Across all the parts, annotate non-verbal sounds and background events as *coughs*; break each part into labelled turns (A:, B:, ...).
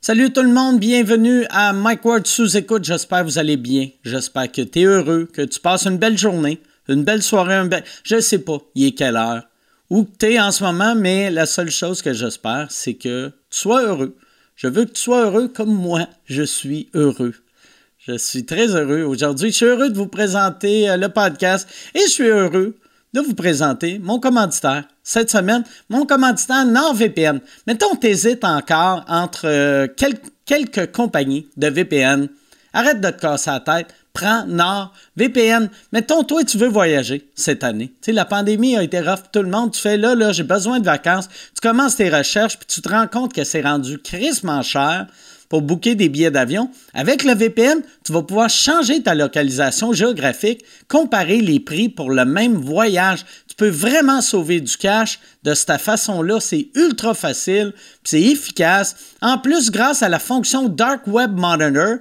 A: Salut tout le monde, bienvenue à Mike Ward sous écoute. J'espère que vous allez bien. J'espère que tu es heureux, que tu passes une belle journée, une belle soirée, un bel. Je sais pas, il est quelle heure, où tu es en ce moment, mais la seule chose que j'espère, c'est que tu sois heureux. Je veux que tu sois heureux comme moi, je suis heureux. Je suis très heureux aujourd'hui. Je suis heureux de vous présenter euh, le podcast et je suis heureux de vous présenter mon commanditaire. Cette semaine, mon commanditaire NordVPN. Mettons, t'hésites encore entre euh, quel- quelques compagnies de VPN. Arrête de te casser la tête. Prends NordVPN. Mettons, toi, tu veux voyager cette année. Tu sais, la pandémie a été rough. Tout le monde, tu fais là, là, j'ai besoin de vacances. Tu commences tes recherches, puis tu te rends compte que c'est rendu crissement cher pour booker des billets d'avion. Avec le VPN, tu vas pouvoir changer ta localisation géographique, comparer les prix pour le même voyage. Tu peux vraiment sauver du cash de cette façon-là. C'est ultra facile, puis c'est efficace. En plus, grâce à la fonction Dark Web Monitor,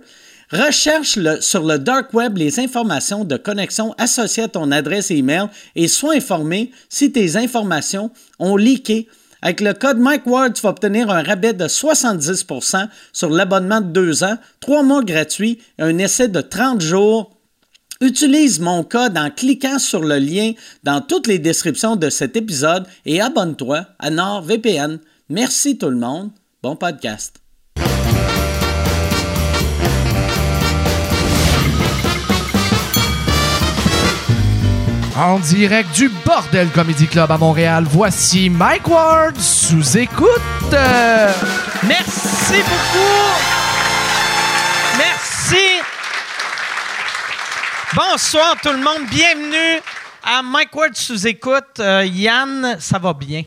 A: Recherche le- sur le Dark Web les informations de connexion associées à ton adresse email et sois informé si tes informations ont leaké. Avec le code Mike Ward, tu vas obtenir un rabais de 70 sur l'abonnement de 2 ans, 3 mois gratuits et un essai de 30 jours. Utilise mon code en cliquant sur le lien dans toutes les descriptions de cet épisode et abonne-toi à NordVPN. Merci tout le monde. Bon podcast.
B: En direct du Bordel Comedy Club à Montréal, voici Mike Ward sous écoute. Euh,
C: Merci beaucoup. Merci. Bonsoir tout le monde. Bienvenue à Mike Ward sous écoute. Euh, Yann, ça va bien?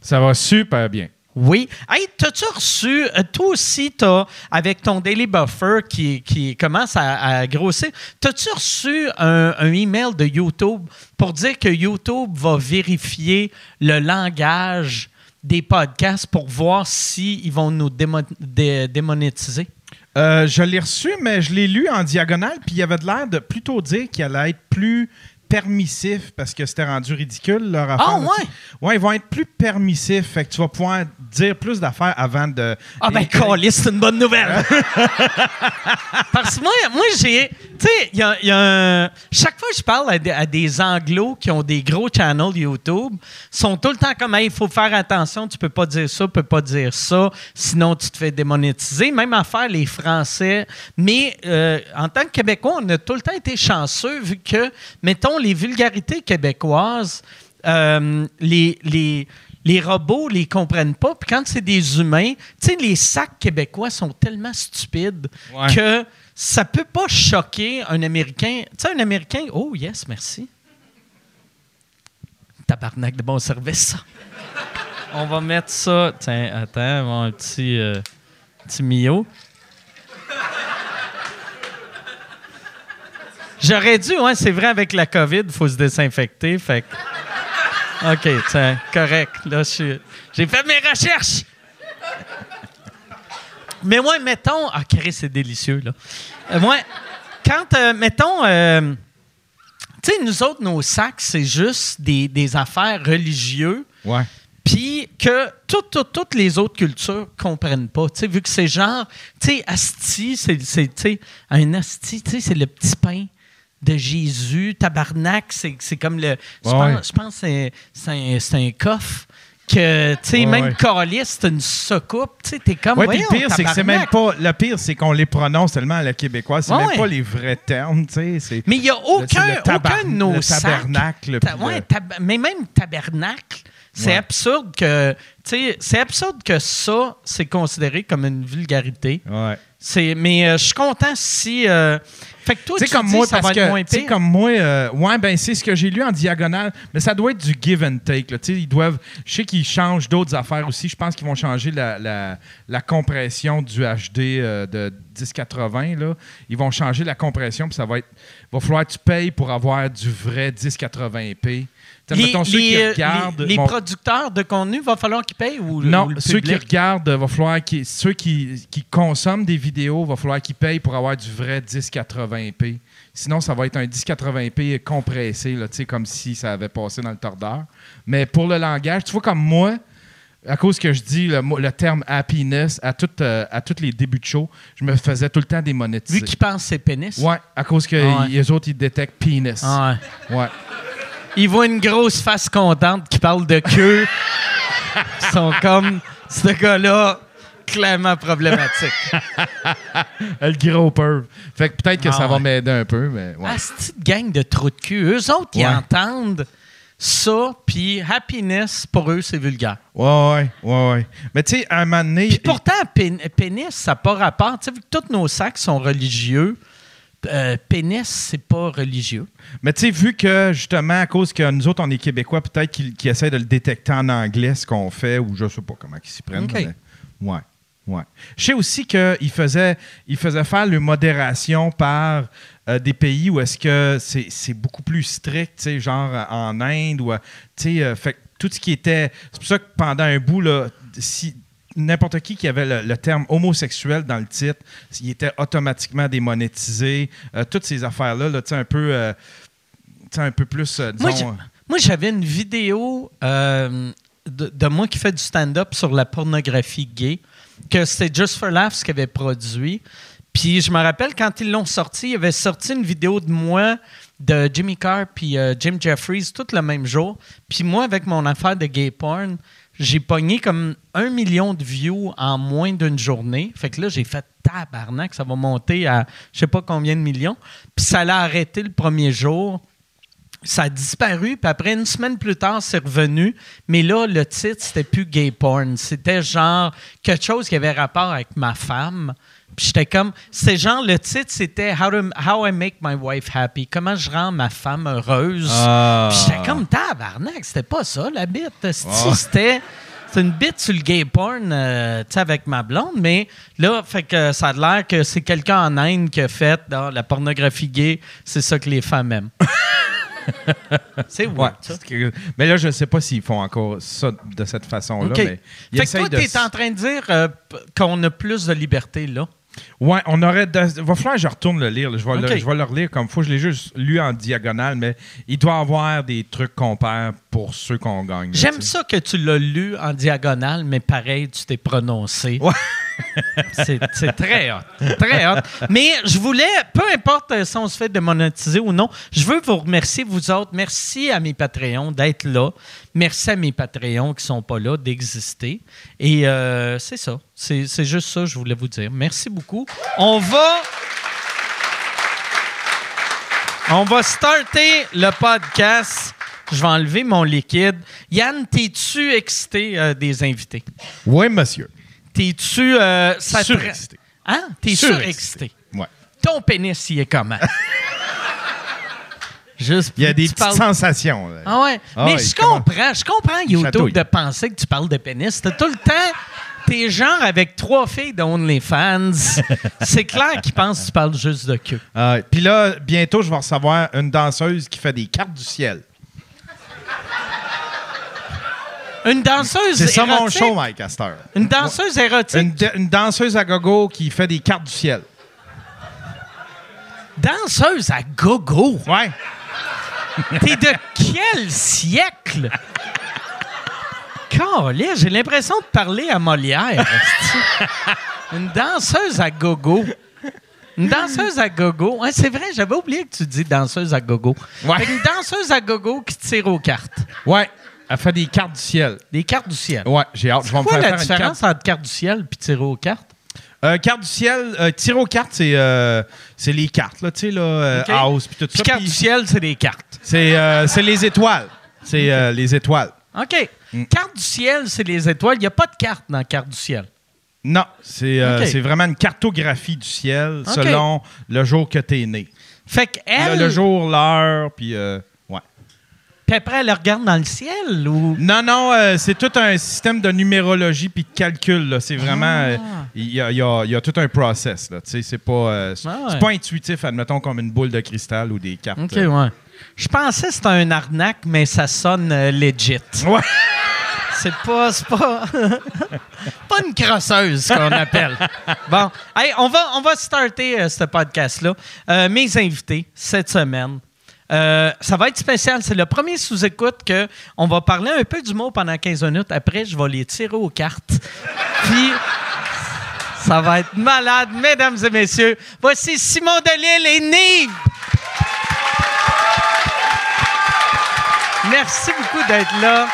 D: Ça va super bien.
C: Oui. Hey, t'as-tu reçu, euh, toi aussi, t'as, avec ton Daily Buffer qui, qui commence à, à grossir, t'as-tu reçu un, un email de YouTube pour dire que YouTube va vérifier le langage des podcasts pour voir s'ils vont nous démo- dé- démonétiser?
D: Euh, je l'ai reçu, mais je l'ai lu en diagonale, puis il y avait de l'air de plutôt dire qu'il allait être plus permissif parce que c'était rendu ridicule leur affaire.
C: Ah,
D: là-dessus. Ouais, ils vont être plus permissifs, fait que tu vas pouvoir dire plus d'affaires avant de.
C: Ah ben,
D: Et-
C: calé, c'est une bonne nouvelle. Parce que moi, moi j'ai... Tu sais, il y a, il y a un- Chaque fois que je parle à des, à des anglos qui ont des gros channels YouTube, ils sont tout le temps comme, il faut faire attention, tu peux pas dire ça, tu peux pas dire ça, sinon tu te fais démonétiser. Même affaire, les Français. Mais euh, en tant que Québécois, on a tout le temps été chanceux vu que, mettons, les vulgarités québécoises, euh, les... les les robots les comprennent pas. Puis quand c'est des humains, tu sais, les sacs québécois sont tellement stupides
D: Ouais.
C: que ça peut pas choquer un Américain. Tu sais, un Américain, oh yes, merci. Tabarnak de bon service, ça. On va mettre ça. Tiens, attends, mon petit, euh, petit Mio. J'aurais dû, ouais, c'est vrai, avec la COVID, il faut se désinfecter. Fait que- OK, tiens, correct. Là, je suis- j'ai fait mes recherches. Mais ouais, mettons. Ah, Chris, c'est délicieux, là. Euh, ouais, quand, euh, mettons. euh, tu sais, nous autres, nos sacs, c'est juste des, des affaires religieuses.
D: Ouais.
C: Puis que tout- tout- toutes les autres cultures comprennent pas. Tu sais, vu que c'est genre, tu sais, asti, c'est c'est, tu sais, un asti, tu sais, c'est le petit pain de Jésus. Tabarnak, c'est c'est comme le. Je
D: Ouais, ouais.
C: pense, je pense que c'est- c'est un, c'est un coffre. Que, tu sais,
D: Ouais,
C: même
D: ouais.
C: calice, c'est une soucoupe. Tu sais, t'es comme.
D: Ouais, puis le
C: Ah, voyons,
D: pire, c'est que c'est
C: tabarnak.
D: même pas. Le pire, c'est qu'on les prononce tellement à la québécoise, c'est
C: Ouais,
D: même
C: ouais.
D: pas les vrais termes, tu sais. c'est-
C: Mais il n'y a
D: c'est
C: aucun,
D: le tabar-
C: aucun de nos
D: le
C: sacs.
D: tabernacle,
C: Ta-
D: puis
C: ouais,
D: le-
C: tab- mais même tabernacle, c'est
D: Ouais.
C: absurde que. tu sais, C'est absurde que ça, c'est considéré comme une vulgarité.
D: Ouais.
C: C'est, mais euh, je suis content si. euh, fait que toi,
D: Tu
C: tu
D: sais, comme
C: dis
D: moi,
C: ça
D: parce
C: va être
D: que,
C: moins
D: tu sais,
C: pire.
D: comme moi, euh, ouais, ben, c'est ce que j'ai lu en diagonale, mais ça doit être du give and take, là. Tu sais, ils doivent, je sais qu'ils changent d'autres affaires aussi. Je pense qu'ils vont changer la, la, la compression du HD euh, de 1080, là. Ils vont changer la compression, puis ça va être, va falloir que tu payes pour avoir du vrai 1080p. Tu sais,
C: les,
D: mettons, ceux
C: les,
D: qui
C: euh,
D: regardent.
C: les- les
D: vont-
C: producteurs de contenu, va falloir qu'ils payent ou,
D: non,
C: ou le
D: ceux qui
C: public?
D: regardent, euh, va falloir qu'ils- ceux qui, qui consomment des vidéos, va falloir qu'ils payent pour avoir du vrai 1080p. Sinon, ça va être un 1080p compressé, là, tu sais, comme si ça avait passé dans le tordeur. Mais pour le langage, tu vois, comme moi, à cause que je dis le, mot- le terme happiness à, tout, euh, à tous les débuts de show, je me faisais tout le temps démonétiser.
C: Vu qu'il pense c'est pénis.
D: Ouais, à cause que
C: Ah ouais.
D: les autres, ils détectent penis.
C: Ah ouais.
D: Ouais.
C: Ils voient une grosse face contente qui parle de queue. Ils sont comme, ce gars-là, clairement problématique.
D: Le gros perv. Fait que peut-être que
C: Ah
D: ça va
C: ouais.
D: m'aider un peu, mais ouais.
C: Ah, cette petite gang de trous de cul, eux autres, ils
D: Ouais.
C: entendent ça, puis happiness, pour eux, c'est vulgaire.
D: Ouais, ouais, ouais, ouais. Mais tu sais, à un moment donné.
C: Puis pourtant, pén- pénis, ça n'a pas rapport. Tu sais, vu que tous nos sacs sont religieux, euh, pénis, c'est pas religieux.
D: Mais tu sais, vu que justement, à cause que nous autres, on est Québécois, peut-être qu'ils qu'ils essaient de le détecter en anglais, ce qu'on fait, ou je sais pas comment ils s'y prennent.
C: OK.
D: mais- Ouais. Ouais. Je sais aussi qu'ils faisaient, ils faisaient faire le modération par euh, des pays où est-ce que c'est c'est beaucoup plus strict, tu sais, genre euh, en Inde ou euh, tu sais, euh, fait que tout ce qui était. C'est pour ça que pendant un bout, là, si n'importe qui qui avait le, le terme homosexuel dans le titre, il était automatiquement démonétisé. Euh, toutes ces affaires-là, là, tu sais, un peu. euh, tu sais, un peu plus, euh, disons,
C: Moi, j'ai- moi, j'avais une vidéo euh, de, de moi qui fait du stand-up sur la pornographie gay, que c'était Just for Laughs qui avait produit. Puis je me rappelle quand ils l'ont sorti, il avait sorti une vidéo de moi, de Jimmy Carr, puis euh, Jim Jeffries, tout le même jour. Puis moi, avec mon affaire de gay porn, j'ai pogné comme un million de views en moins d'une journée. Fait que là, j'ai fait tabarnak, ça va monter à je sais pas combien de millions. Puis ça l'a arrêté le premier jour ça a disparu, puis après, une semaine plus tard, c'est revenu. Mais là, le titre, c'était plus gay porn. C'était genre quelque chose qui avait rapport avec ma femme. Puis j'étais comme. C'est genre, le titre, c'était How, to- How I Make My Wife Happy. Comment je rends ma femme heureuse.
D: Ah.
C: Puis j'étais comme tabarnak. C'était pas ça, la bite. Si C'était. C'est une bite sur le gay porn, euh, tu sais, avec ma blonde, mais là, fait que ça a l'air que c'est quelqu'un en Inde qui a fait dans la pornographie gay, c'est ça que les femmes
D: *laughs*
C: aiment. C'est
D: Ouais,
C: what ça?
D: c'est que- mais là, je ne sais pas s'ils font encore ça de cette façon-là.
C: OK.
D: Mais ils
C: Fait que
D: essayent
C: toi,
D: de
C: t'es
D: s-
C: en train de dire euh, p- qu'on a plus de liberté, là.
D: Ouais, on aurait. de- Va falloir que je retourne le lire. là. Je vais,
C: OK.
D: le, je vais le relire comme faut. Je l'ai juste lu en diagonale, mais il doit avoir des trucs qu'on perd pour ceux qu'on gagne. là,
C: J'aime
D: tu sais.
C: ça que tu l'as lu en diagonale, mais pareil, tu t'es prononcé.
D: Ouais.
C: *laughs* c'est c'est très hot. Très hot. Mais je voulais, peu importe euh, si on se fait démonétiser ou non, je veux vous remercier, vous autres. Merci à mes Patreons d'être là. Merci à mes Patreons qui sont pas là d'exister. Et euh, c'est ça. C'est c'est juste ça que je voulais vous dire. Merci beaucoup. On va. On va starter le podcast. Je vais enlever mon liquide. Yann, t'es-tu excité euh, des invités?
D: Oui, monsieur.
C: T'es-tu. euh, ça te-
D: Surexcité.
C: Hein? T'es surexcité.
D: Ouais.
C: Ton pénis, il est comment? *laughs* Juste.
D: Il y a
C: pour-
D: des
C: tu
D: petites
C: parles-
D: sensations. là.
C: Ah ouais.
D: Ah
C: Mais
D: ouais,
C: je
D: comment-
C: comprends. Je comprends, YouTube,
D: Chatouille.
C: de penser que tu parles de pénis. T'as tout le temps. T'es genre avec trois filles d'OnlyFans.
D: *laughs*
C: C'est clair qu'ils pensent que tu parles juste de queue.
D: Ah, Puis là, bientôt, je vais recevoir une danseuse qui fait des cartes du ciel.
C: Une danseuse.
D: C'est ça mon
C: érotique,
D: show, Mike Astor.
C: Une danseuse érotique.
D: Une, da- une danseuse à gogo qui fait des cartes du ciel.
C: Danseuse à gogo.
D: Ouais.
C: T'es de quel siècle? Calais, j'ai l'impression de parler à Molière. esti. Une danseuse à gogo. Une danseuse à gogo. Ouais, c'est vrai, j'avais oublié que tu dis danseuse à gogo.
D: Ouais.
C: Fait Une danseuse à gogo qui tire aux cartes.
D: Ouais. Elle fait des cartes du ciel.
C: Des cartes du ciel.
D: Ouais, j'ai hâte. Je vais Oh, me
C: Quoi
D: faire
C: la
D: faire une carte
C: différence entre carte du ciel et tirer aux cartes?
D: Euh, carte du ciel, euh, tir aux cartes, c'est euh, c'est les cartes, là, tu sais, là, euh,
C: OK.
D: house, puis tout
C: Puis
D: ça.
C: carte
D: puis
C: du ciel, c'est des cartes.
D: C'est euh, c'est les étoiles. C'est euh, les étoiles.
C: OK.
D: Mm.
C: Carte du ciel, c'est les étoiles. Il n'y a pas de carte dans carte du ciel.
D: Non, c'est euh,
C: OK.
D: c'est vraiment une cartographie du ciel
C: OK.
D: selon le jour que t'es né.
C: Fait qu'elle.
D: Le, le jour, l'heure, puis... euh, ouais.
C: Puis après, elle regarde dans le ciel ou.
D: Non, non, euh, c'est tout un système de numérologie puis de calcul. là. C'est vraiment...
C: Ah.
D: euh, Il y, a, il y a- il y a tout un process. là. Tu sais, C'est pas, euh, c'est
C: Ah ouais.
D: c'est pas intuitif, admettons, comme une boule de cristal ou des cartes.
C: OK,
D: euh,
C: ouais. Je pensais que c'était un arnaque, mais ça sonne euh, legit.
D: Ouais.
C: C'est pas, c'est pas, *laughs* pas une crosseuse qu'on appelle. Bon, Hey, on va, on va starter euh, ce podcast-là. Euh, mes invités cette semaine, Euh, ça va être spécial. C'est le premier sous-écoute que on va parler un peu du mot pendant 15 minutes. Après, je vais les tirer aux cartes. Puis, ça va être malade, mesdames et messieurs. Voici Simon Delille et Nive. Merci beaucoup d'être là.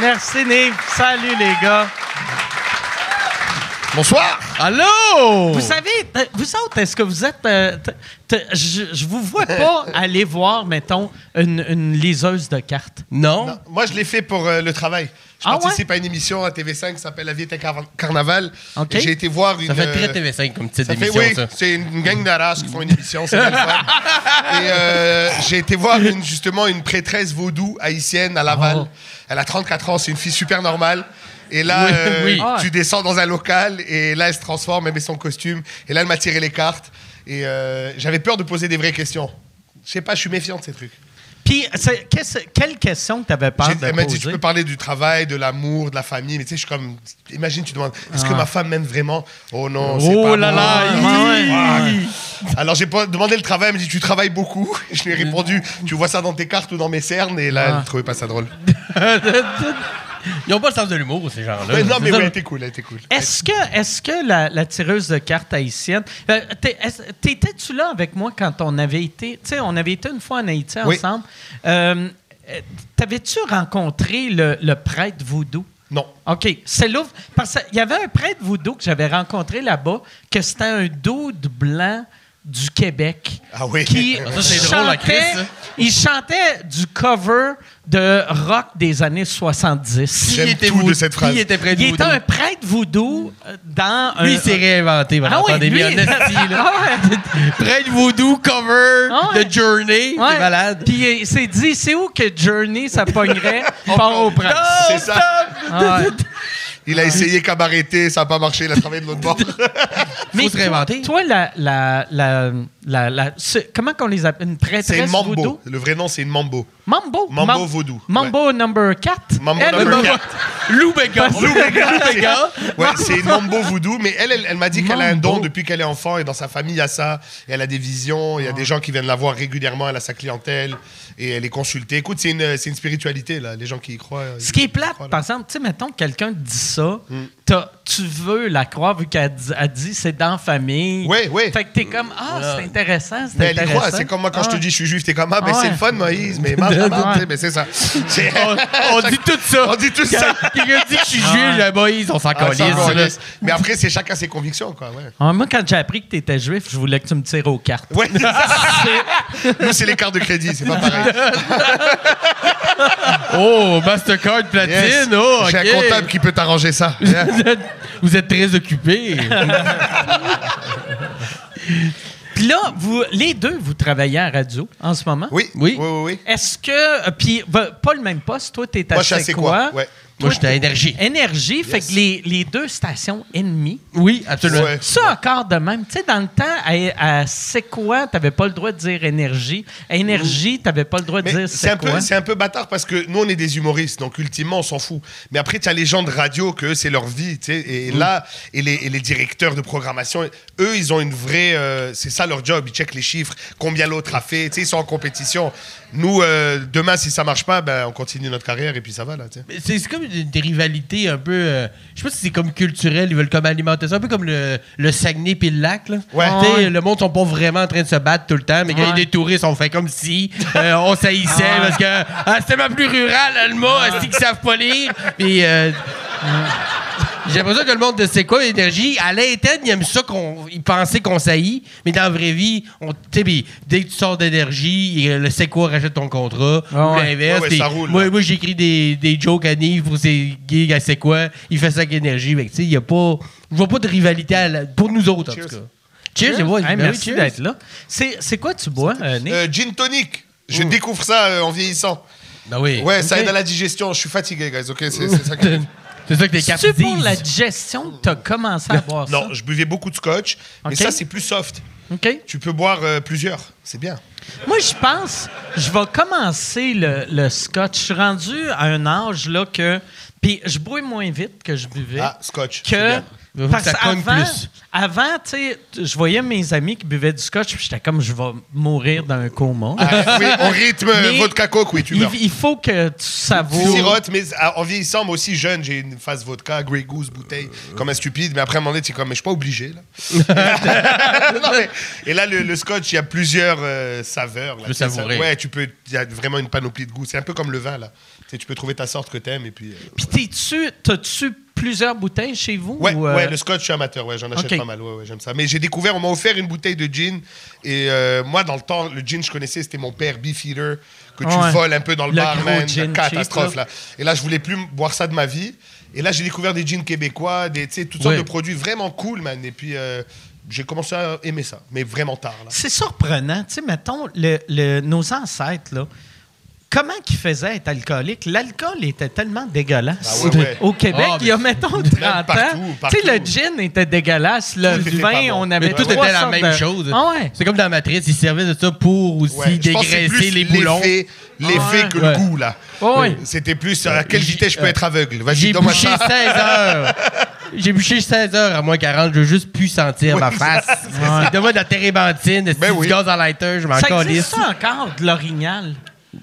C: Merci, Nive. Salut, les gars.
E: Bonsoir!
D: Allô?
C: Vous savez, euh, vous autres, est-ce que vous êtes. euh, t- t- je, je vous vois pas aller voir, mettons, une, une liseuse de cartes.
D: Non?
E: Non, moi, je l'ai fait pour euh, le travail. Je
C: Ah
E: participe à une émission à TV5 qui s'appelle La vie est un car- carnaval.
C: Ok.
E: Et J'ai été voir une.
F: Ça fait
E: euh,
F: très TV5 comme titre
E: ça fait-
F: d'émission,
E: oui,
F: ça.
E: c'est une gang d'arraches qui font une émission, c'est bien le
F: *laughs*
E: fun. Et euh, j'ai été voir une- justement une prêtresse vaudou haïtienne à Laval.
C: Oh.
E: Elle a 34 ans, c'est une fille super normale. Et là,
F: Oui,
E: euh,
F: oui. Ah
E: tu descends dans un local et là, elle se transforme, elle met son costume. Et là, elle m'a tiré les cartes. Et euh, j'avais peur de poser des vraies questions. Je sais pas, je suis méfiant de ces trucs.
C: Puis, c'est- qu'est-ce- quelle question que tu avais peur
E: J'ai-
C: de
E: Elle m'a dit, tu
C: poser?
E: peux parler du travail, de l'amour, de la famille, mais tu sais, je suis comme, imagine, tu demandes, est-ce que ma femme m'aime vraiment Oh non, c'est
D: Oh
E: pas
D: là
E: bon.
D: là!
C: Ouais,
D: hi.
E: Alors j'ai pas demandé le travail, elle m'a dit, tu travailles beaucoup. *laughs* Je lui ai répondu, tu vois ça dans tes cartes ou dans mes cernes, et là, elle trouvait pas ça drôle.
F: Ils ont pas le sens de l'humour, ces gens-là.
E: Mais *laughs* non,
F: C'est
E: mais
F: ça,
E: ouais,
F: le-
E: elle était cool, elle était cool.
C: Est-ce que, est-ce que la, la tireuse de cartes haïtienne. euh, t'es- est-ce- T'étais-tu là avec moi quand on avait été. Tu sais, on avait été une fois en Haïti
E: Oui.
C: ensemble. Euh, euh, T'avais-tu rencontré le, le prêtre voodoo?
E: Non.
C: OK. C'est là. Parce qu'il y avait un prêtre voodoo que j'avais rencontré là-bas, que c'était un dude blanc du Québec.
E: Ah oui.
C: Qui
F: *laughs* Ça, c'est drôle, la
C: chantait,
F: crise, ça.
C: il chantait du cover de rock des années 70.
E: J'aime
F: Qui était
E: tout de
F: voodoo?
E: cette phrase.
F: Qui était près de
C: Il était
F: voodoo?
C: un prêtre voodoo euh, dans un.
F: Lui, il s'est réinventé.
C: Ah oui,
F: Entendez
C: lui,
F: bien, en *laughs* esti, là.
C: *laughs* Ah ouais.
F: Près de voodoo, cover,
C: Ah ouais.
F: de Journey.
C: Ouais.
F: C'est malade.
C: Puis euh, il s'est dit, c'est où que Journey, ça
F: *laughs*
C: pognerait? Port Oh, au prince.
E: C'est ça.
C: Ah ouais.
E: Il a essayé cabareté, ça a pas marché, il a travaillé de l'autre bord.
F: Faut se
C: toi-
F: réinventer.
C: Toi, la, la, la, la, la- ce- comment qu'on les appelle? Une
E: C'est une
C: prêtresse
E: mambo.
C: voodoo?
E: Le vrai nom, c'est une mambo.
C: Mambo.
E: Mambo
C: Mam-
E: voodoo.
C: Mambo number 4.
E: Mambo number quatre.
F: Lou Béga.
C: Parce- *laughs*
F: Lou Béga. Lou Béga.
E: Ouais, c'est une mambo voodoo, mais elle, elle, elle m'a dit qu'elle a un don
C: Mambo.
E: depuis qu'elle est enfant et dans sa famille, il y a ça. Et elle a des visions, il y a
C: Ah.
E: des gens qui viennent la voir régulièrement, elle a sa clientèle et elle est consultée. Écoute, c'est une, c'est une spiritualité, là. Les gens qui y croient. euh,
C: Ce qui
E: ils-
C: est plate,
E: ils croient, là.
C: par exemple, tu sais, mettons que quelqu'un te dit ça,
E: Hmm.
C: t'as- tu veux la croire vu qu'elle dit, elle dit c'est dans la famille.
E: Ouais, ouais.
C: Fait que t'es comme, ah, c'est intéressant, c'est
E: Mais elle y
C: intéressant.
E: croit, c'est comme moi quand je te
C: Ah.
E: dis je suis juif, t'es comme ah, ben
C: Ah ouais.
E: c'est le fun,
C: *laughs*
E: Moïse, mais marche,
C: Ouais.
E: marche, tu sais, mais c'est ça. C'est- *laughs*
F: On on dit tout ça.
E: On dit tout ça.
F: Quelqu'un dit que je suis
D: Ah.
F: juif, j'ai un boys, on s'en
E: Ah, ça, on
F: calisse.
E: laisse. mais après, c'est chacun ses convictions, quoi. Ouais,
C: Ah, moi, quand j'ai appris que t'étais juif, je voulais que tu me tires aux cartes.
E: ouais c'est ça. Nous, *laughs* c'est les cartes de crédit, c'est pas pareil.
F: *laughs* Oh, Mastercard platine,
E: Yes.
F: oh,
E: J'ai un comptable
F: ok.
E: qui peut t'arranger
F: *laughs*
E: ça.
F: Vous êtes- Vous êtes très occupé.
C: Puis là, vous, les deux, vous travaillez à radio en ce moment.
E: Oui, oui,
F: Oui.
E: oui, oui.
C: Est-ce que. euh, Puis, ben, pas le même poste. Toi, t'es à
E: Moi, je suis à
C: C'est
E: C'est
C: quoi?
E: quoi, ouais.
F: Moi, j'étais à énergie.
C: Énergie, fait que les, les deux stations ennemies.
F: Oui, absolument.
E: Ouais.
C: Ça encore de même. Tu sais, dans le temps, à, à c'est quoi, t'avais pas le droit de dire énergie. À énergie, t'avais pas le droit de
E: Mais
C: dire
E: c'est un
C: c'est quoi.
E: peu, c'est un peu bâtard parce que nous on est des humoristes, donc ultimement on s'en fout. Mais après tu as les gens de radio que eux, c'est leur vie, tu sais. Et
C: Mm.
E: là, et les, et les directeurs de programmation, eux ils ont une vraie, euh, c'est ça leur job. Ils checkent les chiffres, combien l'autre a fait, tu sais. Ils sont en compétition. Nous euh, demain si ça marche pas, ben on continue notre carrière et puis ça va là, tu sais.
F: Mais C'est c'est comme des des rivalités un peu. euh, je sais pas si c'est comme culturel, ils veulent comme alimenter ça, un peu comme le, le Saguenay puis le lac. Là.
E: Ouais.
F: Tu sais,
C: Ouais.
F: Le monde sont pas vraiment en train de se battre tout le temps, mais quand il y a
C: Ouais.
F: des touristes, on fait comme si euh, on s'haïssait
C: Ouais.
F: parce que ah, c'était ma plus rurale, le mot,
C: Ah.
F: c'est qu'ils savent pas lire. Puis. euh, J'ai l'impression que le monde de C'est quoi l'énergie, à l'interne, ils aiment ça qu'on. Ils pensaient qu'on saillit, mais dans la vraie vie, on, tu sais, puis dès que tu sors d'énergie, et, euh, le C'est quoi rachète ton contrat,
C: Ah
F: ou
C: ouais.
F: l'inverse.
E: Ouais, ouais,
F: puis
E: ça roule,
F: moi,
E: là.
F: moi j'écris des, des jokes à Nive pour ses gigs, à c'est quoi. Il fait ça avec énergie. Fait que, tu sais, il y a pas. Je vois pas de rivalité à la- pour nous autres, en tout cas. Cheers, les boys.
C: Hey,
F: Ben oui,
C: merci
F: cheers.
C: d'être là. C'est c'est quoi tu bois, euh, Nick?
E: Euh, gin tonic. Je découvre ça euh, en vieillissant.
F: Ben oui.
E: Ouais, ça
C: Mm. Ok.
E: aide à la digestion. Je suis fatigué, guys. Ok, c'est
C: *laughs*
E: c'est ça. que-
F: *laughs* C'est ça que tes cartes
C: C'est pour
F: disent.
C: la digestion que t'as commencé à boire
E: euh, Non, je buvais beaucoup de scotch, mais
C: Ok.
E: ça c'est plus soft.
C: ça? OK.
E: Tu peux boire euh, plusieurs, c'est bien.
C: Moi, je pense, je vais commencer le, le scotch. Je suis rendu à un âge là que. Puis je bois moins vite que je buvais.
E: Ah, scotch. c'est
C: que
E: bien.
F: Il faut que
C: Parce
F: ça cogne
C: qu'avant,
F: plus.
C: avant, tu sais, je voyais mes amis qui buvaient du scotch, puis j'étais comme, je vais mourir d'un coma.
E: Ah, oui, on rythme
C: Mais-
E: vodka coke, oui, tu
C: il,
E: meurs.
C: il faut que tu
E: Tu
C: savoures.
E: sirotes, mais à- en vieillissant, moi aussi jeune, j'ai une phase vodka, Grey Goose, bouteille, comme un stupide. Mais après, à un moment donné, t'es comme, mais je suis pas obligé, là. Non, mais- et là, le, le scotch, il y a plusieurs euh, saveurs. Là,
F: peux
E: Tu sais, ça-
F: savourer.
E: ouais, tu peux. Il y a vraiment une panoplie de goûts. C'est un peu comme le vin, là. Tu, sais, tu peux trouver ta sorte que t'aimes. Et puis. euh,
C: Puis t'es-tu, t'as-tu plusieurs bouteilles chez vous?
E: Ouais,
C: ou, euh,
E: ouais, le scotch, je suis amateur, ouais, j'en achète
C: Ok.
E: pas mal, ouais, ouais, j'aime ça. Mais j'ai découvert, on m'a offert une bouteille de gin, et euh, moi, dans le temps, le gin, je connaissais, c'était mon père, Beef Eater, que tu
C: Ouais.
E: voles un peu dans le,
C: Le
E: bar,
C: gros
E: man,
C: gin
E: catastrophe,
C: cheap,
E: là. Et là, je voulais plus boire ça de ma vie, et là, j'ai découvert des gins québécois, des, tu sais, toutes sortes
C: Ouais.
E: de produits vraiment cool, man, et puis... euh, j'ai commencé à aimer ça, mais vraiment tard. Là.
C: C'est surprenant. Tu sais, mettons, le- le- nos ancêtres, là, comment qu'ils faisaient à être alcooliques? L'alcool était tellement dégueulasse.
E: Ah ouais, ouais.
C: Au Québec,
F: Ah,
C: il
F: mais-
C: y a, mettons, 30
E: partout,
C: ans.
E: partout.
C: Tu sais, le gin était dégueulasse. Le
E: Tout était pas
C: vin,
E: bon.
C: on avait
F: Mais tout
C: trois
F: était la
C: sortes
F: même
C: de-
F: chose.
C: Ah ouais.
F: C'est comme dans Matrice, ils servaient de ça pour aussi
E: Ouais, je pense que c'est
F: dégraisser
E: plus
F: les boulons.
E: L'effet, l'effet
C: ouais.
E: que
F: Ouais.
E: le goût, là.
C: Ouais.
E: C'était plus à quelle
F: J'ai-
E: vitesse je peux
F: euh,
E: être aveugle. Vas-y,
F: J'ai
E: donne-moi
F: bouché
E: ça.
F: 16 heures. J'ai bouché 16 heures à moins 40. Je veux juste plus sentir
E: *laughs*
F: ma face. C'est de moi de la térébenthine, de
E: Ben oui.
F: du gaz à lighter, je m'en
C: Ça existe
F: calisse.
C: ça encore, de l'orignal?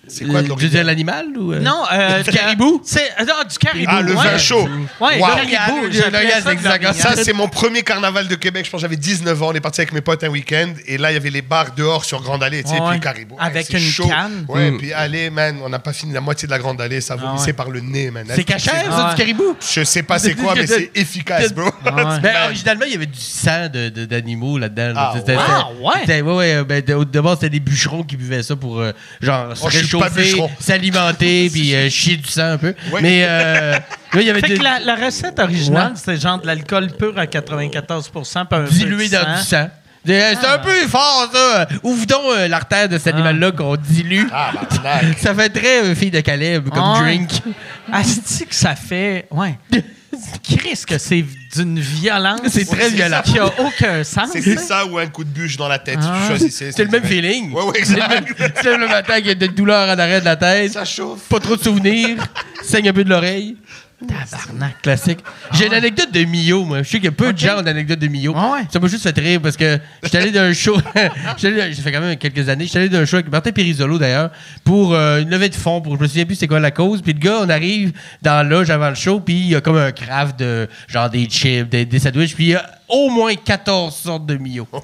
E: C'est quoi de
F: Tu veux
E: l'original
F: dire l'animal ou. euh?
C: Non, euh,
F: *laughs* Du caribou?
C: C'est, ah, non, du caribou.
E: Ah, le
C: ouais.
E: vin chaud.
C: Ouais,
E: Wow.
C: le caribou.
F: Le
C: j'appelais
F: gars,
C: ça de
F: c'est exact-
C: l'orignal.
E: Ça, c'est mon premier carnaval de Québec. Je pense que j'avais 19 ans. On est parti avec mes potes un week-end. Et là, il y avait les bars dehors sur Grande Allée, tu sais,
C: Ouais.
E: puis le Caribou. Ouais,
C: Avec
E: c'est
C: une
E: chaud.
C: canne.
E: Ouais, puis allez, man, on n'a pas fini la moitié de la Grande Allée. Ça vomissait
C: ouais.
E: par le nez, man.
F: C'est cachère, ça,
C: Ouais.
F: du caribou?
E: Je sais pas c'est quoi, mais c'est efficace, bro.
C: ouais.
F: Ben, originalement, il y avait du sang de- de- d'animaux là-dedans. là.
E: Ah,
F: C'était-
C: ouais.
F: c'était-
C: Ah, ouais.
F: c'était- ouais, ouais, ben, de, de base, c'était des bûcherons qui buvaient ça pour euh, genre se
E: Oh, je suis pas
F: réchauffer,
E: bûcheron. *laughs*
F: s'alimenter, puis euh, chier du sang un peu.
E: Ouais.
F: Mais euh, là, il y avait
C: Fait
F: de-
C: que la, la recette originale,
F: Ouais.
C: c'était genre de l'alcool pur à 94 puis un peu de
F: dilué dans du
C: sang. Ah.
F: sang. De- euh, C'est un
C: ouais.
F: peu fort, ça. Ouvre donc euh, l'artère de cet
C: Ah.
F: animal-là qu'on dilue.
E: Ah, barnac.
F: Ça fait très euh, fille de Caleb comme
C: Ah, Ouais.
F: drink.
C: Asti que ça fait... Ouais. Chris, que c'est d'une violence...
F: C'est très violent.
C: Qui a aucun sens.
E: C'était
C: hein.
E: ça ou un coup de bûche dans la tête.
C: Ah.
E: Tu choisissais,
F: C'est le même feeling.
E: Ouais, ouais,
F: C'est le même-
E: exact.
F: Tu te lèves le matin avec des douleurs en arrêt de la tête.
E: Ça chauffe.
F: Pas trop
C: *laughs*
F: de souvenirs. Saigne un peu de l'oreille.
C: Tabarnak.
F: Classique. J'ai une anecdote de Mio, moi. Je sais qu'il y a peu de gens ont une anecdote de Mio.
C: Ah ouais.
F: Ça m'a juste fait rire parce que j'étais allé d'un show. *laughs* j'étais allé- J'ai fait quand même quelques années. J'étais allé d'un show avec Martin Périsolo d'ailleurs pour euh, une levée de fonds. Pour, je me souviens plus c'est quoi la cause. Puis le gars, on arrive dans la loge avant le show. Puis il y a comme un craft de genre des chips, des, des sandwichs. Puis il y a au moins 14 sortes
C: *laughs*
F: de Mio.
C: Oh,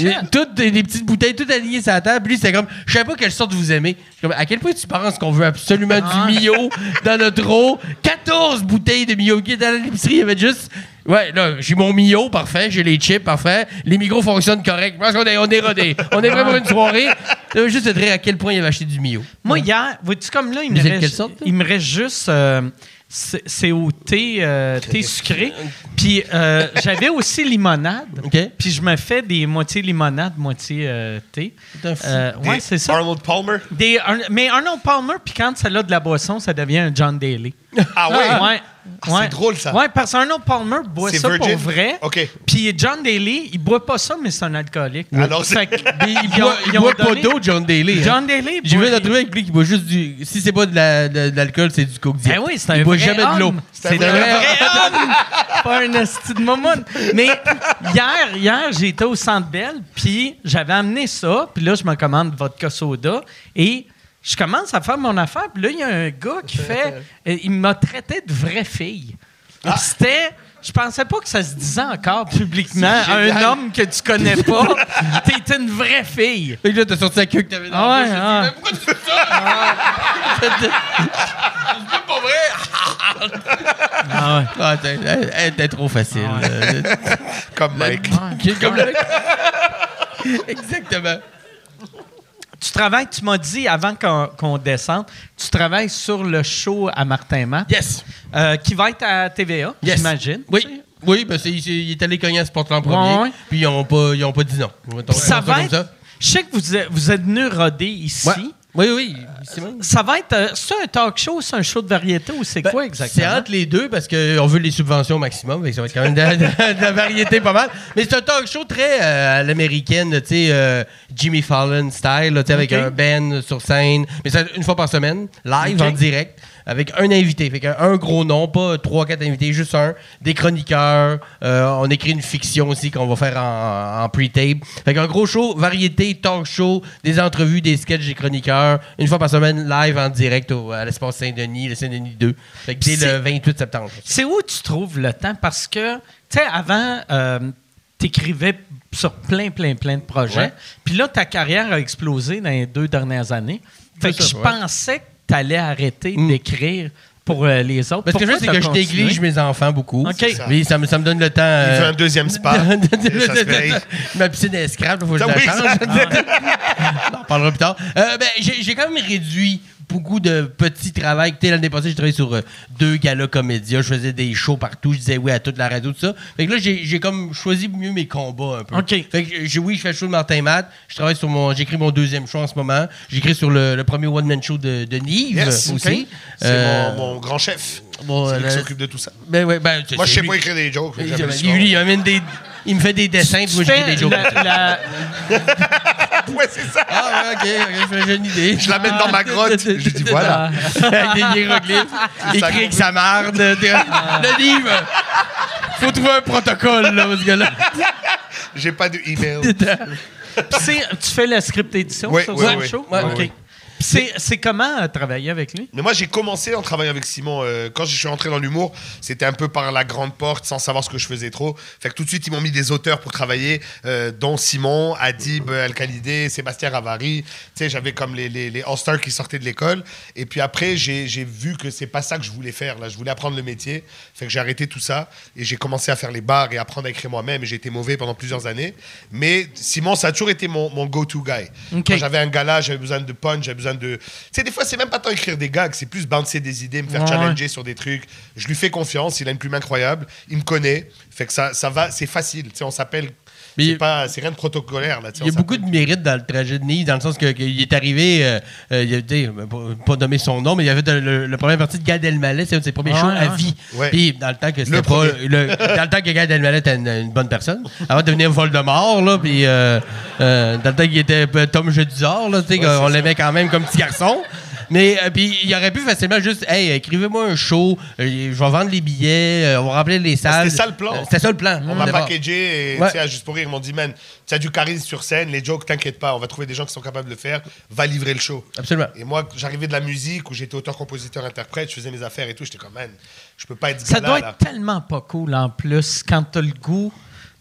F: Et toutes des, des petites bouteilles, toutes alignées sur la table. Puis lui, c'était comme, je sais pas quelle sorte vous aimez. Je suis Comme, à quel point tu penses qu'on veut absolument
C: Ah,
F: du Mio dans notre eau? 14 bouteilles de Mio qui étaient à l'épicerie. Il y avait juste, ouais, là, j'ai mon Mio, parfait. J'ai les chips, parfait. Les micros fonctionnent correct. Je pense qu'on est, on est rodés. On est vraiment une soirée. Ça veut juste te dire à quel point il avait acheté du Mio.
C: Moi, hier, vois-tu comme là, il me,
F: Vous êtes quelle
C: reste,
F: sorte, toi?
C: il me reste juste. euh, c'est c'est au thé, euh, thé sucré. Puis euh, j'avais aussi limonade.
F: OK.
C: Puis je me fais des moitiés limonade, moitié euh, thé.
F: T'es un fou.
C: Euh, ouais,
E: Des
C: c'est ça.
E: Arnold Palmer.
C: Des, un- mais Arnold Palmer, puis quand ça a de la boisson, ça devient un John Daly.
E: Ah ouais.
C: Ouais.
E: Ah, c'est
C: ouais.
E: drôle, ça.
C: Ouais, parce qu'Arnold Palmer boit
E: C'est
C: ça
E: virgin?
C: pour vrai.
E: OK.
C: Puis John Daly, il boit pas ça, mais c'est un alcoolique.
E: Alors, c'est-
C: Fait que-
E: *laughs*
F: Il,
C: ils ont-
F: boit, il
C: ils ont
F: boit pas
C: donné-
F: d'eau, John Daly. hein.
C: John Daly,
F: J'ai vu
C: boit-
F: un truc avec lui qui boit juste du. Si c'est pas de la- de de l'alcool, c'est du coke
C: Ben
F: diète.
C: oui, c'est un
F: Il boit
C: vrai
F: jamais de l'eau.
C: homme. C'est un
E: un
C: vrai
E: vrai
C: homme. Pas un esti de mamoun. Mais hier, hier j'étais au Centre Belle, puis j'avais amené ça, puis là, je me commande vodka soda, et je commence à faire mon affaire, puis là, il y a un gars qui fait... euh, Il m'a traité de vraie fille. Puis
F: Ah.
C: C'était... Je pensais pas que ça se disait encore publiquement à un homme que tu connais
F: *laughs*
C: pas. T'es une vraie fille.
F: Fait que là, t'as sorti la queue que t'avais dans
C: Ah ouais, ah.
F: la bouche. J'ai dit, Mais pourquoi tu fais ça? C'est même pas vrai.
C: Ah ouais.
F: *laughs* Ah, t'es- elle- elle était trop facile.
C: Ah
F: euh,
E: Comme Mike.
F: qui est comme le- *laughs* Exactement.
C: Tu travailles, tu m'as dit avant qu'on qu'on descende, tu travailles sur le show à Martin Matt,
F: Yes.
C: euh, qui va être à TVA,
F: yes.
C: j'imagine.
F: Oui. Oui, ben c'est, c'est- il est allé cogner à ce porte-là en premier.
C: Ouais, ouais.
F: Puis ils n'ont pas, ils ont pas dit non. On va
C: Puis ça
F: dire
C: va
F: comme
C: être. Je sais que vous êtes, vous êtes venu roder ici.
F: Ouais. Oui, oui. C'est bon.
C: Ça va être. euh, c'est un talk show, c'est un show de variété ou c'est
F: Ben,
C: quoi exactement?
F: C'est entre les deux parce qu'on veut les subventions au maximum. fait que ça va être quand même de, de- de la variété pas mal. Mais c'est un talk show très euh, à l'américaine, tu sais, euh, Jimmy Fallon style, là, tu sais, avec Ben
C: Ok.
F: un band sur scène. Mais c'est une fois par semaine, live,
C: Ok.
F: en direct. avec un invité. Fait qu'un un gros nom, pas trois, quatre invités, juste un. Des chroniqueurs. euh, on écrit une fiction aussi qu'on va faire en, en pre-tape. Fait qu'un gros show, variété, talk show, des entrevues, des sketchs des chroniqueurs. Une fois par semaine, live en direct au- à l'espace Saint-Denis, le Saint-Denis 2. Fait que dès
C: Puis c'est-
F: le 28 septembre.
C: C'est où tu trouves le temps? Parce que, tu sais, avant, euh, t'écrivais sur plein, plein, plein de projets.
F: Ouais.
C: Puis là, ta carrière a explosé dans les deux dernières années. Fait
F: C'est
C: que
F: ça,
C: je
F: ouais.
C: pensais que t'allais arrêter
F: Mm.
C: d'écrire pour euh, les autres.
F: Parce que je
C: Pourquoi
F: sais que
C: t'as
F: je
C: continué?
F: néglige mes enfants beaucoup.
C: Ok. C'est
E: ça.
F: Mais ça me, ça me donne le temps.
E: Il
F: euh,
E: veut un
F: *laughs*
E: deuxième spa. Ça se paye.
F: Ma piscine est scrap, il faut que je
E: Ah
F: la
E: oui,
F: change.
E: ça-
F: On en parlera plus tard. Euh, ben, j'ai j'ai quand même réduit beaucoup de petits travails. Écoutez, L'année passée, j'ai travaillé sur euh, deux galas comédia. Je faisais des shows partout. Je disais oui à toute la radio, tout ça. Fait que là, j'ai j'ai comme choisi mieux mes combats un peu.
C: OK.
F: Fait que j'ai- oui, je fais le show de Martin Matt. Je travaille sur mon... J'écris mon deuxième show en ce moment. J'écris sur le, le premier one-man show de, de Nive
E: Yes,
F: aussi.
E: ok. C'est mon,
F: Euh,
E: mon grand chef.
F: bon,
E: c'est lui
F: euh,
E: qui s'occupe de tout ça.
F: Ben, ouais, ben, c'est-
E: Moi, je
F: c'est
E: sais
F: lui.
E: pas écrire des jokes. fait que j'appelle
F: Il, lui,
E: souvent.
F: il amène des- il me fait des dessins, puis moi,
C: Tu
F: j'écris
C: fais
F: des jokes.
C: la- la-
E: *laughs* Ouais, c'est ça.
F: Ah, ouais, ok, ok, je me fais une idée.
E: Je la mets dans ma grotte. Je lui dis, voilà.
F: *laughs* Avec des hiéroglyphes.
E: C'est ça qu'on
F: Écrit avec sa marde. des- Le livre. Faut trouver un protocole, là, parce que là.
E: J'ai pas de email.
C: Puis c'est- tu fais la script édition
E: Oui,
C: sur
E: oui,
C: le
E: oui.
C: show?
E: Ouais,
C: OK.
E: oui.
C: Puis C'est c'est comment euh, travailler avec lui?
E: Mais moi, j'ai commencé en travaillant avec Simon. euh, quand je suis entré dans l'humour, c'était un peu par la grande porte, sans savoir ce que je faisais trop. Fait que tout de suite, ils m'ont mis des auteurs pour travailler, euh, dont Simon, Adib, Alcalidé, Sébastien Ravary. Tu sais, j'avais comme les, les, les All-Stars qui sortaient de l'école. Et puis après, j'ai j'ai vu que c'est pas ça que je voulais faire. Là, je voulais apprendre le métier. Fait que j'ai arrêté tout ça et j'ai commencé à faire les bars et apprendre à écrire moi-même. Et J'ai été mauvais pendant plusieurs années. Mais Simon, ça a toujours été mon, mon go-to guy.
C: Ok.
E: Quand j'avais j'avais un gala, j'avais besoin de punch, j'avais besoin de. Tu sais, des fois, c'est même pas tant écrire des gags, c'est plus bouncer des idées, me faire
C: Ouais.
E: challenger sur des trucs. Je lui fais confiance, il a une plume incroyable, il me connaît, fait que ça, ça va, c'est facile. Tu sais, on s'appelle.
F: Mais
E: C'est
F: il-
E: pas, c'est rien de protocolaire là. tu sais,
F: Il y a
E: on
F: beaucoup
E: s'appelle.
F: de mérite dans le trajet de Nice, dans le sens que- qu'il est arrivé, euh, euh, il a, tu sais, pas- pas nommer son nom, mais il avait de- le, le premier parti de Gad Elmaleh, c'est un de ses premiers
C: Ouais,
F: shows à
C: ouais.
F: vie.
E: Ouais.
F: Puis dans le temps que c'était
E: Le
F: pas,
E: premier.
F: le- dans le temps que Gad Elmaleh était une, une bonne personne, avant de devenir Voldemort, là, puis euh, euh, dans le temps qu'il était euh, Tom Jedusor, là, tu sais, on l'aimait quand même comme petit garçon. Mais euh, puis il aurait pu facilement juste, hey, écrivez-moi un show, euh, je vais vendre les billets, euh, on va remplir les salles.
E: c'était ça, le plan.
F: Euh, C'était ça le plan.
E: On
F: au
E: m'a
F: départ.
E: packagé et
F: Ouais.
E: tu sais, à juste pour rire, ils m'ont dit, man, tu as du charisme sur scène, les jokes, t'inquiète pas, on va trouver des gens qui sont capables de le faire, va livrer le show.
F: Absolument.
E: Et moi, j'arrivais de la musique où j'étais auteur, compositeur, interprète, je faisais mes affaires et tout, j'étais comme, man, je peux pas être ce
C: Ça
E: gars-là,
C: doit
E: là.
C: être tellement pas cool en plus quand t'as le goût.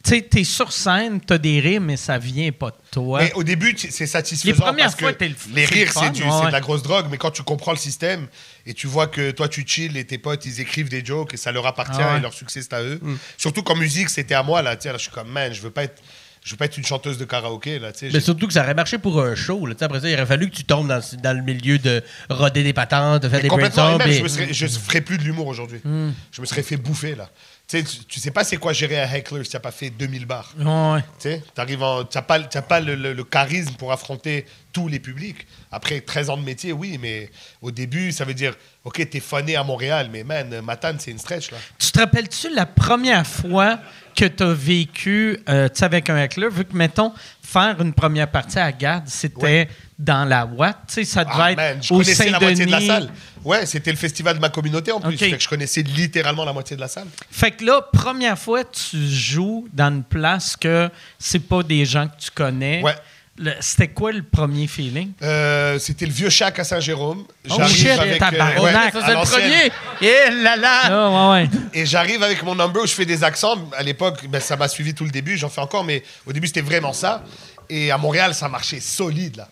C: Tu sais, t'es sur scène, t'as des rires, mais ça vient pas de toi.
E: Mais au début, tu- c'est satisfaisant.
C: Les premières
E: parce que
C: fois, t'es le-
E: Les
C: c'est le
E: rires,
C: fun,
E: c'est du-
C: ouais,
E: c'est
C: ouais.
E: de la grosse drogue, mais quand tu comprends le système et tu vois que toi, tu chill et tes potes, ils écrivent des jokes et ça leur appartient
C: Ah ouais.
E: et leur succès, c'est à eux. Surtout qu'en musique, c'était à moi, là. Tu sais, là, je suis comme, man, je veux pas être. Je veux pas être une chanteuse de karaoké, là, tu sais.
F: Mais
E: j'ai-
F: surtout que ça aurait marché pour un show. Là. Tu sais, Après ça, il aurait fallu que tu tombes dans, le- dans le milieu de roder des patentes, de faire des
E: Complètement. Et même,
F: brainstorms. puis-
E: je me serais, je ferais plus de l'humour aujourd'hui.
C: Mm.
E: Je me serais fait bouffer, là. Tu sais, tu- tu sais pas c'est quoi gérer un heckler si t'as pas fait 2000 bars.
C: Ouais.
E: Tu sais, t'arrives en- t'as pas, t'as pas le, le- le charisme pour affronter tous les publics. Après 13 ans de métier, oui, mais au début, ça veut dire, OK, t'es fané à Montréal, mais man, Matane, c'est une stretch, là.
C: Tu te rappelles-tu la première fois que tu as vécu euh, tu sais, avec un heckler, vu que, mettons, faire une première partie à Garde, c'était
E: Ouais.
C: dans la Watt, tu sais, ça devait
E: Ah,
C: être
E: man, je
C: au
E: connaissais la moitié de la
C: Saint-Denis.
E: salle. Ouais, c'était le festival de ma communauté, en plus.
C: OK.
E: Fait que je connaissais littéralement la moitié de la salle.
C: Fait que là, première fois, tu joues dans une place que c'est pas des gens que tu connais.
E: Ouais.
C: Le- C'était quoi le premier feeling?
E: Euh, c'était le vieux chac à Saint-Jérôme.
C: Oh shit, tabarnak,
E: euh, ouais,
C: ça,
E: à l'ancienne.
F: Eh là là!
C: Ah, ouais, ouais.
E: Et j'arrive avec mon number où je fais des accents. À l'époque, ben, ça m'a suivi tout le début, j'en fais encore, mais au début, c'était vraiment ça. Et à Montréal, ça marchait solide, là.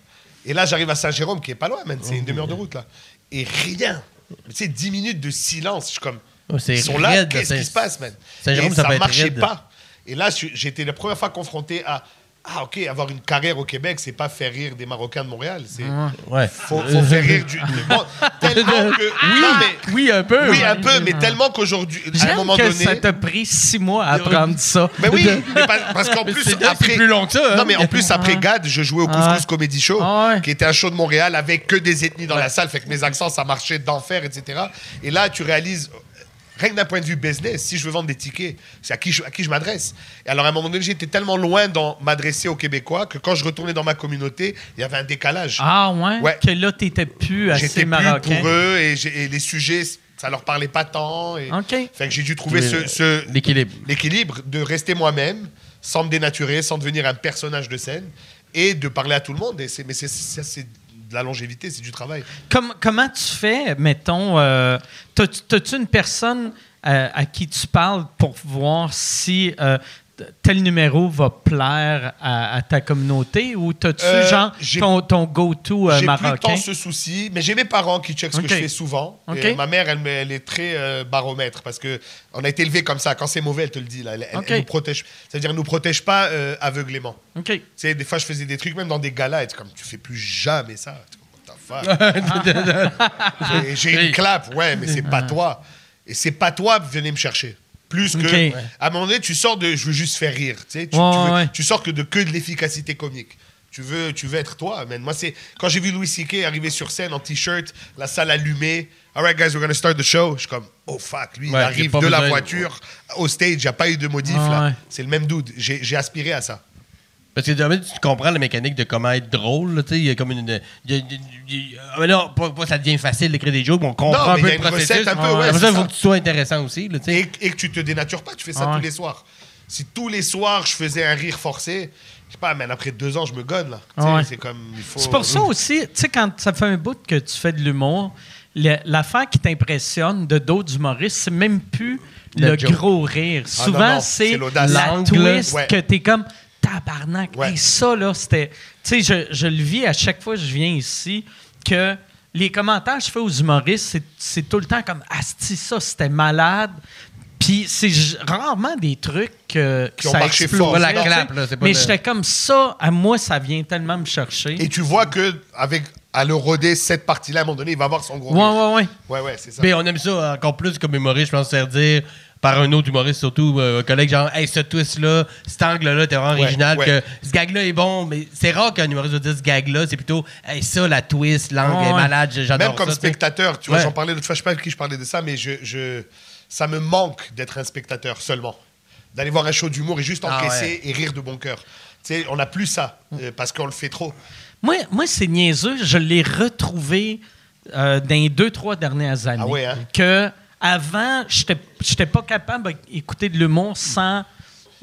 E: Et là, j'arrive à Saint-Jérôme, qui est pas loin, man.
F: Oh,
E: C'est une demi-heure de route, là. Et rien. Tu sais, 10 minutes de silence. Je suis comme.
F: Oh, c'est
E: ils sont là,
F: raide,
E: qu'est-ce
F: Saint-
E: qui se passe, man?
F: Saint-Jérôme,
E: Et
F: ça
E: ça
F: peut être
E: marchait
F: raide.
E: pas. Et là, je- j'étais la première fois confronté à. Ah, ok, avoir une carrière au Québec, c'est pas faire rire des Marocains de Montréal. C'est.
F: Ouais.
E: Faut, faut faire rire du. du monde. Tellement que.
F: Oui,
E: Non, mais-
F: oui, un peu.
C: euh,
E: oui, un peu, mais tellement qu'aujourd'hui, à un
C: J'aime
E: moment
C: que
E: donné.
C: ça t'a pris six mois à apprendre ça.
E: Mais oui, mais pas- parce qu'en
F: Mais
E: plus,
F: c'est dingue, c'est
E: après.
F: plus long que ça, hein.
E: Non, mais en plus, après GAD, je jouais au
C: Ah
E: Couscous
C: ouais.
E: Comedy Show,
C: Ah ouais.
E: qui était un show de Montréal avec que des ethnies dans la salle, fait que mes accents, ça marchait d'enfer, etc. Et là, tu réalises. euh, Rien que d'un point de vue business, si je veux vendre des tickets, c'est à qui je, à qui je m'adresse. Et alors, à un moment donné, j'étais tellement loin dans m'adresser aux Québécois que quand je retournais dans ma communauté, il y avait un décalage.
C: Ah, ouais?
E: Ouais.
C: Que là, t'étais plus assez
E: J'étais plus
C: marocain.
E: pour eux et, j'ai- et les sujets, ça leur parlait pas tant. Et...
C: OK.
E: Fait que j'ai dû trouver ce- ce,
F: *laughs* L'équilibre.
E: l'équilibre de rester moi-même sans me dénaturer, sans devenir un personnage de scène et de parler à tout le monde. Et c'est- mais c'est ça, c'est de la longévité, c'est du travail.
C: Com- comment tu fais, mettons, euh, t'as- t'as-tu une personne euh, à qui tu parles pour voir si euh, t- tel numéro va plaire à, à ta communauté ou t'as-tu
E: Euh,
C: genre
E: j'ai-
C: ton, ton go-to euh,
E: j'ai plus
C: marocain?
E: tant ce souci, mais j'ai mes parents qui checkent ce
C: Ok.
E: que je fais souvent. Et
C: Ok.
E: ma mère, elle, me- elle est très euh, baromètre parce que on a été élevé comme ça. Quand c'est mauvais, elle te le dit. Là. Elle, elle-
C: Ok.
E: elle nous protège. Ça veut dire, elle nous protège pas euh, aveuglément.
C: OK.
E: Tu sais, des fois, je faisais des trucs, même dans des galas, et tu es comme, tu fais plus jamais ça. Tu es comme, What the
C: *laughs*
E: fuck? J'ai- J'ai une clap, ouais, mais c'est pas toi. Et c'est pas toi, venez me chercher. Plus que.
C: Ok. Ouais.
E: À un moment donné, tu sors de. Je veux juste faire rire. Tu, sais, tu,
C: Ouais,
E: tu veux-
C: ouais.
E: tu sors que de, que de l'efficacité comique. Tu veux, tu veux être toi, man. Moi, c'est. Quand j'ai vu Louis C.K. arriver sur scène en t-shirt, la salle allumée. All right, guys, we're gonna start the show. Je suis comme, oh fuck, lui, il
F: Ouais, il a
E: arrive
F: pas
E: de la
F: besoin de-
E: voiture au stage. Il n'y a pas eu de modif,
C: Ouais,
E: là.
C: ouais.
E: C'est le même dude. J'ai j'ai aspiré à ça.
F: Parce que jamais tu comprends la mécanique de comment être drôle. là, tu sais, Il y a comme une. il y a- il y a- ah, mais là, pas- pas ça devient facile d'écrire des jokes, mais on comprend
E: Non,
F: un
E: mais
F: peu
E: il y a
F: le
E: une
F: processus.
E: recette un peu, ouais,
F: Après
E: c'est
F: ça, il
E: ça.
F: faut que tu sois intéressant aussi. Là, tu sais.
E: et, et que tu te dénatures pas, tu fais ça
C: Ah ouais.
E: tous les soirs. Si tous les soirs je faisais un rire forcé, je sais pas, mais après deux ans je me gonne là. Tu sais,
C: Ah ouais.
E: C'est comme il faut.
C: C'est pour ça aussi, tu sais, quand ça fait un bout que tu fais de l'humour, le- l'affaire qui t'impressionne de d'autres humoristes, c'est même plus
F: Le
C: le,
F: joke.
C: gros rire.
E: Ah
C: Souvent,
E: non, non,
C: c'est
E: c'est l'audace.
C: la
F: L'angle.
C: twist
E: Ouais.
C: que t'es comme tabarnak.
E: Ouais.
C: Et ça, là, c'était. Tu sais, je, je le vis à chaque fois que je viens ici que. Les commentaires que je fais aux humoristes, c'est- c'est tout le temps comme Asti, ça, c'était malade. Puis c'est j- rarement des trucs que, que
E: Qui ont
C: ça
E: marché
C: explosait,
E: fort.
F: Pas la
C: tu sais.
F: clap, là, c'est pas
C: Mais
F: le-
C: j'étais comme ça, à moi, ça vient tellement me chercher.
E: Et tu vois que avec à le roder cette partie-là, à un moment donné, il va avoir son gros.
C: Ouais,
E: rire.
C: ouais, ouais.
E: ouais, ouais, c'est ça.
F: Mais Ben, on aime ça encore plus comme humoriste, je pense, se faire dire par un autre humoriste, surtout euh, un collègue, genre, hey, ce twist-là, cet angle-là, t'es vraiment
E: Ouais,
F: original,
E: ouais.
F: que ce gag-là est bon, mais c'est rare qu'un humoriste va dire ce gag-là, c'est plutôt, hey, ça, la twist, l'angle
C: Ouais,
F: est
C: ouais.
F: malade, j'adore
E: Même comme
F: ça, tu sais.
E: spectateur, tu vois,
F: Ouais.
E: j'en parlais l'autre fois, je sais pas avec qui je parlais de ça, mais je, je- ça me manque d'être un spectateur seulement. D'aller voir un show d'humour et juste
F: Ah
E: encaisser et rire de bon cœur. Tu sais, on n'a plus ça euh, parce qu'on le fait trop.
C: Moi, moi c'est niaiseux. Je l'ai retrouvé euh, dans les deux, trois dernières années.
E: Ah ouais, hein?
C: Que avant, j'étais j'étais pas capable d'écouter de l'humour sans.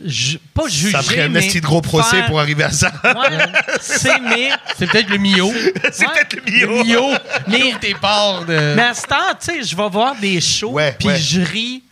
C: ju- pas juger.
E: ça a pris un
C: mais
E: esti de gros procès
C: faire-
E: pour arriver à ça.
C: Ouais,
E: *laughs*
C: c'est mais.
F: C'est peut-être le mio.
E: c'est
C: ouais.
E: peut-être le milieu.
F: mio,
C: Mais-
F: mais tes parts de.
C: Mais à ce temps, tu sais, je vais voir des shows,
E: Ouais,
C: puis
E: ouais.
C: je ris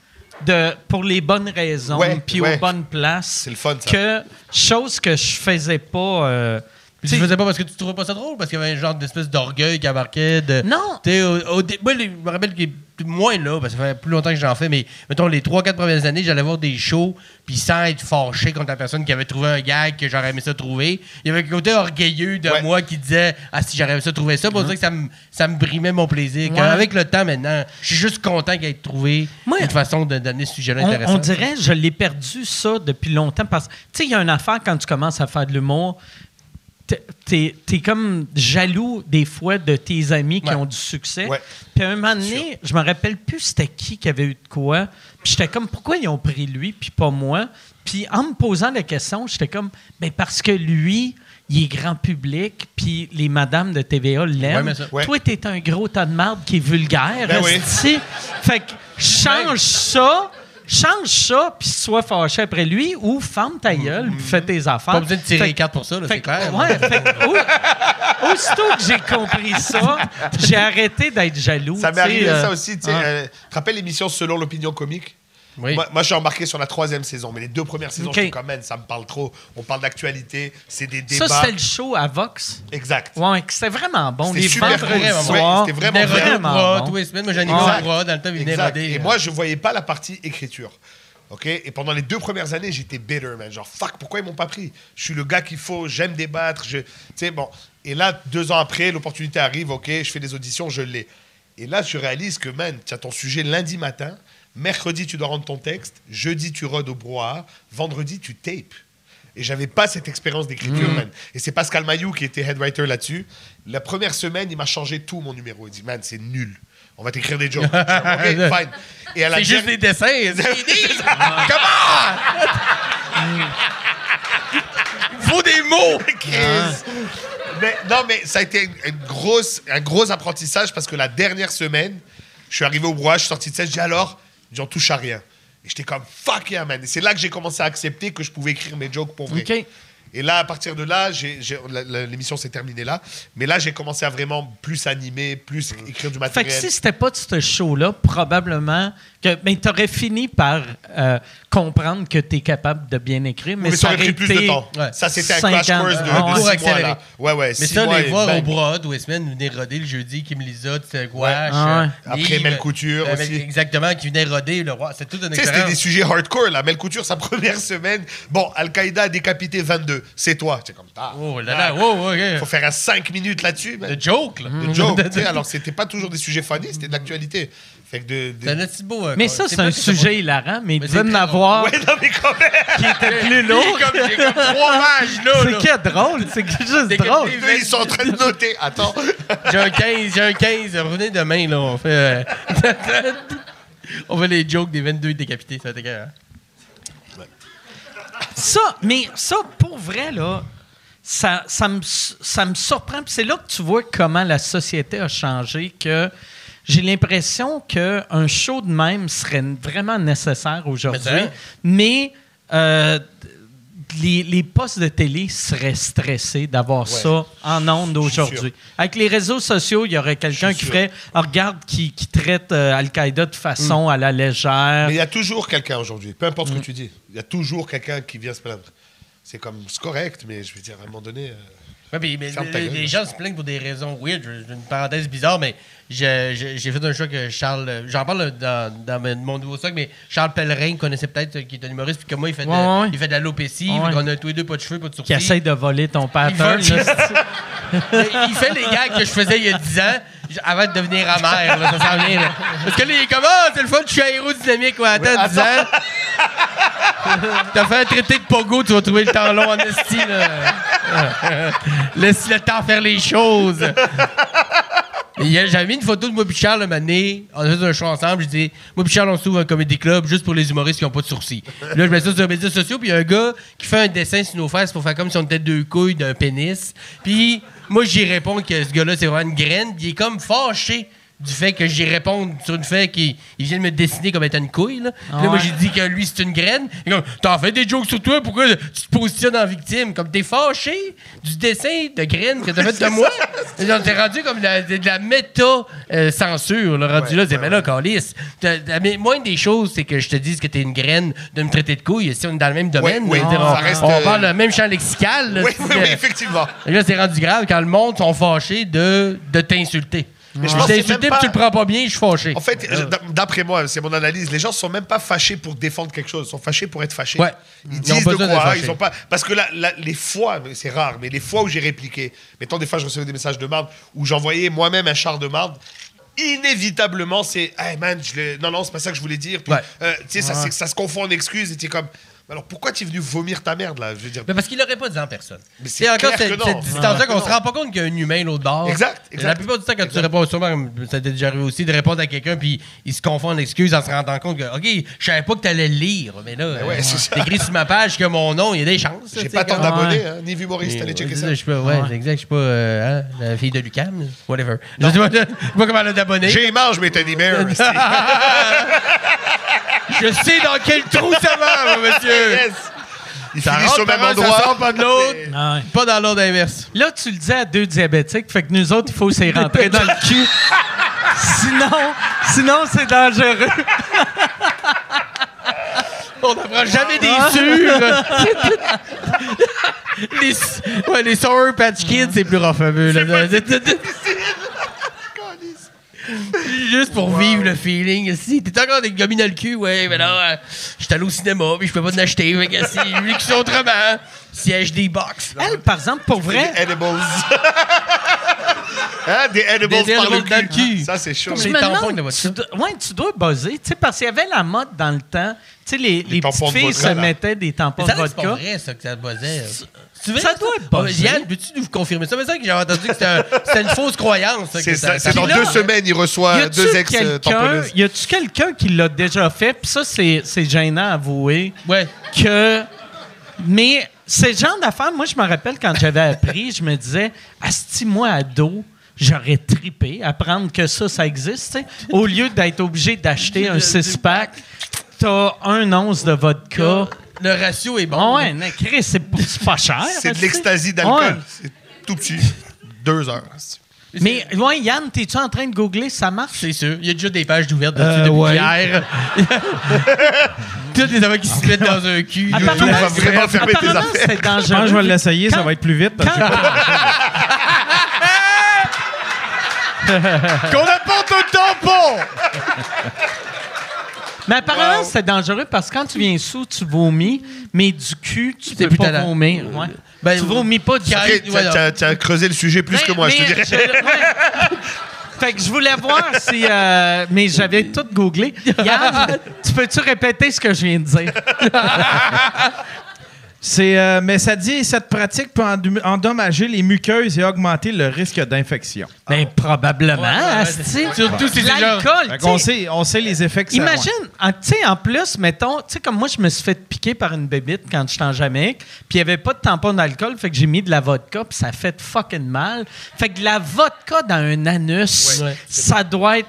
C: de, pour les bonnes raisons,
E: Ouais,
C: puis
E: ouais.
C: aux bonnes places.
E: C'est le fun, ça.
C: Que, chose que je faisais pas. euh,
F: Puis tu faisais pas parce que tu trouvais pas ça drôle, parce qu'il y avait un genre d'espèce d'orgueil qui embarquait. De,
C: Non.
F: Tu sais, au- au dé- moi, les- je me rappelle que moins là, parce que ça fait plus longtemps que j'en fais, mais mettons, les 3-4 premières années, j'allais voir des shows, puis sans être fâché contre la personne qui avait trouvé un gag que j'aurais aimé ça trouver, il y avait un côté orgueilleux de
E: Ouais.
F: moi qui disait Ah, si j'aurais aimé ça trouver ça, pour dire que ça me, ça me brimait mon plaisir.
C: Mhm. Ouais.
F: Quand- Avec le temps maintenant, je suis juste content qu'il ait trouvé
C: Moi,
F: une façon de donner ce sujet-là
C: On-
F: intéressant.
C: On, dirait, je l'ai perdu ça depuis longtemps parce que, tu sais, il y a une affaire quand tu commences à faire de l'humour. t'es- T'es t'es comme jaloux des fois de tes amis qui
F: Ouais.
C: ont du succès.
E: Ouais.
C: Puis à un moment donné, je me rappelle plus c'était qui qui avait eu de quoi. Puis j'étais comme, pourquoi ils ont pris lui puis pas moi? Puis en me posant la question, j'étais comme, ben parce que lui, il est grand public, puis les madames de TVA
F: Ouais,
C: l'aiment.
F: mais ça-
E: Ouais.
C: Toi, t'es un gros tas de marde qui est vulgaire.
E: Ben oui.
C: esti. Fait que change ça, change ça, puis sois fâché après lui, ou ferme ta gueule, puis fais tes affaires.
F: Pas besoin de tirer
C: Fait
F: les
C: que-
F: cartes pour ça, là,
C: fait
F: c'est
C: que-
F: clair.
C: ouais, fait que- au- aussitôt que j'ai compris ça, j'ai arrêté d'être jaloux.
E: Ça
C: tu
E: m'est
C: sais,
E: arrivé
C: euh,
E: ça aussi. Tu sais,
C: ouais.
E: euh, tu te rappelles l'émission Selon l'opinion comique
F: Oui.
E: Moi, moi, je suis embarqué sur la troisième saison, mais les deux premières saisons,
C: Ok.
E: je suis comme, man, ça me parle trop. On parle d'actualité, c'est des
C: Ça,
E: débats.
C: c'était le show à Vox.
E: Exact.
C: Ouais, que c'était vraiment bon.
E: C'était
C: Les
E: super
C: vendredis
F: cool.
C: soirs,
E: Ouais, c'était
F: Venait
E: vraiment
F: roder au bras,
C: bon.
F: tous les semaines. Moi, j'en ai
E: Exact.
F: mis au bras dans le temps, il venait
E: Exact.
F: roder,
E: Et
F: là.
E: moi, je voyais pas la partie écriture. OK? Et pendant les deux premières années, j'étais bitter, man. Genre, fuck, pourquoi ils m'ont pas pris Je suis le gars qu'il faut, j'aime débattre. Je... Tu sais, bon. Et là, deux ans après, l'opportunité arrive, OK, je fais des auditions, je l'ai. Et là, tu réalises que, man, tu as ton sujet lundi matin, mercredi, tu dois rendre ton texte, jeudi, tu rodes au brouhaha, vendredi, tu tapes. Et j'avais pas cette expérience d'écriture,
F: Hmm.
E: man. Et c'est Pascal Mayou qui était head writer là-dessus. La première semaine, il m'a changé tout mon numéro. Il dit, man, c'est nul. On va t'écrire des jokes.
F: *laughs*
E: OK, fine. Et à la
F: C'est juste
E: dernière- *laughs*
F: des dessins. C'est des livres. Come on! Il faut des mots!
C: Ah.
E: Chris. Mais, non, mais ça a été une, une grosse, un gros apprentissage parce que la dernière semaine, je suis arrivé au brouhaha, je suis sorti de scène, je dis alors, j'en touche à rien. Et j'étais comme fuck yeah, man. Et c'est là que j'ai commencé à accepter que je pouvais écrire mes jokes pour vrai.
A: OK.
E: Et là, à partir de là, j'ai- j'ai- la- la- l'émission s'est terminée là. Mais là, j'ai commencé à vraiment plus animer, plus
F: Mm.
E: écrire du
C: Fait que
E: matériel.
C: si c'était pas de ce show-là, probablement que. Mais t'aurais fini par euh, comprendre que t'es capable de bien écrire. Mais,
E: mais ça aurait pris
C: été
E: plus de temps.
F: ouais,
E: Ça, c'était un
C: cinq
E: crash
C: ans.
E: course de, de
C: Ah ouais.
E: six
F: Pour
E: mois.
F: accélérer.
E: Là. Ouais, ouais,
F: Mais
E: six
F: ça,
E: mois
F: les
E: et
F: voir
E: bang.
F: au bras tous les semaines, venir roder le jeudi, Kim Lisa, tu sais, gouache.
C: Ah ouais.
F: euh,
E: Après,
F: Yves,
E: Mel Couture
F: euh, avec-
E: aussi.
F: Exactement, qui venait roder le roi. C'est tout un
E: Tu sais, c'était des
F: expérience.
E: sujets hardcore, là. Mel Couture, sa *laughs* première semaine. Bon, Al-Qaïda a décapité 22. C'est toi. C'est comme ça.
F: Oh là là, wow,
E: Faut
F: ok.
E: faire un 5 minutes là-dessus, man.
F: The joke, là.
E: De
F: *laughs*
E: joke. tu sais, alors, c'était pas toujours des sujets funny, c'était de l'actualité. Fait que de. de-
F: C'est un petit beau.
C: Mais ça, c'est un sujet hilarant, mais il
F: Mais
C: devait
F: c'est
C: en
F: très
C: avoir
E: Ouais, non, mais quand même.
C: qui était plus
E: *laughs*
C: lourd.
F: J'ai comme trois pages, là.
C: *laughs* C'est
F: là.
C: que drôle, c'est que juste
F: C'est que
C: drôle.
F: des-
E: Eux, Ils sont en train de noter. Attends. *laughs*
F: J'ai un 15, j'ai un 15. Revenez demain, là. On fait. euh, *laughs* On fait les jokes des 22 décapités, ça t'écœure. hein?
C: Ça, mais ça, pour vrai, là, ça, ça, me, ça me surprend. Puis c'est là que tu vois comment la société a changé, que j'ai l'impression qu'un show de même serait vraiment nécessaire
F: c'est
C: aujourd'hui,
F: vrai.
C: mais euh, les, les postes de télé seraient stressés d'avoir ça en ondes
E: suis sûr.
C: aujourd'hui. Avec les réseaux sociaux, il y aurait quelqu'un
E: Je
C: qui
E: suis sûr.
C: ferait Ah, Regarde, qui, qui traite euh, Al-Qaïda de façon à la légère.
E: Mm. Mais il y a toujours quelqu'un aujourd'hui, peu importe ce que tu dis. Il y a toujours quelqu'un qui vient se plaindre. C'est comme, c'est correct, mais je veux dire, à un moment donné. euh,
F: Ouais, mais, mais
E: Ferme ta
F: les,
E: gueule.
F: les gens se plaignent pour des raisons weird. Je- je- Une parenthèse bizarre, mais je- je- j'ai fait un choix que Charles. euh, J'en parle dans, dans mon- mon nouveau socle, mais Charles Pellerin vous connaissait peut-être, euh, qui est un humoriste, puis que moi, il fait de,
C: Ouais, ouais, ouais.
F: il fait de l'alopécie.
C: Ouais.
F: On a tous les deux pas de cheveux, pas de
C: Qui
F: sourcils.
C: essaye de voler ton pattern.
F: veulent-
C: là, c'est-
F: il fait les gags que je faisais il y a 10 ans j- avant de devenir amer. Là, ça s'en vient. là. Parce que là, il est comme, ah, c'est le fun, je suis aérodynamique. Ouais, attends, 10 ans. *laughs* T'as fait un traité de pogo, tu vas trouver le temps long en esti. là. *laughs* Laisse le temps faire les choses. Il y a- J'avais mis une photo de moi et Charles un moment donné. On a fait un show ensemble. Je dis Moi et Charles, on s'ouvre un comédie club juste pour les humoristes qui n'ont pas de sourcils. Là, je mets ça sur les médias sociaux. Puis il y a un gars qui fait un dessin sur nos fesses pour faire comme si on était deux couilles d'un pénis. Puis moi, j'y réponds que ce gars-là, c'est vraiment une graine. Puis il est comme fâché du fait que j'y réponde sur le fait qu'il il vient de me dessiner comme étant une couille. Là, Puis là,
C: Ouais.
F: moi, j'ai dit que lui, c'est une graine. Il est comme T'en fais des jokes sur toi, pourquoi tu te positionnes en victime Comme t'es fâché du dessin de graine que t'as fait de
E: *laughs*
F: moi. Genre, T'es rendu comme de la, de la méta-censure. le rendu
E: Ouais,
F: là, c'est
E: ouais,
F: mais là, calice. t'as- t'as- mais Moi, une des choses, c'est que je te dise que t'es une graine de me traiter de couille. Si on est dans le même domaine,
E: Ouais,
F: je
E: ouais,
F: veux dire,
E: ça
F: on,
E: reste,
F: on
E: euh,
F: parle le même champ lexical. Là,
E: Oui,
F: c'est-
E: oui, oui, effectivement.
F: Là, c'est rendu grave quand le monde sont fâchés de, de t'insulter.
E: je
F: Je
E: pense que c'est
F: t'ai insulté,
E: même
F: puis tu le
E: pas-
F: prends pas bien, je suis fâché.
E: En fait, euh, je- d- d'après moi, c'est mon analyse, les gens sont même pas fâchés pour défendre quelque chose, ils sont fâchés pour être fâchés.
F: Ouais. Ils
E: Ils
F: ont
E: disent de
F: besoin d'être
E: quoi,
F: fâchés.
E: ils ont pas parce que là, là, les fois, mais c'est rare, mais les fois où j'ai répliqué, mettons des fois je recevais des messages de marde où j'envoyais moi-même un char de marde inévitablement c'est hey man, je l'ai- non non, c'est pas ça que je voulais dire. Puis,
F: Ouais.
E: euh, tu sais ça, c'est- ça se confond en excuses et tu es comme alors pourquoi tu es venu vomir ta merde là, je veux dire.
F: Mais parce qu'il l'aurait pas dit en personne.
E: Mais c'est
F: C'est encore
E: clair
F: cette,
E: que non.
F: cette distance-là
E: Ouais.
F: qu'on se rend pas compte qu'il y a un humain l'autre bord.
E: Exact, exact.
F: La plupart du temps, quand tu réponds, sûrement, ça t'est déjà arrivé aussi, de répondre à quelqu'un, puis il se confond en excuses en se rendant compte que, OK, je savais pas que t'allais le lire, mais là,
E: Ben ouais,
F: euh,
E: c'est ça.
F: t'écris sur ma page que mon nom, il y a des chances.
E: J'ai
F: tu sais,
E: pas tant
F: comme-
E: d'abonnés, hein, ni humoriste, allez
F: Ouais,
E: checker
F: c'est
E: ça. Ah.
F: ça, Je suis pas, ouais,
C: Ouais.
F: c'est exact, je suis pas euh, hein, la fille de Lucam, là. whatever. Je sais pas, je sais pas comment elle a d'abonnés.
E: J'ai marre, je m'étais dit merde.
F: *laughs* Je sais dans quel trou ça va, moi, monsieur.
E: *laughs* *laughs* Yes. Ils
F: Ça
E: finissent
F: rentre
E: au même
F: par un, ça
E: endroit.
F: sort pas de l'autre.
E: *laughs*
C: Ah ouais.
F: Pas dans l'ordre inverse.
C: Là, tu le dis à deux diabétiques, fait que nous autres, il faut s'y rentrer
F: *laughs*
C: dans le cul. sinon, sinon c'est dangereux.
F: On n'apprend jamais déçu. Ah. *laughs* les, ouais, les Sour Patch Kids, c'est plus rough un peu. là. Juste pour vivre le feeling. Si t'es encore des gommes dans le cul, ouais, mais là, euh, je suis allé au cinéma, puis je peux pas en acheter. Fait
E: *laughs*
F: que si, je veux qu'ils sont autrement. Siège des box.
C: Elle, par exemple, pour vrai,
E: Edibles. *laughs* Hein, des edibles,
F: Des
E: par le
F: edibles dans le
E: cul.
F: cul.
E: Ça, c'est chaud.
F: Comme
C: Je
F: les
C: me
F: tampons
C: demande,
F: de votre
C: tu, dois- ouais, tu dois buzzer, tu sais, parce qu'il y avait la mode dans le temps. Tu sais, les, les,
E: tampons
C: petites
E: de
C: filles
E: vodka,
C: se
E: là.
C: mettaient des tampons
F: Mais
C: de
F: ça, c'est pas
C: vodka.
F: vrai, ça, que ça buzzait. C'est
C: ça doit buzzer.
F: Yann, peux-tu nous confirmer ça? Mais c'est vrai que j'avais entendu que c'était un- c'était une fausse croyance. ça, que
E: C'est ça,
F: ça-
E: c'est dans
C: Puis là,
E: deux semaines, il
C: Y
E: reçoit
C: a-tu
E: deux ex euh,
C: quelqu'un,
E: tamponneuses.
C: y a-tu quelqu'un qui l'a déjà fait? Puis ça, c'est c'est gênant à avouer.
F: Ouais.
C: que. Mais ce genre d'affaires, moi, je me rappelle quand j'avais appris, je me disais, asti-moi à dos. J'aurais tripé apprendre que ça, ça existe. tu sais. Au lieu d'être obligé d'acheter un six-pack, t'as un once de vodka.
F: Le ratio est
C: Ah
F: bon.
C: ouais, mais Chris, c'est p- c'est pas cher.
E: C'est de
C: asti.
E: l'extasie d'alcool.
C: Ouais.
E: C'est tout petit. Deux heures.
C: Mais ouais, Yann, t'es-tu en train de googler si ça marche?
F: C'est sûr. Il y a déjà des pages d'ouvertes dessus
C: Euh,
F: depuis
C: ouais.
F: hier. *laughs* Toutes les affaires qui se mettent dans un cul.
E: YouTube va vraiment fermer tes
C: apparemment,
E: affaires.
C: c'est dangereux.
G: Je pense que je vais l'essayer, ça
C: Quand-
G: va être plus vite. parce que-
C: Quand-
E: Qu'on apporte un tampon!
C: Mais apparemment, c'est dangereux parce que quand tu viens sous, tu vomis, mais du cul, tu
F: C'est
C: peux
F: plus
C: pas
F: talent.
C: vomir. Ouais.
F: Ben,
C: tu vomis pas du
F: Carré-
C: cul.
E: Hey,
F: Ouais, voilà.
E: T'as t'as creusé le sujet plus que
C: Mais-
E: moi, je te
C: mais-
E: dirais.
C: ouais. Fait que je voulais voir si... euh, mais j'avais tout googlé. Yann, tu peux-tu répéter ce que je viens de dire?
G: C'est, euh, mais ça dit, cette pratique peut endom- endommager les muqueuses et augmenter le risque d'infection.
C: Ben, probablement,
F: Ouais, ouais, ouais.
C: asti.
F: Surtout si c'est genre-
C: L'alcool,
G: Fait
C: tu
G: qu'on
C: sais.
G: sait, on sait les effets que ça
C: Imagine, en- tu sais, en plus, mettons, tu sais, comme moi, je me suis fait piquer par une bébite quand j'étais en Jamaïque, puis il n'y avait pas de tampon d'alcool, fait que j'ai mis de la vodka, puis ça a fait fucking mal. Fait que de la vodka dans un anus,
F: Ouais.
C: ça doit être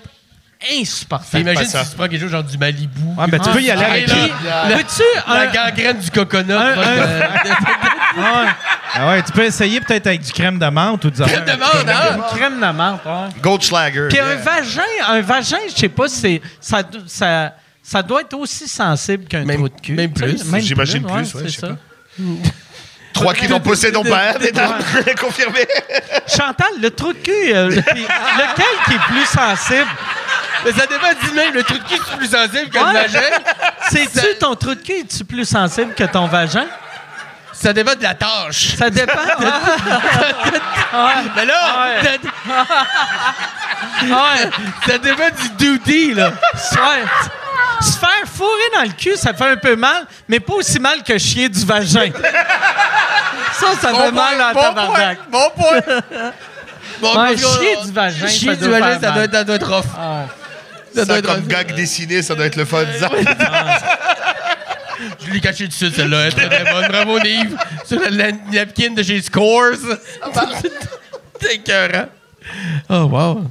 C: insupportable.
F: Imagine
E: Faites pas
F: si tu prends quelque chose genre du Malibu.
C: Ah,
G: Ouais, ben, tu peux y aller avec.
F: là.
C: Puis, Veux-tu un-
F: La gangrène du coconut.
C: un-
F: Euh, *laughs*
G: Ah ouais, tu peux essayer peut-être avec du crème de menthe ou des
F: Je
G: affaires.
F: te demande, hein?
C: une crème de menthe? ouais.
E: Goldschlager.
C: Puis
E: yeah.
C: un vagin, un vagin, je sais pas, c'est ça, do- ça, ça doit être aussi sensible qu'un
F: Même-
C: trou de cul.
F: même
C: tu sais,
F: plus.
E: J'imagine plus, ouais,
C: c'est
E: je sais
C: ça.
E: Trois qui n'en possèdent pas, hein, mesdames. *laughs* Confirmé.
C: Chantal, le trou de cul, euh, le- puis lequel qui est plus sensible?
F: Mais ça dépend du même. Le truc de cul, c'est plus sensible que le
C: Ouais.
F: vagin.
C: C'est-tu ton trou de cul? Es-tu plus sensible que ton vagin?
F: Ça dépend de la tâche.
C: Ça dépend. de-
F: Mais là,
C: Ouais.
F: ça-
C: ouais.
F: ça dépend du duty, là.
C: Ouais. Se faire fourrer dans le cul, ça fait un peu mal, mais pas aussi mal que chier du vagin. Ça, ça fait mal à tabarnak.
E: Bon point.
F: Bon,
C: Ouais,
F: en tout cas,
C: chier
F: on-
C: du vagin,
F: Chier
C: ça
F: du
C: doit
F: vagin,
C: faire
F: ça
C: mal.
F: doit être- ça doit être rough. Ça doit
E: Ça,
F: être
E: comme
F: rough.
E: gag dessiné, ça doit être le fun. ça.
F: Je l'ai caché dessus, celle-là. Elle était très bonne. Bravo, Nive. Sur le lan- napkin de
C: *laughs*
F: chez Scores. T'es écœurant. Oh, wow.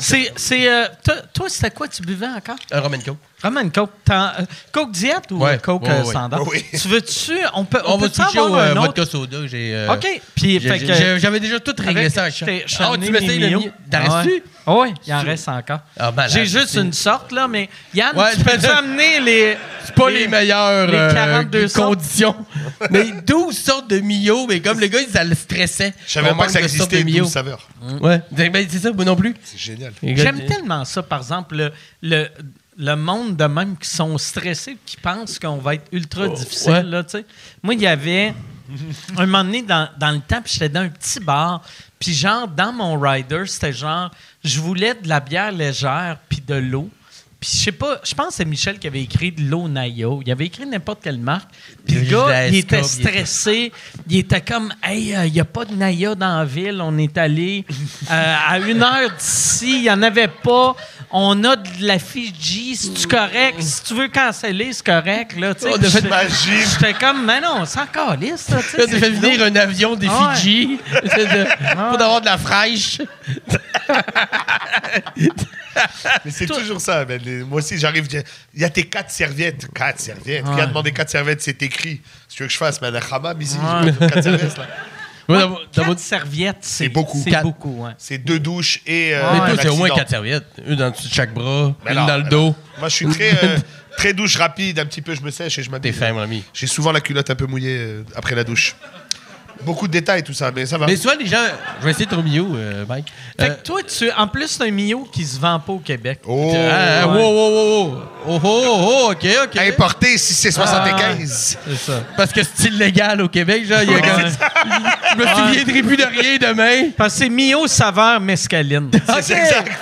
C: C'est. c'est, euh, toi- toi, c'était quoi tu buvais encore?
F: Un Roman Coke.
C: Vraiment une Coke. t'en- euh, coke diète ou
F: Ouais.
C: euh, Coke
F: Ouais,
C: euh,
F: ouais.
C: standard?
E: Ouais, oui.
C: Tu veux-tu. On peut, on
F: On va
C: peut
F: toucher au
C: avoir
F: euh,
C: un autre.
F: vodka soda. J'ai, euh,
C: OK. Puis,
F: j'ai-
C: fait que-
F: j'ai- J'avais déjà tout réglé
C: Avec-
F: ça. à
C: je
F: chat.
C: t'ai- je t'ai
F: Ah,
C: amené
F: tu m'essayes
C: mes
F: le
C: mio.
F: mien. T'en restes-tu?
C: Ah ouais. Oui, il en reste encore.
F: Ah, malade,
C: J'ai juste
F: c'est-
C: une sorte, là, mais Yann,
F: Ouais,
C: tu
F: je
C: peux
F: peux-
C: *laughs* amener les.
F: C'est pas les, meilleures
C: les
F: euh,
C: 42 sortes.
F: conditions. mais 12 sortes de Mio, mais comme le gars, ça le stressait.
E: Je savais
F: Qu'on
E: pas que ça
F: manque de sortes de
E: existait,
F: Mio.
E: douze saveurs.
F: Ouais. Ben, c'est ça, moi non plus.
E: C'est génial.
C: J'aime tellement ça, par exemple, le, le, le monde de même qui sont stressés, qui pensent qu'on va être ultra difficile.
F: Oh, ouais.
C: Là, tu sais. Moi, il y avait un moment donné dans, dans le temps, puis j'étais dans un petit bar, puis genre, dans mon rider, c'était genre, je voulais de la bière légère, puis de l'eau. Puis je sais pas, je pense que c'est Michel qui avait écrit de l'eau Nayo. Il avait écrit n'importe quelle marque. Puis le
F: Il y a
C: gars,
F: juste de la
C: il était
F: Escobe, il était-
C: stressé. Il était comme, hey, euh, il n'y a pas de Naya dans la ville. On est allé euh, à une heure d'ici. Il n'y en avait pas. On a de la Fiji. C'est-tu correct? Si tu veux canceller, c'est correct. Là, tu sais.
F: On a
C: Puis
F: fait
C: j'étais-
E: Imagine.
C: J'étais comme, mais non, c'est encore lisse. Là, tu sais,
F: Là, tu
C: c'est
F: fais
C: de
F: venir un avion des
C: Ah ouais. Ah
F: Fidji *laughs* c'est de- pour avoir de la fraîche.
E: Mais c'est toujours ça. ben, les- moi aussi, j'arrive. je dis, Il y a tes quatre serviettes. Quatre serviettes. Qui a demandé quatre serviettes C'est écrit. Si tu veux que je fasse, mais le hammam ici, je veux dire, quatre serviettes. là.
F: Ouais,
C: l'eau.
F: dans- dans
C: Quatre
F: votre-
C: serviettes, c'est
E: beaucoup.
C: C'est
F: Quatre.
C: beaucoup, ouais.
E: C'est deux douches et. euh,
F: Mais
E: un
F: toi, c'est au moins
E: accident.
F: quatre serviettes. Une dans le dessus de chaque bras,
E: Mais
F: une
E: non,
F: dans le
E: mais
F: dos.
E: non. Moi, je suis très, euh, très douche rapide. Un petit peu, je me sèche et je
F: T'es
E: m'habille.
F: fin, mon ami.
E: J'ai souvent la culotte un peu mouillée euh, après la douche. Beaucoup de détails, tout ça, mais ça va.
F: Mais soit les gens. Je vais essayer de trouver Mio, euh, Mike.
C: Fait
F: Euh,
C: que toi, tu, en plus, c'est un Mio qui se vend pas au Québec.
E: Oh.
F: ah, ah, wow,
C: ouais.
F: wow, wow, wow. Oh, oh, oh, OK, OK. Ah.
E: Importé, si c'est 75.
C: C'est ça.
F: Parce que c'est illégal au Québec, genre. Il y a
C: Ouais.
F: comme- Je me souviendrai plus de rien demain.
C: Parce que c'est Mio saveur mescaline.
F: C'est exact.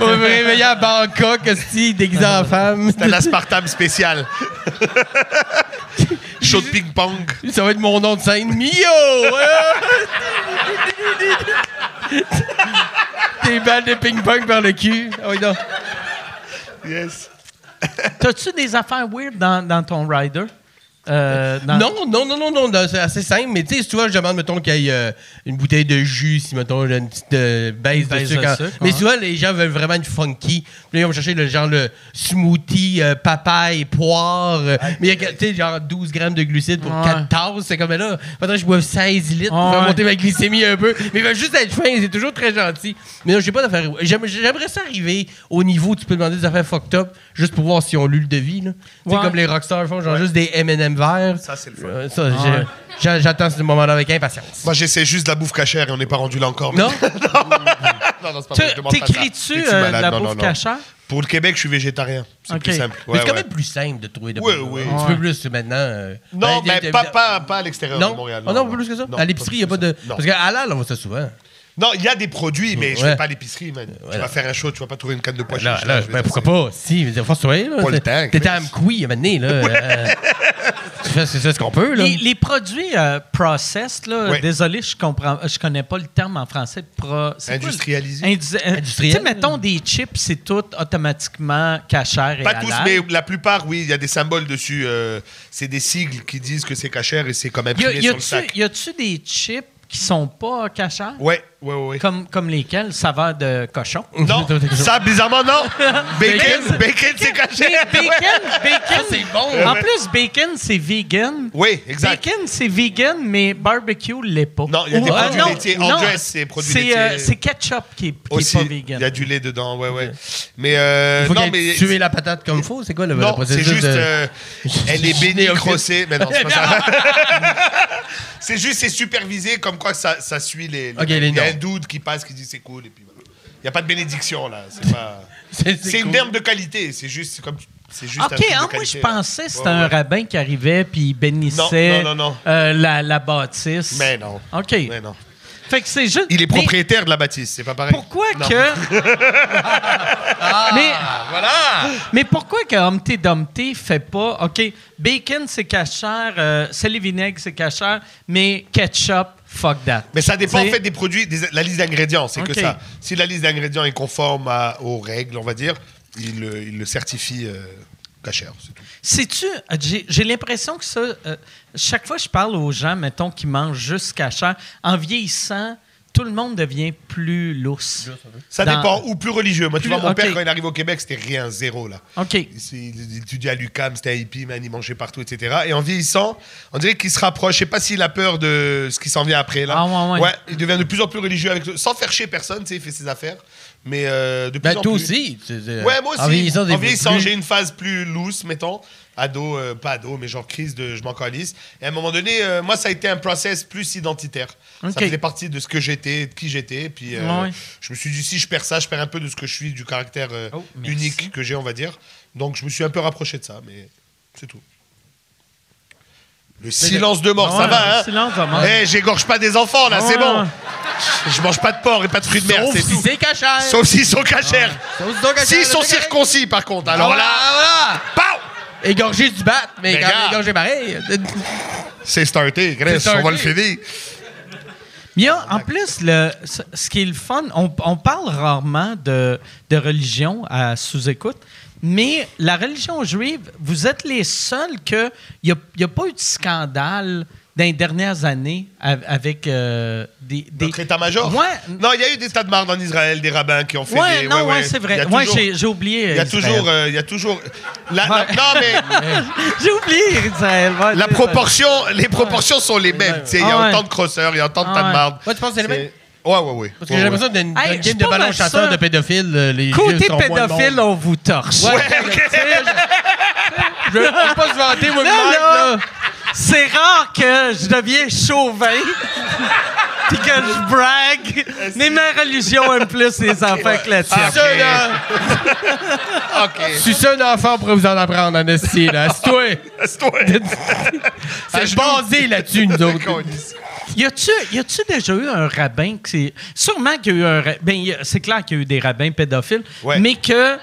F: On va me réveiller à Bangkok, si déguisé en femme.
E: C'est un aspartame
F: *laughs*
E: spécial. Show de ping-pong.
F: Ça va être mon nom de scène. Mio! euh. *laughs* Des balles de ping-pong par le cul. Ah oui, non.
E: Yes.
C: T'as-tu des affaires weird dans, dans ton rider? Euh, dans-
F: Non, non, non, non, non, non, c'est assez simple. Mais tu sais, souvent, je demande, mettons, qu'il y ait euh, une bouteille de jus, si, mettons, j'ai une petite euh, baisse
C: Une
F: de
C: baisse
F: sucre.
C: de
F: en-
C: sucre,
F: mais
C: ouais.
F: souvent, les gens veulent vraiment une funky. Puis là, ils vont chercher le genre le smoothie, euh, papaye, poire. euh, mais il y a, tu sais, genre 12 grammes de glucides pour
C: Ah, Ouais.
F: 4 tasses. C'est comme, mais là, faudrait que je boive 16 litres pour faire
C: Ouais.
F: monter ma glycémie un peu. Mais il va juste être fin, c'est toujours très gentil. Mais non, j'ai pas d'affaires. j'aime- J'aimerais ça arriver au niveau où tu peux demander des affaires fucked up juste pour voir si on lu le devis. là. Tu sais,
C: Ouais.
F: comme les rockstars font, genre juste des M&M verts.
E: Ça, c'est le fun.
F: Euh, ça, j'ai- j'a- J'attends ce moment-là avec impatience.
E: Moi, j'essaie juste de la bouffe cachère et on n'est pas rendu là encore. mais-
F: Non?
E: *laughs* non, non, c'est pas
C: Tu-
E: vrai, je Ah, demande pas ça.
C: T'écris-tu
E: Es-tu
C: euh, de
E: malade?
C: la
E: Non, non,
C: bouffe
E: non.
C: cachère?
E: Pour le Québec, je suis végétarien. C'est
C: Ok.
E: plus simple.
F: mais
E: Ouais,
F: c'est quand
E: ouais.
F: même plus simple de trouver de
E: Ouais,
F: quoi.
E: ouais.
F: Un petit peu plus que maintenant. euh,
E: Non,
F: ben,
E: mais
F: t'es-
E: pas,
F: t'es-
E: pas, pas à l'extérieur
F: Non,
E: de Montréal.
F: Ah non, plus que ça.
E: Non,
F: à l'épicerie, il n'y a pas
E: plus que
F: de.
E: ça. Non.
F: Parce qu'à Halal, on voit ça souvent.
E: Non, il y a des produits, mais je
F: Ouais.
E: fais pas à l'épicerie, man. Tu vas faire un show, tu vas pas trouver une canne de pois
F: Là,
E: chiches,
F: là,
E: je vais dire,
F: ben, pourquoi
E: c'est-
F: pas? Si, mais faut se sourire, là.
E: Pas le
F: C'est-
E: temps,
F: T'étais
E: Chris.
F: à McQueen, à un moment donné, là.
E: *laughs*
F: euh, tu fais- C'est ça ce qu'on peut, là.
C: Les, les produits euh, processed, là,
E: Oui.
C: désolé, je comprends, je connais pas le terme en français. Pro, c'est quoi le-
E: Industrialisé.
C: Indu- euh,
F: Industriel.
C: Tu sais, mettons des chips, c'est tout automatiquement cachère et
E: Pas tous,
C: halal.
E: mais la plupart, oui, il y a des symboles dessus. euh, c'est des sigles qui disent que c'est cachère et c'est quand même
C: Y a-
E: imprimé
C: Y
E: sur le
C: a-tu-
E: sac.
C: y a-tu des chips qui sont pas cachères?
E: Ouais, ouais, ouais. ouais.
C: Comme, comme lesquels? Saveur de
E: *laughs*
C: cochon.
E: Non,
F: *laughs*
E: ça, euh, bizarrement, non. Bacon, bacon,
C: Mais
E: c'est cachère.
C: Bacon, bacon,
F: c'est bon.
C: En plus, bacon, c'est vegan.
E: Oui, exact.
C: Bacon, c'est vegan, mais barbecue l'est pas.
E: Non, il y a des
C: Ou-
E: produits
C: ah, non,
E: laitiers. En
C: non,
E: dress, c'est produits
C: c'est, euh,
E: laitiers.
C: c'est ketchup qui est, qui est
E: Aussi,
C: pas
E: il
C: vegan. hein.
E: y a du lait dedans, ouais, ouais. Mais euh,
F: Faut
E: non,
F: qu'elle
E: mais
F: tuer la patate comme faut, c'est quoi le, le
E: non, c'est
F: processus
E: juste,
F: de- *laughs*
C: *laughs*
E: euh, elle est bénie,
F: Néophyte.
E: crossée, mais non, c'est pas ça. c'est juste, c'est supervisé, comme quoi ça, ça suit les. les-
F: Ok, les
E: il y a un
F: normes.
E: dude qui passe, qui dit c'est cool, et puis voilà. Il n'y a pas de bénédiction là, c'est
C: *laughs*
E: pas. C'est une
F: cool.
E: herbe de qualité, c'est juste, c'est comme, c'est juste. un
C: OK,
E: truc de
C: ah, moi,
E: qualité,
C: je
E: là.
C: pensais que c'était
E: Ouais,
C: un
E: ouais.
C: rabbin qui arrivait puis il bénissait
E: Non, non, non, non.
C: euh, la, la bâtisse.
E: Mais non.
C: OK.
E: Mais non.
C: Fait que c'est juste...
E: Il est
C: Mais
E: propriétaire de la bâtisse, c'est pas pareil.
C: Pourquoi
E: Non. Ah,
C: que... *laughs*
E: *laughs*
C: mais,
F: Voilà!
C: mais pourquoi que Humpty Dumpty fait pas... OK, bacon, c'est cachère, euh, sel et vinaigre, c'est cachère, mais ketchup, fuck that.
E: Mais ça dépend en
C: C'est-
E: fait des produits, des- la liste d'ingrédients, c'est
C: Ok.
E: que ça. Si la liste d'ingrédients est conforme à- aux règles, on va dire, il, le- il le certifie euh, cachère, c'est tout.
C: Sais-tu, euh, j'ai j'ai l'impression que ça, euh, chaque fois que je parle aux gens, mettons, qui mangent juste cachère, en vieillissant, tout le monde devient plus lousse.
E: Ça
C: Dans-
E: dépend, ou plus religieux. Moi, tu
C: Plus-
E: vois, mon
C: ok.
E: père, quand il arrive au Québec, c'était rien, zéro, là.
C: OK.
E: Il, s- il étudiait à l'UCAM, c'était un hippie, man, il mangeait partout, etc. Et en vieillissant, on dirait qu'il se rapproche. Je sais pas s'il a peur de ce qui s'en vient après, là.
C: Ah, ouais, ouais.
E: il devient de plus en plus religieux, avec le- sans faire chier personne, tu sais, il fait ses affaires. Mais euh, de plus
F: Ben,
C: Bah,
E: en
F: toi
E: plus.
F: aussi. tu- tu-
E: Ouais, moi aussi.
F: Euh, En vieillissant, des- plus-
E: j'ai une phase plus loose, mettons. Ado, euh, pas ado, mais genre crise de je m'en calisse. Et à un moment donné, euh, moi, ça a été un process plus identitaire.
C: Ok.
E: Ça faisait partie de ce que j'étais, de qui j'étais. Puis euh,
C: Ouais.
E: je me suis dit, si je perds ça, je perds un peu de ce que je suis, du caractère euh,
C: Oh, merci.
E: unique que j'ai, on va dire. Donc je me suis un peu rapproché de ça, mais c'est tout. Le silence de mort,
C: Ouais,
E: ça va, hein?
C: silence de mort.
E: Eh, j'égorge pas des enfants, là, c'est
C: Ouais.
E: bon. Je mange pas de porc et pas de fruits de mer,
F: Sauf
E: c'est
F: si
E: tout.
F: c'est cachère.
E: Sauf s'ils sont cachères.
F: Sauf si c'est cachère,
E: S'ils sont
F: c'est correct.
E: circoncis, par contre, alors
F: voilà,
E: là,
F: voilà!
E: pow!
F: Égorgé du bat,
E: Ah,
F: mais,
E: Mais
F: quand
E: gars.
F: égorgé pareil.
E: C'est starté, Grèce,
F: C'est
E: on va le
F: starté.
E: finir.
C: Mais il y a, en plus, le, ce ce qui est le fun, on, on parle rarement de, de religion à sous-écoute, mais la religion juive, vous êtes les seuls que. Il n'y a, pas eu de scandale dans les dernières années av- avec euh, des, des.
E: Notre état-major?
C: Ouais.
E: Non, il y a eu des tas de marde en Israël, des rabbins qui ont fait
C: Ouais,
E: des...
C: non, ouais, c'est
E: Il y
C: vrai.
E: a
C: Ouais,
E: toujours-
C: j'ai j'ai oublié.
E: Il y a
C: Israël.
E: toujours... euh, Il y a toujours... La, la-
C: *laughs* Ouais.
E: non, mais
C: J'ai oublié Israël. ouais,
E: la
C: c'est ça.
E: proportion, les proportions sont les mêmes. tu sais, Il y a
C: Ah ouais.
E: autant de crosseurs, il y a autant de
C: Ah
E: tas de
C: ouais.
E: marde.
F: Moi, tu penses que c'est les mêmes?
E: Ouais, ouais, ouais.
F: Parce que
E: Ouais,
F: j'ai
E: ouais.
F: l'impression que dans une dans
C: Hey,
F: une
C: je suis
F: game de
C: pas
F: ballon
C: mal
F: chasseur
C: sûr.
F: de pédophiles, euh, les yeux
C: Côté
F: sont moins le
C: pédophile,
F: monde.
C: on vous torche. *laughs*
F: Ouais, Je veux pas se vanter, moi,
C: Là,
F: le mec,
C: là.
F: là.
C: C'est rare que je deviens chauvin *laughs* puis que je brague. Mais ma religion aime plus
E: *laughs*
C: les enfants que
E: Ah.
C: la tienne.
F: C'est ça, là.
C: *laughs*
E: OK.
F: Si c'est un enfant, on pourrait vous en apprendre, en esti, là. C'est toi.
E: *laughs* Laisse-toi. Ah, *laughs*
F: C'est basé là-dessus, nous autres.
C: Y a-tu, y a-tu déjà eu un rabbin qui. s'est- Sûrement qu'il y a eu un. ra- Ben, y a- c'est clair qu'il y a eu des rabbins pédophiles,
E: Ouais.
C: mais que.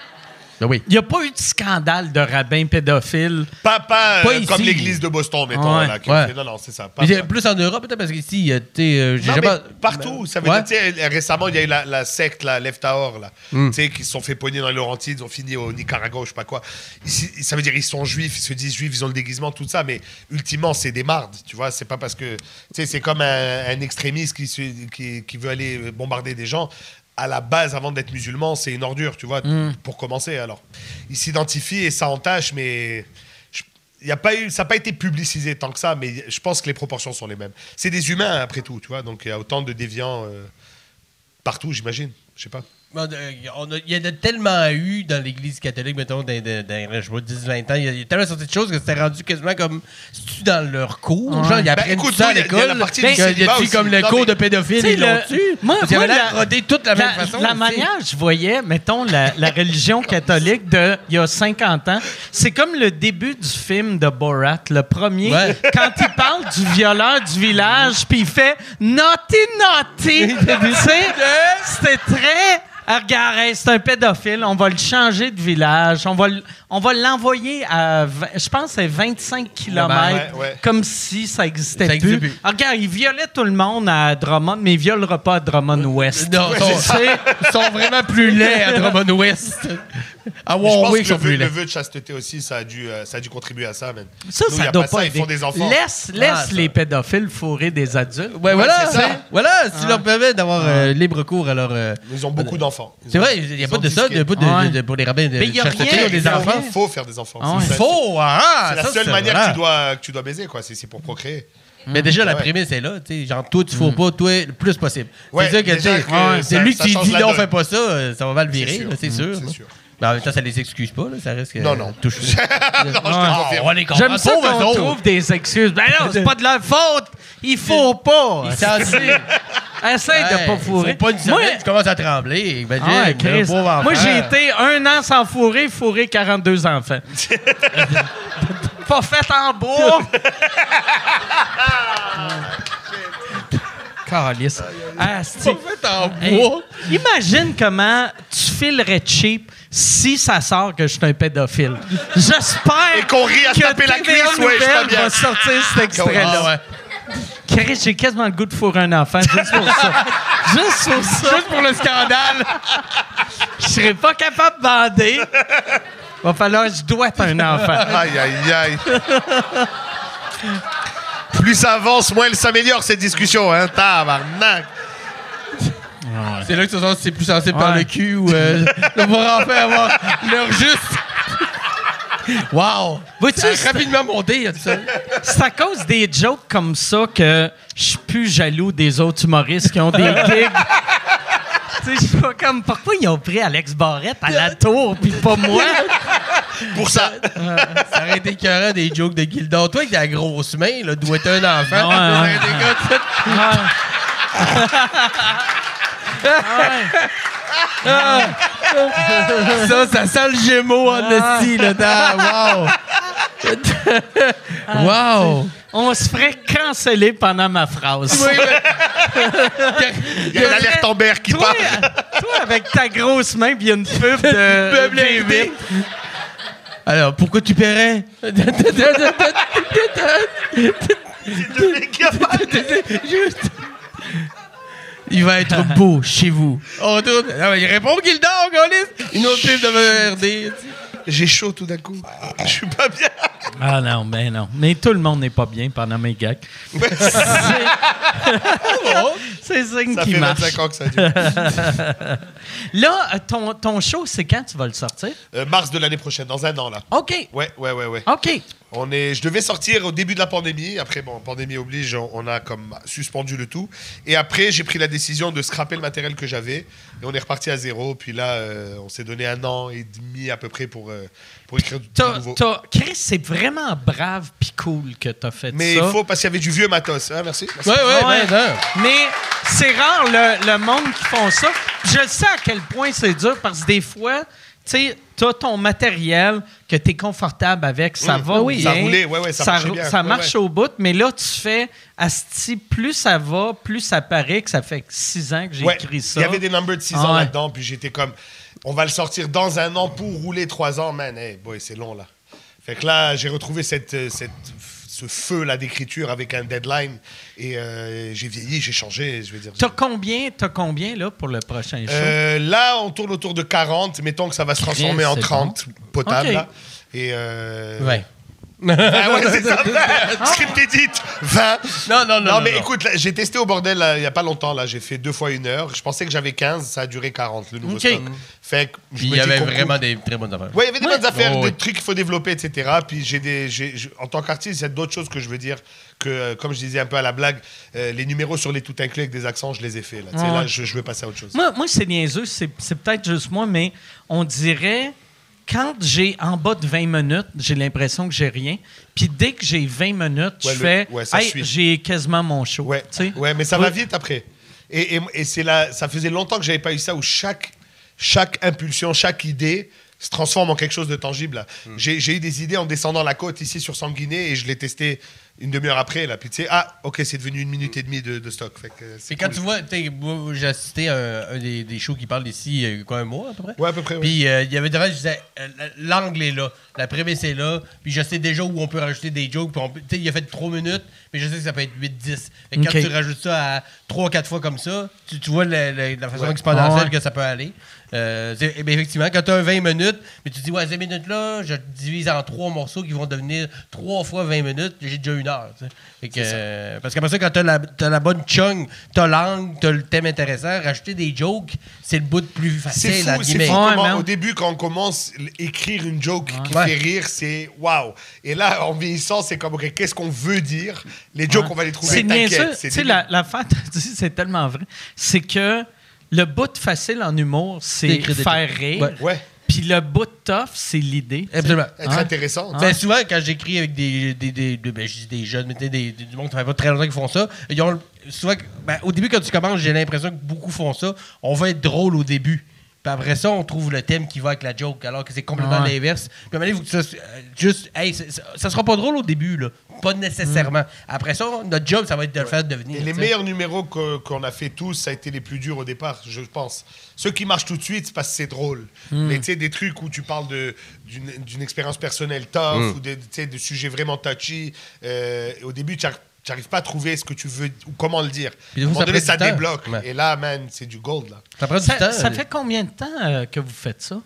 F: Ben oui.
C: Il n'y a pas eu de scandale de rabbin pédophile.
E: Pas, pas, euh,
F: Pas ici.
E: comme l'église de Boston, mettons.
C: Ouais,
E: là, que-
F: ouais.
E: Non, non, c'est ça. Pas-
F: Mais j'ai- plus en Europe, peut-être, parce qu'ici, euh, tu sais, euh, j'ai
E: Non,
F: jamais.
E: mais partout. Ça veut
F: Ouais.
E: dire, tu sais, récemment, il y a eu la, la secte, la Left Hour, là, tu sais, qui se sont fait pogner dans les Laurentides, ils ont fini au Nicaragua, je sais pas quoi. Ici, ça veut dire, ils sont juifs, ils se disent juifs, ils ont le déguisement, tout ça, mais ultimement, c'est des mardes, tu vois. C'est pas parce que, tu sais, c'est comme un, un extrémiste qui, se- qui, qui veut aller bombarder des gens. À la base, avant d'être musulman, c'est une ordure, tu vois, pour commencer, alors. Ils s'identifient et ça entache, mais. je- il y a pas eu, ça n'a pas été publicisé tant que ça, mais je pense que les proportions sont les mêmes. C'est des humains, après tout, tu vois, donc il y a autant de déviants euh, partout, j'imagine. Je sais pas.
F: On a- Ben, euh, on a- Il y en a tellement eu dans l'Église catholique, mettons, dans, dans- dans, je vois, 10-20 ans. Il y a- il y a tellement sorti de choses que c'était rendu quasiment comme. C'est-tu dans leur cours? Genre, ils apprennent
E: Ben, écoute,
F: tout ça à
E: oui, il y a- il y a
F: l'école.
E: la partie du
F: Il y a- il y
E: célibat
F: a-tu
E: aussi.
F: comme le
E: Non,
F: cours
E: mais-
F: de pédophiles,
C: Tu sais,
F: ils l'ont
C: le-
F: tu
C: Moi,
F: Parce qu'ils
C: moi,
F: avaient l'air
C: la-
F: rodés tous de la même façon.
C: la
F: aussi.
C: manière, je voyais, mettons, la, la religion catholique de il y a 50 ans, c'est comme le début du film de Borat, le premier,
F: Ouais.
C: quand il parle du violeur du village, puis il fait Naughty, naughty! Tu sais, C'était très. Ah, regarde, hey, c'est un pédophile, on va le changer de village, on va le- on va l'envoyer à, vingt- je pense, que c'est 25 km,
E: Ouais, ouais.
C: comme si ça existait
F: Ça
C: plus.
F: existait plus.
C: Ah, regarde, il violait tout le monde à Drummond, mais il violera pas à Drummond-Ouest.
F: Non, ils sont- ils sont vraiment plus laids à Drummond
E: *laughs*
F: West. À
E: je pense
F: Warwick, ils
E: que
F: sont
E: le vœu,
F: plus
E: le
F: laids.
E: vœu de chasteté aussi, ça a dû, euh, ça a dû contribuer à ça, man.
C: Ça,
E: Nous, il y
C: ça
E: a
C: doit
E: pas
C: pas,
E: ça, ils
C: aider.
E: font des enfants.
C: Laisse, laisse
F: Ah, ça.
C: les pédophiles fourrer des adultes.
F: Ouais, voilà,
E: c'est ça.
F: voilà, si leur permet d'avoir euh, libre cours à leur. euh,
E: Ils ont beaucoup d'enfants. Ils
F: C'est
E: ont-
F: vrai, il n'y a
E: ils
F: pas
E: ont
F: de ça,
E: disqué.
F: de, pas de-
C: Ouais.
F: de- pour les rabbins de
C: Mais y a
F: chasteté,
C: rien,
F: ils ont des
C: y a
F: enfants.
E: Il faut faire des enfants.
C: Ah
E: c'est
C: ouais.
E: ça.
F: Faux, ah,
E: C'est la
F: ça,
E: seule
F: c'est
E: manière
F: vrai.
E: que tu, dois, que tu dois baiser, quoi. C'est c'est pour procréer.
F: Mm-hmm. Mais déjà, la
E: Ouais. Mm-hmm.
F: prémisse est là. tu sais, Genre, toi, tu ne pas, toi, le plus possible.
E: Ouais,
F: c'est sûr que, tu
E: déjà
F: sais,
E: que
F: ouais, c'est
E: ça-
F: lui
E: ça
F: qui
E: change
F: dit
E: la
F: non,
E: donne.
F: fais pas ça, euh, ça va mal
E: C'est
F: virer,
E: sûr.
F: là, c'est
E: Mm,
F: sûr.
E: c'est sûr.
F: Mais en même temps, ça les excuse pas, là, ça reste
E: *laughs*
F: que.
E: Non, non.
F: Touche.
E: non, je te confirme.
F: Euh, Ah, on va les comprendre.
C: J'aime ça
F: Pauvres
C: qu'on
F: autres.
C: trouve des excuses. Ben non, c'est pas de leur faute. Il faut pas.
F: Ils s'en tirent.
C: Essaye de pas fourrer.
F: Faut pas une
C: Moi,
F: semaine, tu commences à trembler. Imagine,
C: Ah ouais,
F: le
C: Chris.
F: pauvre enfant.
C: Moi, j'ai été un an sans fourrer, fourrer 42 enfants. pas fait en bois. Calice. Ah, c'est-
F: fait en
C: Hey,
F: bois.
C: imagine comment tu filerais cheap si ça sort que je suis un pédophile. J'espère
E: Et qu'on rit à se
C: que
E: taper la
C: TVA
E: cuisse, ouais, je suis pas
C: Nouvelle
E: bien.
C: va sortir cet extrait-là.
F: Ah ouais.
C: Chris, j'ai quasiment le goût de fourrer un enfant juste pour ça. juste pour ça.
F: Juste pour le scandale.
C: Je serais pas capable de bander. Va falloir que je dois un enfant.
E: *laughs* Aïe, aïe, aïe. Plus ça avance, moins elle s'améliore, cette discussion, hein. Tabarnak.
F: C'est là que tu sens si c'est plus sensible par
C: Ouais.
F: le cul ou euh, le pauvre enfant
C: *laughs*
F: avoir l'heure juste. Wow!
C: Vois-tu,
F: Ça a
C: c'est-
F: rapidement monté, il y a de ça.
C: C'est à cause des jokes comme ça que je suis plus jaloux des autres humoristes qui ont *laughs* des gigs. Tu sais, je suis pas comme, pourquoi ils ont pris Alex Barrette à la tour puis pas moi?
E: Pour ça.
F: Ça aurait été écœurant des jokes de Gildor. Toi, avec ta grosse main, là, doit être un
C: Ah
F: enfant.
C: ouais,
F: Ça aurait
C: ouais.
F: été good. Ça, ça sent le Gémeaux en esti, là, dedans. Ah, Wow! wow!
C: On se ferait canceller pendant ma phrase.
F: Oui, mais-
E: Il y a l'alerte Amber qui
C: Toi,
E: parle.
C: toi, avec ta grosse main puis une pub de
F: Peuple invité. Alors, pourquoi tu paierais? Juste. Il va être beau chez vous. On tourne. Ah, mais il répond qu'il dort, Golis. Une autre pub de VRD.
E: *laughs* J'ai chaud tout d'un coup. Je suis pas bien.
C: Ah non, ben non. Mais tout le monde n'est pas bien pendant mes gags.
F: Oh,
C: C'est ça
E: Ça
C: qui
E: fait
C: marche.
E: 25 ans que ça dure.
C: Là, euh, ton, ton show, c'est quand tu vas le sortir?
E: Euh, mars de l'année prochaine, dans un an là.
C: OK.
E: Ouais, ouais, ouais, ouais.
C: OK.
E: On est, je devais sortir au début de la pandémie. Après, bon, pandémie oblige, on, on a comme suspendu le tout. Et après, j'ai pris la décision de scraper le matériel que j'avais. Et on est reparti à zéro. Puis là, euh, on s'est donné un an et demi à peu près pour, euh, pour écrire du
C: T'as-
E: nouveau.
C: t'as- Chris, c'est vraiment brave puis cool que t'as fait
E: Mais
C: ça.
E: il faut, parce qu'il y avait du vieux matos. Hein, merci. merci.
F: Ouais, ouais,
C: Ouais.
F: ouais. ouais.
C: Mais c'est rare le, le monde qui font ça. Je sais à quel point c'est dur parce que des fois, tu sais, t'as ton matériel que t'es confortable avec, ça
E: Mm.
C: va
E: Oui, oui.
C: bien.
E: Ça roulait, ouais, ouais, ça marchait
C: rou-
E: bien.
C: ça
E: Ouais,
C: marche
E: ouais.
C: au bout, mais là, tu fais, asti, plus ça va, plus ça paraît que ça fait six ans que j'ai
E: Ouais,
C: écrit ça.
E: Il y avait des numbers de 6
C: Ah
E: ans
C: ouais.
E: là-dedans, puis j'étais comme, on va le sortir dans un an pour rouler 3 ans, man. Hey, boy, c'est long là. Fait que là, j'ai retrouvé cette, euh, cette, ce feu là d'écriture avec un deadline et euh, j'ai vieilli, j'ai changé, je veux dire.
C: T'as combien, t'as combien, là, pour le prochain show?
E: Euh, là, on tourne autour de 40, mettons que ça va se transformer
C: Chris,
E: en
C: c'est
E: 30 potable.
C: Ok.
E: là. Et euh,
F: Ouais.
E: *laughs* Ah ouais,
C: *laughs*
E: c'est ça. Script édite, 20.
F: Non, non, non.
E: Non, mais
F: non.
E: écoute, là, j'ai testé au bordel là, il n'y a pas longtemps. Là, j'ai fait deux fois une heure. Je pensais que j'avais 15, ça a duré 40, le nouveau
F: Ok.
E: stock. Fait que je
F: Puis il
E: me
F: y
E: dis
F: avait
E: qu'on
F: vraiment des très bonnes affaires.
E: coupe. Ouais, il y avait des bonnes affaires,
F: Oh, ouais.
E: des trucs qu'il faut développer, etc. Puis j'ai des, j'ai- j'- en tant qu'artiste, il y a d'autres choses que je veux dire que, euh, comme je disais un peu à la blague, euh, les numéros sur les tout inclus avec des accents, je les ai fait. Là, Tu sais,
C: Ouais,
E: là
C: ouais.
E: je, je veux passer à autre chose.
C: Moi, moi c'est niaiseux, c'est, c'est peut-être juste moi, mais on dirait, quand j'ai en bas de 20 minutes, j'ai l'impression que j'ai rien. Puis dès que j'ai 20 minutes, je
E: Ouais, le-
C: fais,
E: ouais, ça
C: Hey,
E: suit.
C: j'ai quasiment mon show.
E: Ouais,
C: Tu sais?
E: ouais mais ça va
C: Oui.
E: vite après. Et, et, et c'est là, ça faisait longtemps que j'avais pas eu ça où chaque, chaque impulsion, chaque idée se transforme en quelque chose de tangible. là. J'ai j'ai eu des idées en descendant la côte ici sur Sanguiné et je l'ai testé une demi-heure après. Là. Puis tu sais, ah, ok, c'est devenu une minute et demie de, de stock. Fait que, euh, c'est
F: Puis quand
E: cool.
F: tu vois, t'sais, moi, j'ai assisté à un, un des, des shows qui parle d'ici, il y a eu quoi, un mois à peu près?
E: Ouais, à peu près. ouais.
F: Puis euh, il y avait des je disais, euh, l'angle est là, la prémisse est là, puis je sais déjà où on peut rajouter des jokes. Puis on peut- t'sais, il a fait 3 minutes, mais je sais que ça peut être 8-10. Fait que
C: Ok.
F: Quand tu rajoutes ça à 3-4 fois comme ça, tu, tu vois le- le- la façon
E: Ouais.
F: exponentielle
C: Ah ouais.
F: que ça peut aller. Euh, c'est- eh bien, effectivement, quand tu as 20 minutes, mais tu dis, ouais, ces minutes-là, je divise en trois morceaux qui vont devenir 3 fois 20 minutes, j'ai déjà une heure. tu sais. Fait que, euh, parce qu'après ça, quand tu as, la bonne chung, tu as l'angle, tu as le thème intéressant, rajouter des jokes, c'est le bout de plus facile.
E: C'est fou,
F: entre
E: c'est
F: guillemets.
E: fou
C: Ouais, hein.
E: comment,
C: man.
E: au début, quand on commence, l- écrire une joke qui
F: Ouais.
E: fait rire, c'est waouh. Et là, en vieillissant, c'est comme, ok, qu'est-ce qu'on veut dire Les jokes,
C: Ouais.
E: on va les trouver.
C: C'est bien
E: t'inquiète,
C: sûr.
E: c'est
C: Tu sais,
E: débile.
C: la, l'affaire, t'as dit, c'est tellement vrai. C'est que le bout facile en humour, c'est
F: D'écrire des
C: faire rire.
F: Ouais.
E: Ouais,
C: Puis le bout tough, c'est l'idée.
F: Absolument.
E: être
C: Hein?
E: intéressant.
F: Ben, souvent, quand j'écris avec des, des, des, des- ben, je dis des jeunes, mais tu sais, des, des- du monde qui ne fait pas très longtemps qu'ils font ça, ils ont, le- souvent, ben, au début, quand tu commences, j'ai l'impression que beaucoup font ça. On va être drôle au début. Puis après ça, on trouve le thème qui va avec la joke, alors que c'est complètement
C: Ouais.
F: l'inverse. Puis à un moment donné, vous- ça, c'est, euh, juste, hey, c'est- ça, ça sera pas drôle au début, là. Pas nécessairement.
C: Mm.
F: Après ça, notre job, ça va être de le faire devenir.
E: Et les
F: tu sais.
E: meilleurs numéros que- qu'on a fait tous, ça a été les plus durs au départ, je pense. Ceux qui marchent tout de suite, c'est parce que c'est drôle.
F: Hmm.
E: Mais tu sais, des trucs où tu parles de- d'une d'une expérience personnelle tough ou de, tu sais, de sujets vraiment touchy, euh, au début, tu n'arrives pas à trouver ce que tu veux ou comment le dire.
F: Puis
E: à un
F: des
E: moment
F: fois, ça
E: donné,
F: prend
E: ça
F: du temps.
E: débloque.
F: Ouais.
E: Et là, man, c'est du gold. Là.
F: Ça prend du
C: Ça,
F: temps.
C: ça fait combien de temps euh, que vous faites ça?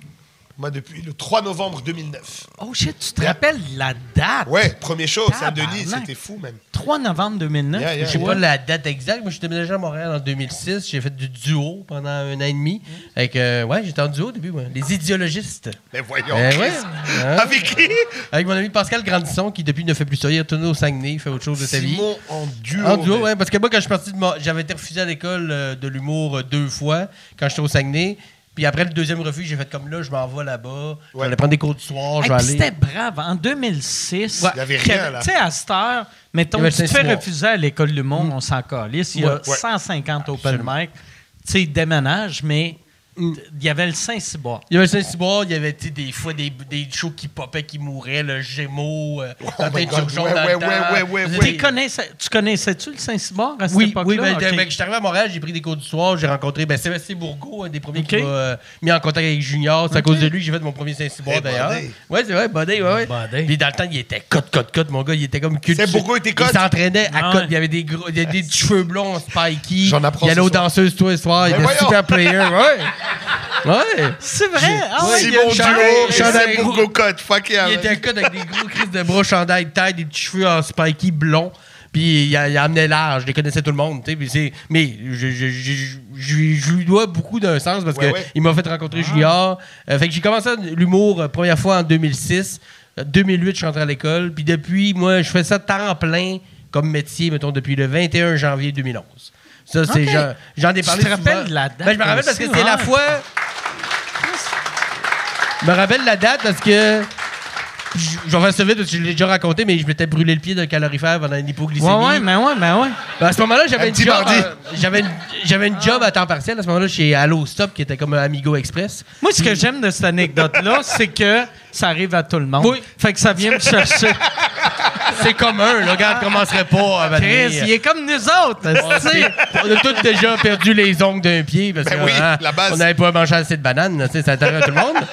E: Moi, depuis le 3 novembre 2009.
C: Oh shit, tu te
E: Yeah.
C: rappelles la date?
E: Ouais, premier show, c'est à
C: Tabarnak.
E: Denis, c'était fou, man.
C: 3 novembre 2009.
E: Yeah, yeah,
F: Je sais
E: yeah.
F: pas la date exacte, mais je suis déménagé à Montréal en 2006. J'ai fait du duo pendant un an et demi.
C: Mm.
F: Avec, euh, ouais, j'étais en duo au début, moi. Les idéologistes.
E: Mais voyons,
F: Eh
E: Chris.
F: ouais,
E: *laughs*
F: hein.
E: Avec qui
F: Avec mon ami Pascal Grandisson, qui depuis ne fait plus ça. Il est retourné au Saguenay, il fait autre chose de sa vie.
E: Simon en duo.
F: En duo,
E: man.
F: ouais, parce que moi, quand je suis parti de mon- J'avais été refusé à l'école euh, de l'humour euh, deux fois, quand j'étais au Saguenay. Puis après le deuxième refus, j'ai fait comme là, je m'en vais là-bas. Je vais
E: Ouais.
F: aller prendre des cours du soir,
C: Hey,
F: je vais
C: puis
F: aller.
C: c'était brave. En 2006,
E: Ouais. Il y avait rien, là.
C: Tu sais, à cette heure, mettons,
F: Il y avait
C: tu te
F: cinq
C: fais
F: mois.
C: refuser à l'école du monde, on s'en calisse. Il y a
F: Ouais.
C: 150 open
F: Absolument. Mm.
C: mic. Tu sais, ils déménagent, mais il y avait le Saint-Cyboire.
F: Il y avait le Saint-Cyboire, il y avait tu sais, des fois des, des shows qui popaient, qui mouraient, le Gémeaux, euh, la
E: Oh my
F: teinture
E: God,
F: jaune
E: ouais,
F: dans le
E: ouais,
F: temps.
E: ouais, ouais, ouais,
F: C'était
E: ouais.
C: T'es connaissais- tu connaissais-tu le Saint-Cyboire à cette
F: Oui,
C: époque-là?
F: oui, ben,
C: Ok.
F: ben, ben, je suis arrivé à Montréal, j'ai pris des cours du soir, j'ai rencontré ben, Sébastien Bourgault, un des premiers qui
C: Ok.
F: m'a euh, mis en contact avec Junior. C'est à cause de lui que j'ai fait mon premier Saint-Cyboire
E: Hey,
F: d'ailleurs.
E: Eh, Bodé.
F: Ouais, c'est vrai, Bodé, ouais, ouais.
C: Bodé.
F: Puis dans le temps, il était cote, cote, cote, mon gars, il était comme culture.
E: Seb Bourgault était cote.
F: Il s'entraînait
C: Ah
F: à cote,
C: ouais.
F: il avait des gros, il y avait des cheveux blonds, spiky.
E: J'en apprends
F: Il allait
E: ce
F: aux
E: soir.
F: danseuses tous les soirs, il
E: Mais
F: était
E: voyons.
F: super player, ouais.
E: *laughs*
F: Ouais.
C: C'est vrai? Ah ouais, il y a-
E: Simon
F: une chandelle,
E: Duo,
F: il y a
E: Chanel
F: une-
E: Bourgocotte, fuck yeah.
F: Il était à côte avec des gros crises de bras, chandail, taille, des petits cheveux en spiky blond. Puis il, a- il a amené l'âge, je les connaissais tout le monde. tu sais, puis c'est- mais je, je, je, je- je- je lui dois beaucoup d'un sens parce
E: Ouais,
F: que
E: ouais. Ah.
F: il m'a fait rencontrer Junior. Euh, fait que j'ai commencé l'humour euh, première fois en 2006. Euh, 2008, je suis rentré à l'école. Puis depuis, moi, je fais ça temps plein comme métier, mettons, depuis le 21 janvier 2011. Ça, c'est
C: Ok.
F: j'en- J'en ai
C: Tu
F: parlé
C: te
F: souvent.
C: rappelles la date
F: Ben, je me rappelle parce que
C: aussi,
F: c'est la
C: ouais.
F: fois... Je me rappelle la date parce que Je je vais faire ça vite parce que je l'ai déjà raconté, mais je m'étais brûlé le pied d'un calorifère pendant une hypoglycémie. Ben,
C: Ouais, ouais, mais ouais, mais ouais.
F: À ce moment-là,
E: Un
F: j'avais une
E: petit
F: job.
E: mardi.
F: euh, j'avais une, j'avais une job à temps partiel à ce moment-là chez Allo Stop, qui était comme un Amigo Express.
C: Moi, ce que j'aime de cette
F: *laughs*
C: anecdote-là, c'est que ça arrive à tout le monde.
F: Oui.
C: Fait que ça vient me chercher.
F: C'est commun, là. Regarde, commencerait *laughs* pas à
C: Chris, il est comme nous autres.
F: On
C: tu sais.
F: s'est- on a tous déjà perdu les ongles d'un pied parce
E: Ben
F: que,
E: oui,
F: hein,
E: la base.
F: on n'avait pas mangé assez de bananes, là, tu sais, ça intéresse tout le monde.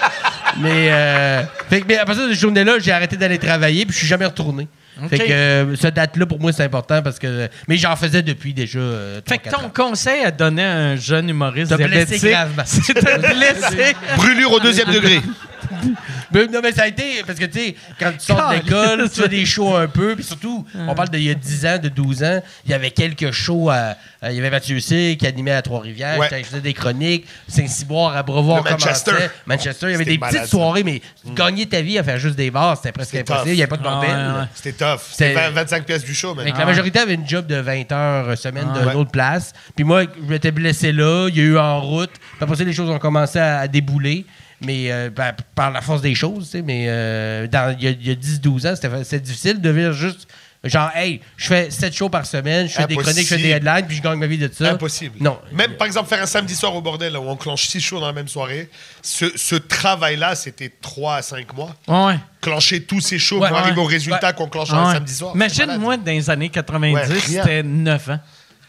F: Mais, euh, fait que, mais à partir de cette journée-là, j'ai arrêté d'aller travailler puis je suis jamais retourné. Fait que euh, cette date-là, pour moi, c'est important parce que. Mais j'en faisais depuis déjà. euh,
C: Fait
F: trois,
C: que
F: quatre
C: ton
F: ans.
C: conseil à donner à un jeune humoriste
F: T'as blessé
C: diabétique, *laughs*
F: gravement.
C: c'est de te blesser.
E: Brûlure au deuxième degré.
F: Mais, non, mais ça a été. Parce que, tu sais, quand tu sors de
C: Caliste.
F: l'école, tu fais des shows un peu. Puis surtout, on parle d'il y a 10 ans, de 12 ans, il y avait quelques shows. à- à- Il y avait Mathieu C qui animait à Trois-Rivières.
E: Ouais.
F: Je faisais des chroniques. Saint-Cyboire à Brevoir.
E: Le Manchester.
F: commençait. Manchester. Il y avait
E: C'était
F: des
E: malade,
F: petites
E: ça.
F: soirées, mais gagner ta vie à faire juste des bars, c'était presque
E: C'est
F: impossible.
E: tough.
F: Il n'y avait pas de
C: Ah,
F: bordel.
C: ouais, ouais.
E: C'était tough. C'était
F: C'est-
E: 20 25 pièces du show,
F: Fait
E: man.
F: que la majorité avait une job de 20 heures euh, semaine d'une
E: Ouais.
F: autre place. Puis moi, je m'étais blessé là, il y a eu en route. Puis après ça, les choses ont commencé à, à débouler. Mais euh, par- par la force des choses, tu sais, mais euh, dans- il y a, il y a 10-12 ans, c'était fa- c'était difficile de vivre juste. Genre, hey, je fais 7 shows par semaine, je fais des
E: Impossible.
F: chroniques, je fais des headlines, puis je gagne ma vie de ça.
E: Impossible.
F: Non.
E: Même par exemple faire un samedi soir au bordel là, où on clenche six shows dans la même soirée. Ce, ce travail-là, c'était 3 à 5 mois.
C: Ouais.
E: Clencher tous ces shows
F: Ouais,
E: pour arriver
F: ouais.
E: au résultat
F: Ouais.
E: qu'on clenche
C: ouais.
E: un samedi soir. c'est malade.
C: Imagine-moi dans les années 90,
E: Ouais, rien.
C: c'était 9 ans.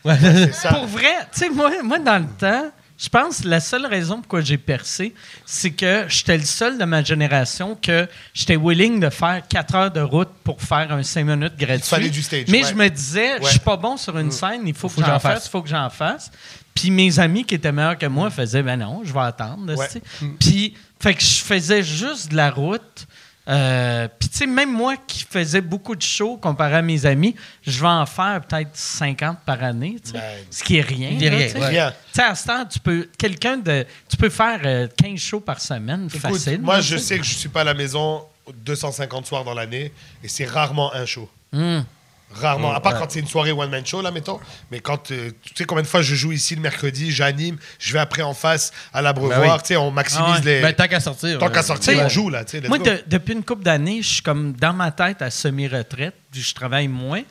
E: C'est ça.
C: Pour vrai, tu sais, moi, moi, dans le temps, je pense que la seule raison pourquoi j'ai percé, c'est que j'étais le seul de ma génération que j'étais willing de faire 4 heures de route pour faire un 5 minutes gratuit.
E: fallait du stage,
C: Mais
E: ouais. Mm.
C: je me disais, je suis pas bon sur une scène, il faut, que j'en fasse, il faut que j'en fasse. Puis mes amis qui étaient meilleurs que moi faisaient, ben non, je vais attendre.
E: Ouais. Mm.
C: tu sais. Puis, fait que je faisais juste de la route. Euh, Puis, tu sais, même moi qui faisais beaucoup de shows comparé à mes amis, je vais en faire peut-être 50 par année, tu sais,
E: Ben.
C: ce qui est rien.
F: qui est
C: là,
F: rien,
C: tu sais.
F: ouais.
E: Rien.
C: Tu sais, à ce temps, tu peux, quelqu'un de, tu peux faire euh, 15 shows par semaine,
E: Écoute,
C: facile.
E: moi,
C: là,
E: je
C: tu sais.
E: sais que je suis pas à la maison 250 soirs dans l'année et c'est rarement un show.
C: Hmm.
E: Rarement. À part quand c'est une soirée one-man show, là, mettons. Mais quand, euh, tu sais combien de fois je joue ici le mercredi, j'anime, je vais après en face à l'Abreuvoir.
F: Ben oui.
E: Tu sais, on maximise
C: Bah Ah ouais.
E: les...
F: Ben, tant qu'à sortir.
E: Tant
F: euh,
E: qu'à sortir,
C: Ouais.
E: on joue, là, tu sais. let's
C: Moi,
E: go.
C: de- depuis une couple d'années, je suis comme dans ma tête à semi-retraite, puis je travaille moins.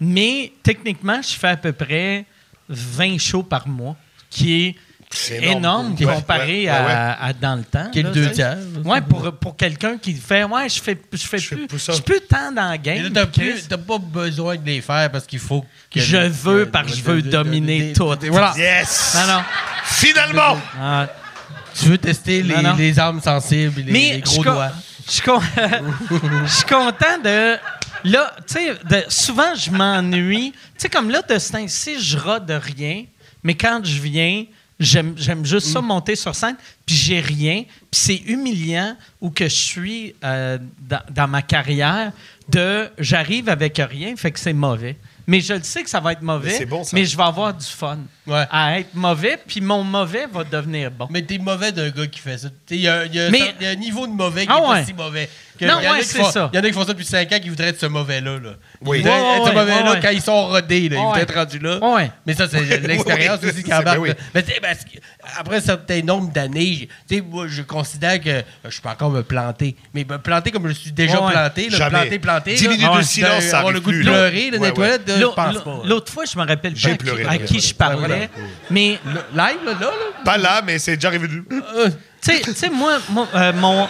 C: Mais techniquement, je fais à peu près 20 shows par mois, qui est,
E: C'est énorme.
C: énorme,
E: Ouais,
C: comparé
E: ouais,
C: à,
E: ouais, ouais.
C: à dans le temps.
F: Qui est le
C: là,
F: deux
C: tu sais.
F: tiers.
C: Ouais, pour, pour quelqu'un qui fait Ouais, je fais, je fais
E: Je fais
C: plus.
E: plus
C: Je
E: ça.
C: suis plus tant dans la game.
F: Mais là, T'as
C: Chris.
F: plus- t'as pas besoin de les faire parce qu'il faut que.
C: Je veux parce que je veux
F: de- de-
C: dominer
F: de-
C: tout.
F: de- Voilà.
E: Yes!
C: Non, non.
E: Finalement!
C: Ah,
F: Tu veux tester les,
C: Non, non.
F: les armes sensibles, les,
C: Mais
F: les
C: je suis
F: gros
C: con-
F: doigts.
C: je suis con- *laughs* je suis content de. Là, tu sais, de- souvent, je m'ennuie. Tu sais, comme là, de ce temps-ci, je rate de rien. Mais quand je viens, j'aime j'aime juste
F: Mm.
C: ça, monter sur scène, puis j'ai rien. Puis c'est humiliant où que je suis euh, dans, dans ma carrière de j'arrive avec rien, fait que c'est mauvais. Mais je le sais que ça va être mauvais,
E: c'est bon, ça.
C: mais je vais avoir du fun
F: Ouais.
C: à être mauvais, puis mon mauvais va devenir bon.
F: Mais t'es mauvais d'un gars qui fait ça. T'sais, Il y, a- il y a un
C: Mais-
F: sort- il y a un niveau de mauvais qui
C: Ah
F: est
C: ouais.
F: pas si mauvais. Que-
C: Non,
F: il y en a
C: ouais,
F: qui
C: c'est
F: font-
C: ça.
F: Il y en a qui font ça depuis 5 ans qui voudraient être ce mauvais-là. Là.
E: Oui.
F: Ils voudraient
C: Ouais,
F: être
C: ouais,
F: ce mauvais-là
C: ouais.
F: quand ils sont rodés. Là. Ils
C: Ouais.
F: voudraient être rendus là.
C: Ouais.
F: Mais ça,
E: *laughs*
F: c'est l'expérience
E: Oui,
F: aussi
E: *laughs*
F: qui
E: c'est-
F: embarque.
E: ben oui.
F: Mais tu sais, parce que après un certain nombre d'années, j'ai- tu sais, moi, je considère que je peux encore me planter. Mais me planter comme je suis déjà
C: Ouais.
F: planté, là,
E: Jamais.
F: planté, planté.
E: Dix
F: là,
E: minutes
F: ouais,
E: de silence,
F: euh,
E: ça
F: Avoir
E: arrive
F: le goût de
E: plus, là.
F: pleurer
E: Ouais,
F: dans les
E: ouais.
F: toilettes, là, je
C: L'au-
F: pense
C: l'au-
F: pas. là.
C: L'autre fois, je me rappelle pas
E: J'ai
C: à qui-
E: pleuré,
C: à
E: là,
C: qui
E: là.
C: je parlais, mais
F: Live, là, là, là. Euh,
E: Pas là, mais c'est déjà arrivé. de-
C: tu sais- tu sais, moi, moi, euh, mon-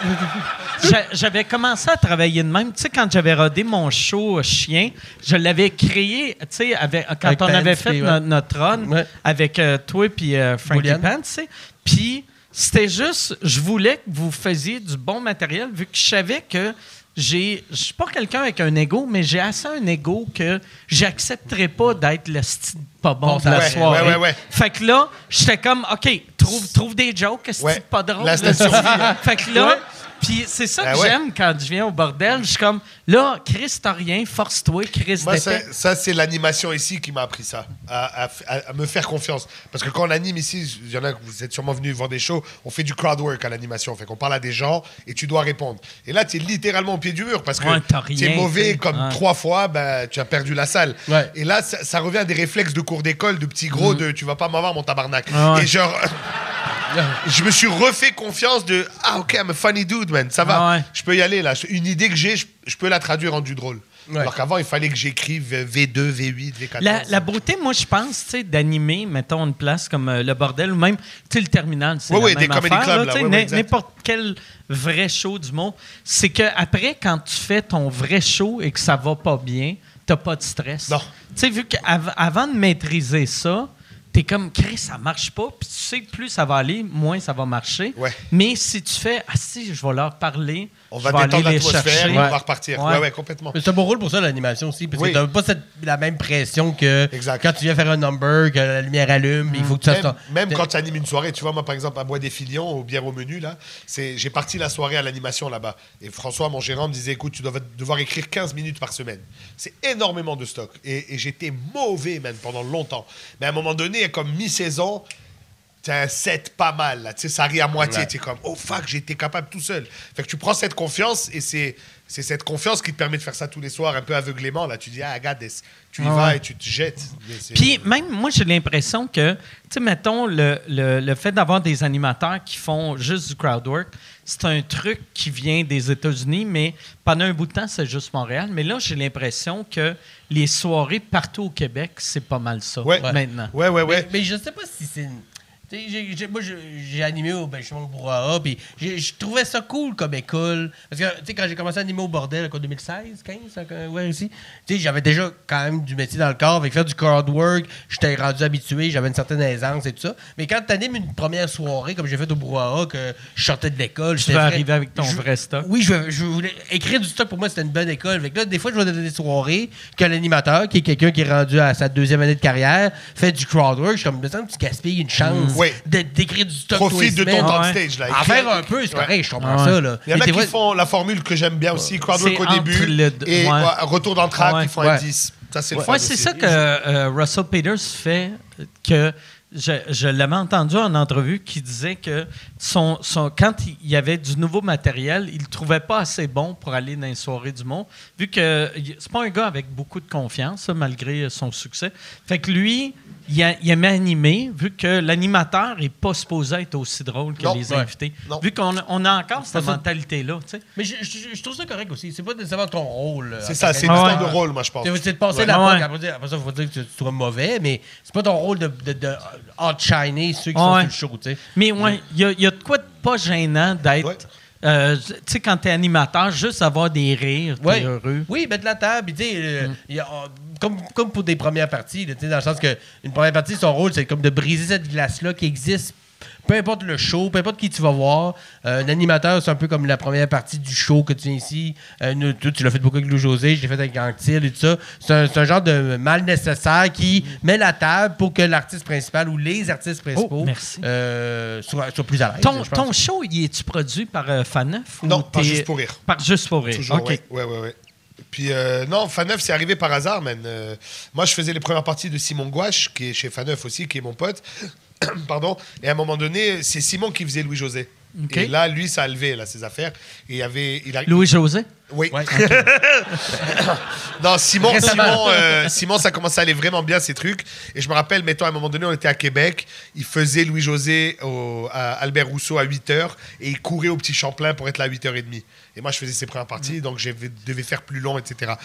C: j'a- j'avais commencé à travailler de même. Tu sais, quand j'avais rodé mon show euh, Chien, je l'avais créé, tu sais, avec- euh, quand
F: Avec
C: on avait
F: Pants,
C: fait
F: puis,
C: no-
F: ouais.
C: notre run
F: Ouais.
C: avec euh, toi puis euh, Frankie
F: Bouliane.
C: Pants, tu sais. Puis c'était juste, je voulais que vous faisiez du bon matériel vu que je savais que j'ai, je suis pas quelqu'un avec un ego, mais j'ai assez un ego que j'accepterais pas d'être le style pas bon
F: Bon,
C: de la
E: ouais,
C: soirée.
E: ouais, ouais, ouais.
C: Fait que là, j'étais comme, OK, trouve, trouve des jokes, c'est
E: Ouais.
C: pas drôle.
E: Là,
C: là,
E: c'était survie, hein.
C: *laughs* fait que là,
F: Ouais.
C: puis c'est ça
E: Ben
C: que
E: ouais.
C: j'aime quand je viens au bordel. Je suis comme, là, Chris, t'as rien, force-toi, Chris,
E: Moi,
C: d'épais.
E: ça, ça, c'est l'animation ici qui m'a appris ça, à, à- à- à me faire confiance. Parce que quand on anime ici, il y en a que vous êtes sûrement venus voir des shows, on fait du crowd work à l'animation. Fait qu'on parle à des gens et tu dois répondre. Et là, tu es littéralement au pied du mur parce que
C: Ouais, t'as
E: tu es
C: rien,
E: mauvais
C: t'sais.
E: comme
C: Ouais.
E: trois fois, ben, tu as perdu la salle.
F: Ouais.
E: Et là, ça, ça revient à des réflexes de cours d'école, de petits gros, de tu vas pas m'avoir mon tabarnak.
C: Ah Mm. ouais.
E: Et genre. je me suis refait confiance de Ah, ok, I'm a funny dude, man. Ça va.
C: Ah ouais.
E: Je peux y aller, là. Une idée que j'ai, je, je peux la traduire en du drôle.
F: Ouais.
E: Alors qu'avant, il fallait que j'écrive euh, V2, V8, V14.
C: La, la beauté, moi, je pense, tu sais, d'animer, mettons, une place comme euh, le bordel ou même, tu sais, le terminal, c'est
E: Oui,
C: la
E: oui,
C: même
E: des comedy
C: affaire,
E: clubs,
C: là,
E: là,
C: tu sais,
E: oui, oui,
C: n'im-
E: exact.
C: N'importe quel vrai show du monde, c'est que après, quand tu fais ton vrai show et que ça va pas bien, t'as pas de stress.
E: Non.
C: Tu sais, vu qu'avant de maîtriser ça, t'es comme, Chris, ça marche pas, puis tu sais que plus ça va aller, moins ça va marcher.
E: Ouais.
C: Mais si tu fais, ah si, je vais leur parler,
E: On
C: je
E: va
C: vais aller
E: détendre
C: les
E: l'atmosphère,
C: chercher.
E: on va repartir.
C: Ouais.
E: Ouais, ouais, complètement.
F: Mais c'est un beau rôle pour ça, l'animation aussi, parce
E: Oui.
F: que t'as pas cette- la même pression que
E: Exact. Mm.
F: quand tu viens faire un number, que la lumière allume, puis il faut que tu
E: Même,
F: fasses ton-
E: même quand tu animes une soirée, tu vois, moi par exemple, à Bois des Filions, au Bière au Menu, là, c'est- j'ai parti la soirée à l'animation là-bas. Et François, mon gérant, me disait écoute, tu dois devoir écrire 15 minutes par semaine. C'est énormément de stock. Et, et j'étais mauvais, même, pendant longtemps. Mais à un moment donné, comme mi-saison, t'as un set pas mal, là. Tu sais, ça rit à moitié. Tu es comme oh fuck, j'étais capable tout seul. Fait que tu prends cette confiance et c'est. C'est cette confiance qui te permet de faire ça tous les soirs un peu aveuglément. Là, tu dis, ah, regarde, tu y vas et tu te jettes. Mais c'est-
C: Puis même, moi, j'ai l'impression que, tu sais, mettons, le, le- le fait d'avoir des animateurs qui font juste du crowd work, c'est un truc qui vient des États-Unis, mais pendant un bout de temps, c'est juste Montréal. Mais là, j'ai l'impression que les soirées partout au Québec, c'est pas mal ça
E: Ouais.
C: maintenant.
E: Ouais, ouais, ouais.
F: Mais, mais je sais pas si c'est. une- tu sais, j'ai- j'ai- moi, je- j'ai animé au Benjamin Bourraha, puis j'ai- je trouvais ça cool comme école. Parce que, tu sais, quand j'ai commencé à animer au bordel, en 2016, 15, euh, ouais, aussi, tu sais, j'avais déjà quand même du métier dans le corps, avec faire du crowd work, j'étais rendu habitué, j'avais une certaine aisance et tout ça. Mais quand tu animes une première soirée, comme j'ai fait au Bourraha, que je sortais de l'école,
C: Tu
F: j'étais
C: vas
F: vrai-
C: arriver avec ton
F: je-
C: vrai stock.
F: oui, je, je voulais écrire du stock pour moi, c'était une bonne école. Fait que là, des fois, je vais dans des soirées que l'animateur, qui est quelqu'un qui est rendu à sa deuxième année de carrière, fait du crowd work. Je suis comme, me semble que tu gaspilles une chance
E: Oui.
F: de- d'écrire du stock. tous les
E: Profite de ton
F: semaines.
E: temps de
C: ouais.
E: stage, là.
F: En
E: Écris-
F: faire un peu, c'est
E: Ouais.
F: correct, je comprends
C: Ouais.
F: ça. Là.
E: Il y en
F: Mais
E: a
F: des
E: qui
F: fois-
E: font la formule que j'aime bien aussi, Crowdwork
C: C'est
E: au
C: entre
E: début
C: les deux,
E: et
C: ouais.
E: euh, retour d'entraque,
C: Ouais.
E: ils font un
F: Ouais.
E: 10. Ça, c'est le fun
C: Ouais, c'est
E: aussi.
C: ça que euh, Russell Peters fait, euh, que je, je l'avais entendu en entrevue, qui disait que son, son, quand il il y avait du nouveau matériel, il ne trouvait pas assez bon pour aller dans les soirées du monde, vu que il- c'est pas un gars avec beaucoup de confiance, hein, malgré son succès. Fait que lui, il, a- il aimait animer, vu que l'animateur n'est pas supposé être aussi drôle que
E: Non,
C: les
E: ouais.
C: invités.
E: Non.
C: Vu qu'on a- on a encore cette
F: ça.
C: mentalité-là, tu sais.
F: Mais je, je- je trouve ça correct aussi. C'est pas nécessairement ton rôle. là,
E: C'est
F: en
E: ça,
F: tant
E: c'est une histoire de
F: qu'animateur.
E: rôle, moi, je pense.
F: C'est c'est de passer
E: Ouais.
F: la
C: Ouais.
F: porte, après, dire- après ça, il faut dire que tu, tu sois mauvais, mais c'est pas ton rôle de, de, de outshiner ceux qui
C: Ouais.
F: sont sur le show, tu sais.
C: Mais ouais, il y a- il y, a de quoi de pas gênant d'être.
E: Ouais.
C: euh, tu sais, quand t'es animateur, juste avoir des rires, t'es
F: Ouais.
C: heureux. Mm.
F: Oui, mettre la table. puis tu sais, euh, il y a, euh, comme, comme pour des premières parties, là, tu sais, dans le sens que une première partie, son rôle, c'est comme de briser cette glace-là qui existe. Peu importe le show, peu importe qui tu vas voir, euh, un animateur, c'est un peu comme la première partie du show que tu viens ici. Euh, nous, toi, tu l'as fait beaucoup avec Lou José, je l'ai fait avec Anctil et tout ça. C'est un, c'est un genre de mal nécessaire qui met la table pour que l'artiste principal ou les artistes principaux
C: Oh, merci.
F: euh, soient, soient plus à l'aise.
C: Ton,
F: je pense.
C: ton show, il est-tu produit par euh, Faneuf? ou
E: Non, pas
C: t'es-
E: juste pour rire.
C: Par Juste pour rire.
E: Toujours,
C: OK.
E: ouais, ouais, ouais, ouais. Puis euh, non, Faneuf, c'est arrivé par hasard, man. Euh, moi, je faisais les premières parties de Simon Gouache, qui est chez Faneuf aussi, qui est mon pote. *coughs* Pardon. Et à un moment donné, c'est Simon qui faisait Louis-José.
C: Ok.
E: Et là, lui, ça a levé là, ses affaires. Et il y avait. Il a...
C: Louis-José?
E: Oui.
C: *laughs*
F: Ouais.
E: Non, Simon, Simon, euh, Simon, ça commençait à aller vraiment bien, ces trucs. Et je me rappelle, mettons, à un moment donné, on était à Québec. Il faisait Louis-José au- à Albert Rousseau à 8h et il courait au Petit Champlain pour être là à 8h30. Et moi, je faisais ses premières parties, donc je devais faire plus long, etc.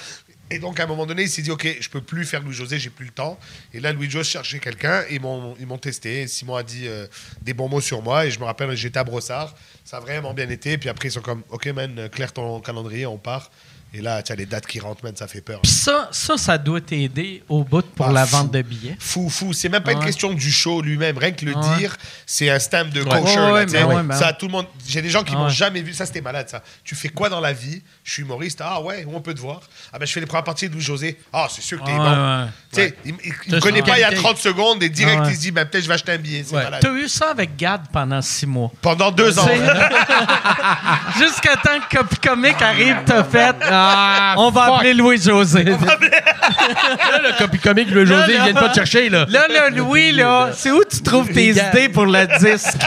E: Et donc, à un moment donné, il s'est dit, OK, je peux plus faire Louis-José, j'ai plus le temps. Et là, Louis-José cherchait quelqu'un et ils m'ont ils m'ont testé. Et Simon a dit euh, des bons mots sur moi. Et je me rappelle, j'étais à Brossard. Ça a vraiment bien été. Puis après, ils sont comme, OK, man, claire ton calendrier, on part. Et là, tu as les dates qui rentrent, man, ça fait peur.
C: Puis ça, ça, ça doit t'aider au bout pour
E: Ah,
C: la
E: fou.
C: vente de billets.
E: Fou, fou. C'est même pas une
C: Ouais.
E: question du show lui-même. Rien que le
C: Ouais.
E: dire, c'est un stamp de
C: Ouais.
E: kosher.
C: Ouais,
E: là,
C: ouais,
E: tu sais.
C: mais ouais, mais
E: ça,
C: ouais.
E: tout le monde. J'ai des gens qui
C: Ah
E: m'ont
C: ouais.
E: jamais vu. Ça, c'était malade, ça. Tu fais quoi dans la vie Je suis humoriste. Ah ouais, où on peut te voir Ah ben, je fais les premières parties de Louis-José. Ah, c'est sûr que t'es
C: Ouais,
E: bon.
C: ouais.
E: Tu sais, il- il- il
C: Ça,
E: me connaît
C: c'est
E: pas il y a
F: qualité.
E: 30 secondes et direct,
C: Ah ouais.
E: il se dit, ben, peut-être je vais acheter un billet. C'est
F: Ouais.
E: malade.
C: T'as eu ça avec Gad pendant six mois.
E: Pendant deux ans.
C: C'est- *laughs* Jusqu'à temps que Copy Comic arrive, t'as fait. on va appeler Louis-José.
F: Là, le copy comique, le
C: Là,
F: José,
C: là.
F: ils viennent pas te chercher, là.
C: Là, là, Louis, là, c'est où tu trouves tes
F: Gars.
C: idées pour le disque?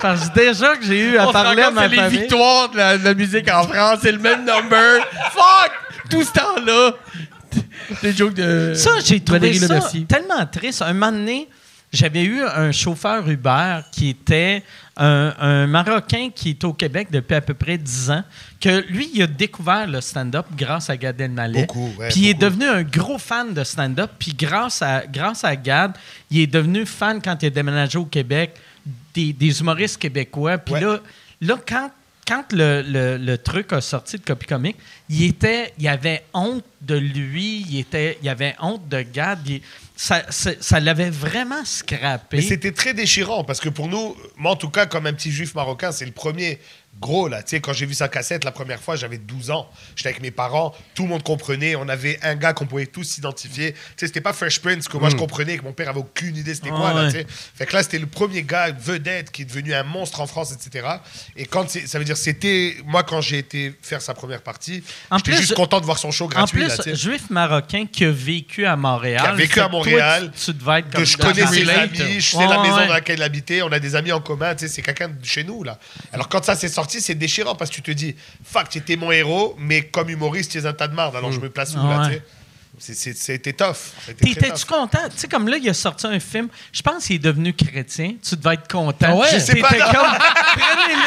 C: Parce que déjà que j'ai eu à
F: On se rend
C: parler à
F: compte
C: ma
F: que les
C: famille.
F: victoires de la, de la musique en France, c'est le même number. Fuck! Tout ce temps-là. Des jokes de.
C: Ça, j'ai trouvé
F: Valérie
C: ça
F: Lemercier.
C: tellement triste. Un moment donné, j'avais eu un chauffeur Uber qui était un, un Marocain qui est au Québec depuis à peu près 10 ans, que lui, il a découvert le stand-up grâce à Gad Elmaleh.
E: Beaucoup, ouais,
C: Puis il est
E: beaucoup.
C: devenu un gros fan de stand-up. Puis grâce à, grâce à Gad, il est devenu fan quand il a déménagé au Québec des, des humoristes québécois. Puis
E: Ouais.
C: là, là, quand, quand le, le- le truc a sorti de Copy Comic, il, était, il avait honte de lui, il, était, il avait honte de Gad. il- ça ça- ça l'avait vraiment scrappé.
E: Mais c'était très déchirant parce que pour nous, moi en tout cas, comme un petit juif marocain, c'est le premier gros là. Tu sais, quand j'ai vu sa cassette la première fois, j'avais 12 ans. J'étais avec mes parents, tout le monde comprenait. On avait un gars qu'on pouvait tous s'identifier. Tu sais, c'était pas Fresh Prince que moi je comprenais, que mon père avait aucune idée c'était
C: Mm. Ah
E: quoi là.
C: ouais.
E: tu sais. Fait que là, c'était le premier gars vedette qui est devenu un monstre en France, etc. Et quand c'est- ça veut dire, c'était moi quand j'ai été faire sa première partie,
C: En
E: j'étais
C: plus-
E: juste content de voir son show
C: En
E: gratuit
C: plus,
E: là. tu sais.
C: juif marocain qui a vécu à Montréal.
E: Qui a vécu
C: Fait
E: à
C: que toi,
E: Montréal,
C: tu, tu devais être comme
E: que je
C: dans-
E: connais
C: dans
E: ses
C: les-
E: amis, je sais
C: Ouais,
E: la maison
C: ouais.
E: dans laquelle il habitait, on a des amis en commun, tu sais, c'est quelqu'un de chez nous, là. Alors quand ça s'est sorti, c'est déchirant parce que tu te dis, fuck, tu étais mon héros, mais comme humoriste, tu es un tas de marde, alors je me place où, là,
C: Mm. Ouais.
E: tu sais. C'est- c'est- C'était tough. C'était très
C: T'étais-tu
E: tough.
C: content? Tu sais, comme là, il a sorti un film. Je pense qu'il est devenu chrétien. Tu devais être
E: Ah
C: content.
F: ouais?
C: Je sais pas.
E: non.
C: comme,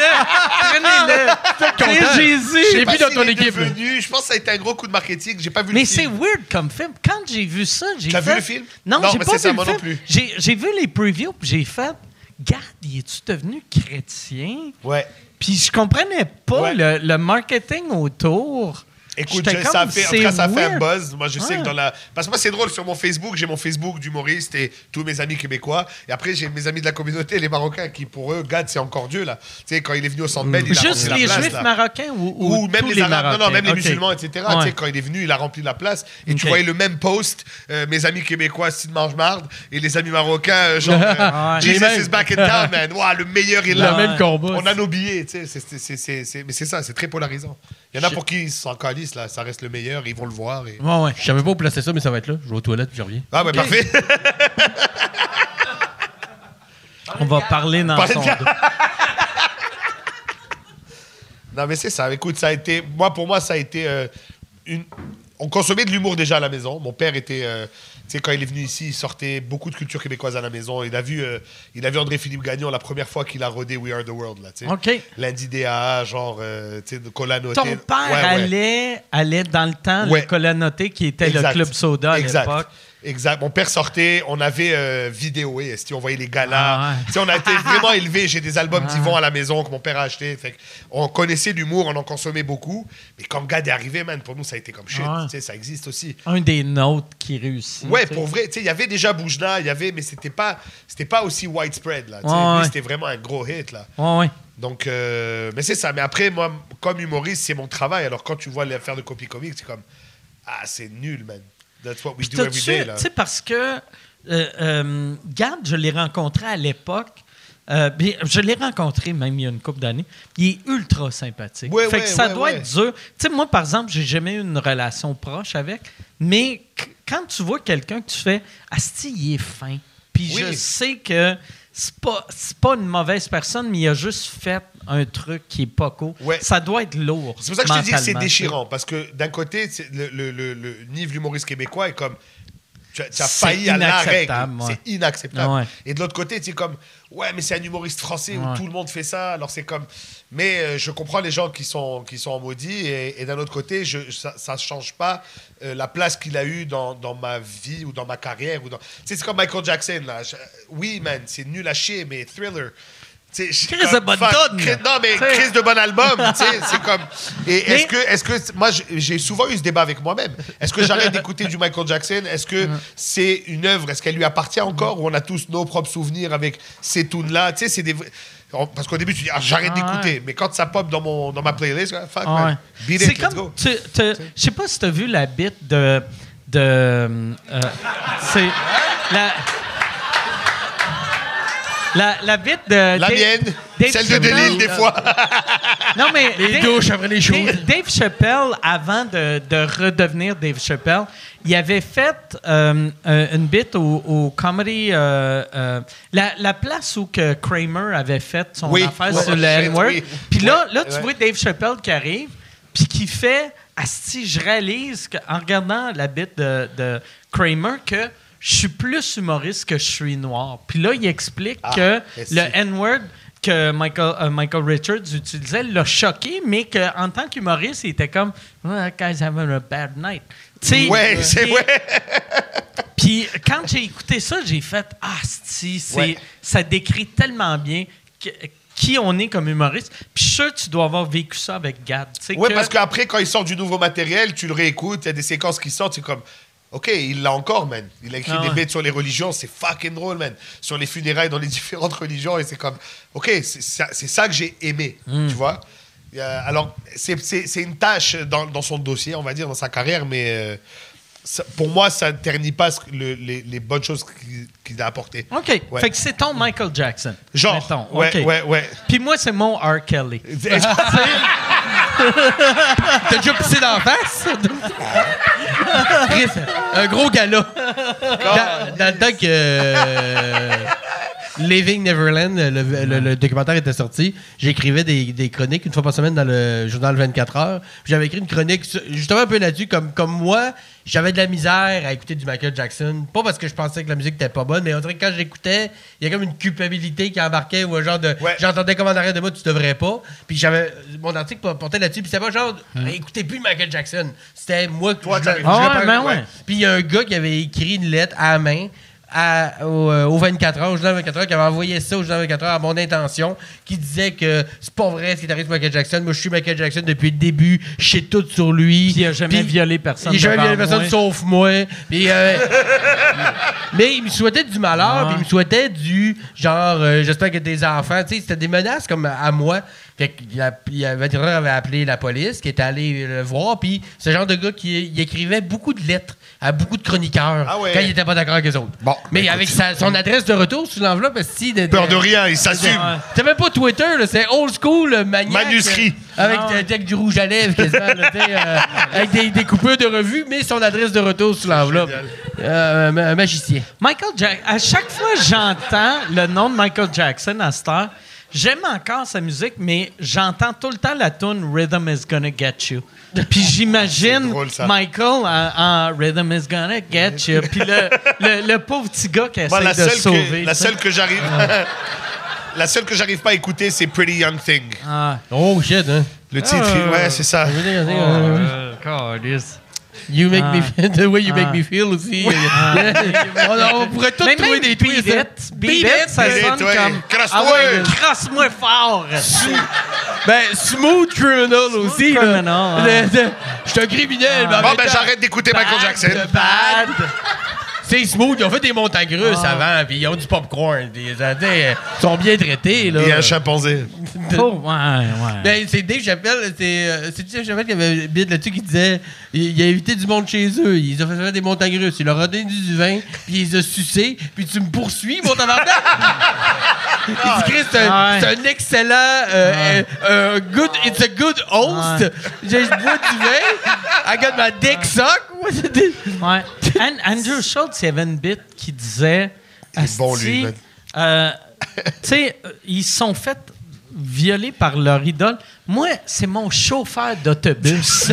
C: prenez-le. Prenez-le. Prenez
F: Je
C: Jésus.
F: l'ai
E: Parce
F: vu dans
E: qu'il
F: ton
E: est
F: équipe. là.
E: devenu- je pense que ça a été un gros coup de marketing, j'ai pas vu
C: Mais
E: le
C: c'est
E: film.
C: weird comme film. Quand j'ai vu ça, j'ai
E: T'as
C: fait...
E: vu le film?
C: Non,
E: Non,
C: j'ai
E: mais
C: pas
E: c'est
C: vu
E: ça,
C: le
E: moi non
C: film.
E: plus.
C: J'ai, j'ai vu les previews, puis j'ai fait... Gad, il est-tu devenu chrétien?
E: Ouais.
C: Puis je comprenais pas
E: Ouais.
C: le, le marketing autour.
E: Écoute,
C: J'étais
E: je-
C: comme,
E: ça a fait, en tout
C: c'est
E: cas, ça a fait
C: weird.
E: un buzz. Moi, je sais
C: Ouais.
E: que dans la. Parce que moi, c'est drôle, sur mon Facebook, j'ai mon Facebook d'humoriste et tous mes amis québécois. Et après, j'ai mes amis de la communauté, les Marocains, qui pour eux, Gad, c'est encore Dieu, là. Tu sais, quand il est venu au centre Bell, il a
C: Juste
E: rempli la
C: les
E: place,
C: Juifs
E: là.
C: marocains ou, ou
E: ou, même
C: tous
E: les, Arabes, non, non, même les
C: Ok.
E: musulmans, etc. Tu sais,
C: Ouais.
E: quand il est venu, il a rempli la place. Et
C: Ok.
E: tu voyais le même post, euh, mes amis québécois, Sid Margemarde, et les amis marocains, euh, genre, euh,
C: ouais.
E: Jesus
F: Les mêmes.
E: is back in town, man. Ouah, le meilleur est
F: Le
E: là.
F: même combat.
E: On a nos billets, tu sais. c'est- c'est- c'est- c'est- c'est- Mais c'est ça, c'est très polarisant. Il y en a pour qui ils s'en calissent, là. Ça reste le meilleur, ils vont le voir. Et...
C: Ouais, ouais.
F: Je savais pas où placer ça, mais ça va être là. Je vais aux toilettes puis je reviens.
E: Ah, ouais, parfait.
C: On va parler dans
E: Parler
C: son
E: de- Non, mais c'est ça. Écoute, ça a été. Moi, pour moi, ça a été. euh, une... On consommait de l'humour déjà à la maison. Mon père était. euh, Tu sais, quand il est venu ici, il sortait beaucoup de culture québécoise à la maison. Il a vu, euh, il a vu André-Philippe Gagnon la première fois qu'il a rodé We Are the World. Là, tu sais.
C: OK.
E: Lundi DA, genre, euh, tu sais, de Colan Hotel.
C: Ton
E: Ouais,
C: père
E: ouais.
C: Allait, allait dans le temps,
E: Ouais.
C: le colanoté qui était le
E: Exact.
C: club soda à
E: Exact.
C: l'époque.
E: Exact. Mon père sortait, on avait euh, vidéo et on voyait les galas.
C: Ah ouais.
E: Tu sais, On
C: *laughs*
E: a été vraiment élevés. J'ai des albums d'Yvon à la maison que mon père a acheté. Fait que on connaissait l'humour, on en consommait beaucoup. Mais quand Gad est arrivé, man, pour nous, ça a été comme shit.
C: Ah ouais.
E: Tu sais, Ça existe aussi.
C: Un des nôtres qui réussit.
E: Ouais,
C: tu sais.
E: pour vrai, tu sais, il y avait déjà Boujna, il y avait, mais c'était pas, c'était pas aussi widespread là. tu sais.
C: Ouais,
E: Lui,
C: ouais.
E: c'était vraiment un gros hit là.
C: Ouais, ouais.
E: Donc, euh, mais c'est ça. Mais après, moi, comme humoriste, c'est mon travail. Alors quand tu vois l'affaire de Copy Comics, c'est comme, ah, c'est nul, man. That's what we
C: Puis
E: do
C: t'as-tu-
E: every day là.
C: Tu sais, parce que euh, euh, Gad, je l'ai rencontré à l'époque. euh, puis je l'ai rencontré même il y a une couple d'années. Il est ultra sympathique.
E: Ouais,
C: fait
E: ouais,
C: que ça
E: ouais,
C: doit
E: ouais.
C: être dur. Tu sais, moi, par exemple, j'ai jamais eu une relation proche avec, mais qu- quand tu vois quelqu'un que tu fais Asti, il est fin. Puis
E: Oui.
C: je sais que c'est pas, c'est pas une mauvaise personne, mais il a juste fait un truc qui est pas cool.
E: Ouais.
C: Ça doit être lourd.
E: C'est pour ça que je te dis que c'est
C: mentalement,
E: déchirant, parce que d'un côté, c'est le, le, le, le niveau de l'humoriste québécois est comme. Tu as, tu as
C: C'est
E: failli à la règle.
C: inacceptable, ouais.
E: C'est inacceptable.
C: Ouais.
E: Et de l'autre côté, tu es comme, ouais, mais c'est un humoriste français
C: Ouais.
E: où tout le monde fait ça. Alors c'est comme. Mais euh, je comprends les gens qui sont, qui sont en maudit. Et, et d'un autre côté, je, ça ne change pas euh, la place qu'il a eue dans, dans ma vie ou dans ma carrière. ou dans... Tu sais, C'est comme Michael Jackson. Là. Je- oui, man, c'est nul à chier, mais thriller. Tu sais, je-
C: Chris de bonne
E: fuck,
C: tonne.
E: Chris- Non, mais
C: Tu sais.
E: Chris de bon album. tu sais, c'est comme. Et
C: Mais-
E: est-ce que, est-ce que moi j'ai- j'ai souvent eu ce débat avec moi-même. Est-ce que j'arrête d'écouter du Michael Jackson Est-ce que c'est une œuvre Est-ce qu'elle lui appartient encore Ou on a tous nos propres souvenirs avec ces tunes là Tu sais, c'est des vrais- on- parce qu'au début tu dis ah, j'arrête
C: Ah
E: d'écouter, mais quand ça pop dans mon dans ma playlist, ah, fuck,
C: Ah ouais.
E: man. Beat it,
C: C'est
E: let's
C: comme.
E: go.
C: tu- tu- Je sais pas si t'as vu la bite de. de euh, c'est. La. La, la bite de.
E: La
C: Dave-
E: mienne,
C: Dave
E: celle de
C: Chappelle. euh,
E: Delille des fois.
C: Non, mais.
F: Les
C: Dave-
F: douches après les choses.
C: Dave, Dave Chappelle, avant de, de redevenir Dave Chappelle, il avait fait euh, euh, une bit au, au comedy. euh, euh, la, la place où que Kramer avait fait son
E: Oui.
C: affaire
E: Ouais.
C: sur le
E: Ouais.
C: N-word.
E: Oui.
C: Puis là, là, tu
E: Ouais.
C: vois Dave Chappelle qui arrive, puis qui fait Asti, je réalise qu'en regardant la bite de, de Kramer que je suis plus humoriste que je suis noir. Puis là, il explique
E: Ah,
C: que
E: est-ce
C: le
E: que-
C: N-word que Michael, euh, Michael Richards utilisait l'a choqué, mais qu'en tant qu'humoriste, il était comme oh, that guy's having a bad night. Tu sais,
E: Ouais, c'est
C: il-
E: ouais.
C: puis quand j'ai écouté ça, j'ai fait Ah, si, c'est-
E: Ouais.
C: ça décrit tellement bien que- qui on est comme humoriste. Puis je suis sûr que tu dois avoir vécu ça avec Gad. tu sais,
E: Ouais,
C: que-
E: parce qu'après, quand il sort du nouveau matériel, tu le réécoutes, il y a des séquences qui sortent, c'est comme. Ok, il l'a encore, man. Il a écrit
C: Ah
E: des
C: ouais.
E: bêtes sur les religions, c'est fucking drôle, man. Sur les funérailles dans les *laughs* différentes religions, et c'est comme. Ok, c'est ça, c'est ça que j'ai aimé,
C: Hmm.
E: tu vois. Il y a- alors, c'est- c'est c'est une tâche dans, dans son dossier, on va dire, dans sa carrière, mais euh, ça- pour moi, ça ne ternit pas ce que le- les, les bonnes choses qu'il qu'il a apportées.
C: OK.
E: Ouais.
C: Fait que c'est ton Michael Jackson.
E: Genre.
C: mettons.
E: Ouais,
C: OK.
E: ouais, ouais.
C: Puis moi, c'est mon R. Kelly.
F: T'as déjà pissé dans la face? Chris, un gros gala. Dans, dans le temps que euh, Living Neverland, le, le- le documentaire était sorti, j'écrivais des, des chroniques une fois par semaine dans le journal 24 heures. J'avais écrit une chronique sur- justement un peu là-dessus, comme, comme moi, j'avais de la misère à écouter du Michael Jackson. Pas parce que je pensais que la musique était pas bonne, mais on dirait que quand je l'écoutais, il y a comme une culpabilité qui embarquait ou un genre de
E: Ouais.
F: j'entendais comme en arrière de moi, tu devrais pas. Puis j'avais. Mon article portait là-dessus. Puis c'était pas genre, écoutez plus Michael Jackson. C'était moi que
E: Toi,
F: je-
E: t'arrives.
F: je
C: Ah ouais,
F: réparais-
C: ben ouais.
F: Puis il y a un gars qui avait écrit une lettre à la main. À, au, euh, au 24 heures, au journal 24 heures, qui avait envoyé ça au journal 24 heures à mon intention, qui disait que c'est pas vrai ce qui est arrivé sur Michael Jackson. Moi, je suis Michael Jackson depuis le début, je sais tout sur lui.
C: Puis il a jamais
F: Puis-
C: violé personne.
F: il jamais
C: devant
F: violé personne
C: moi.
F: sauf moi. Puis, euh, mais il me souhaitait du malheur, puis il me souhaitait du genre, euh, j'espère que tes enfants, tu sais, c'était des menaces comme à moi. Fait que la, il y avait, il avait appelé la police qui est allée le voir, puis ce genre de gars qui il écrivait beaucoup de lettres à beaucoup de chroniqueurs
E: Ah ouais.
F: quand il était pas d'accord avec les autres.
E: Bon,
F: mais
E: ben
F: avec sa- son adresse de retour sur l'enveloppe, si de,
E: Peur de rien, il s'assume.
F: T'as même pas Twitter, là, c'est old school, euh, maniaque.
E: Manuscrit.
F: euh, avec, euh, avec du rouge à lèvres, quasiment, là, t'sais, euh, avec des, des coupures de revue, mais son adresse de retour sur l'enveloppe.
E: Génial.
F: Euh, un magicien.
C: Michael Jackson. À chaque fois que j'entends le nom de Michael Jackson à cette heure, j'aime encore sa musique, mais j'entends tout le temps la tune Rhythm is gonna get you. Puis
E: *laughs* C'est
C: j'imagine
E: drôle, ça.
C: Michael en, en Rhythm is gonna get you. Puis
E: *laughs*
C: le, le, le pauvre petit gars qui
E: Bah,
C: essaie
E: la,
C: de
E: seule
C: sauver.
E: que, la
C: tu sais.
E: seule que j'arrive. *laughs* la seule que j'arrive pas à écouter, c'est Pretty Young Thing. Ah.
C: Ah,
F: Oh shit, hein?
E: Le titre, ouais, c'est ça.
F: Oh,
C: euh, câlisse.
F: You make me
C: Ah.
F: feel, *laughs* the way you
C: Ah.
F: make me feel aussi. *laughs* on, on pourrait tous
C: Mais même
F: trouver des hein.
C: beat
F: tweets.
C: it, beat it, ça
E: beat it,
C: sonne
E: hein. ouais.
C: comme
E: Crasse-toi.
C: ah ouais, crasse-moi fort.
F: Ben, smooth criminal aussi. là.
C: criminal, ah.
F: Le-
C: ouais.
F: le- Je suis un criminel. mais en
E: Bon,
F: même
E: ben
F: temps-
E: j'arrête d'écouter Michael Jackson.
F: de bad. C'est smooth, ils ont fait des montagnes russes
C: Ah.
F: avant, puis ils ont du popcorn. puis, euh, t'sais, euh, Ils sont bien traités, là.
E: Et un chimpanzé.
C: Oh, *laughs* ouais, ouais.
F: Ben, c'est Dave Chappelle, c'est euh, c'est Dave Chappelle qui avait un bid là-dessus qui disait il, il a invité du monde chez eux, ils ont fait faire des montagnes russes, il leur a donné du vin, puis ils ont sucé, puis tu me poursuis, mon
C: *laughs*
F: tabarnak! il dit Chris, c'est
C: Ah
F: un,
C: ouais.
F: c'est un excellent. euh, euh, euh, good, it's a good host.
C: Ouais.
F: J'ai Je bois du vin, I got my dick suck.
C: Ouais. An- Andrew Schultz, il y avait une bite qui disait.
E: Il est bon,
C: Asti,
E: lui, man.
C: euh, tu sais, euh, ils se sont fait violer par leur idole. Moi, c'est mon chauffeur
F: *laughs*
C: d'autobus.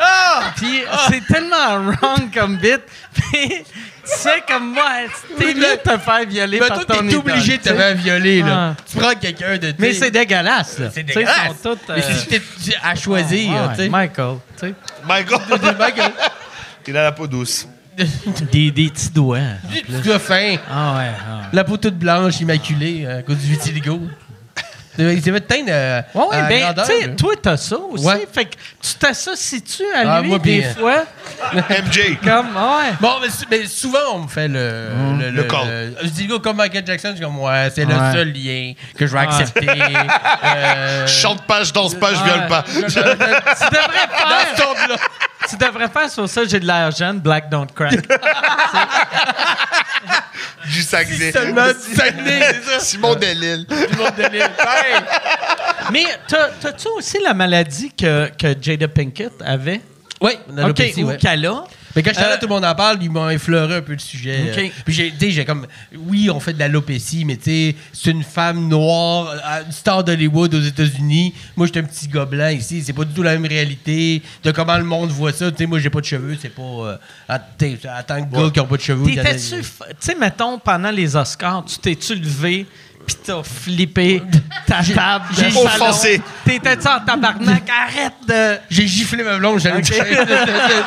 C: Ah! Puis c'est tellement wrong comme bite. Puis, tu sais, comme moi, t'es mieux de te faire violer
F: Mais
C: par
F: toi,
C: ton idole.
F: t'es obligé de
C: tu
F: te
C: sais.
F: faire violer, là.
C: Ah.
F: Tu prends quelqu'un de.
C: Mais c'est dégueulasse, là.
F: C'est
C: Tu sais, ils
F: dégueulasse.
C: sont tous, euh,
F: Mais si t'es t'es à choisir,
C: ouais,
F: tu sais.
C: Michael, tu sais.
E: Michael,
F: Le mec, euh,
E: il a la peau douce.
C: Des, des petits doigts.
F: Tu as faim.
C: Ah ouais, ah ouais.
F: La peau toute blanche, immaculée, euh, à cause du vitiligo. C'est c'est votre teinte euh,
C: Ouais, ouais,
F: à
C: ben,
F: grandeur,
C: tu sais,
F: là.
C: toi, t'as ça aussi.
F: Ouais.
C: Fait que tu t'associes-tu à
F: Ah,
C: lui
F: moi,
C: des
F: bien.
C: fois?
E: MJ.
C: Comme, ah ouais.
F: Bon, mais, sou- mais souvent, on me fait le... Le,
E: Le call.
F: le vitiligo comme Michael Jackson, je suis comme, ouais, c'est
C: Ouais.
F: le seul lien que je vais
C: *laughs*
F: accepter. euh,
E: Je chante pas, je danse pas, je viole pas.
C: tu devrais
E: *laughs*
C: faire. Tu devrais faire sur ça, j'ai de l'air jeune, Black Don't
F: *laughs*
C: Crack.
E: Du Saguenay.
F: seulement
E: *laughs*
F: du Saguenay,
E: Simon Delille.
F: tout le monde de l'île. Hey!
C: Mais t'as- t'as-tu aussi la maladie que, que Jada Pinkett avait?
F: Oui, on a
C: OK,
F: l'opécie,
C: ou
F: ouais.
C: qu'elle a?
F: Mais quand j'étais
C: Euh,
F: là, tout le monde en parle, ils m'ont effleuré un peu le sujet.
C: Ok.
F: euh. Puis j'ai, tu sais, j'ai comme, oui, on fait de l'alopécie, mais tu sais, c'est une femme noire, euh, une star d'Hollywood aux États-Unis. Moi, j'étais un petit gobelin ici. C'est pas du tout la même réalité de comment le monde voit ça. Tu sais, moi, j'ai pas de cheveux, c'est pas. Euh, en- tu sais, en tant que gars qui ont pas de cheveux. il y en a-
C: T'étais-tu, f- tu sais, mettons, pendant les Oscars, tu t'es-tu levé pis t'as flippé ta table de
F: j'ai
C: salon?
E: offensé.
C: T'étais-tu en tabarnak? Arrête de...
F: J'ai giflé ma blonde, j'allais
C: Ok.
F: me faire-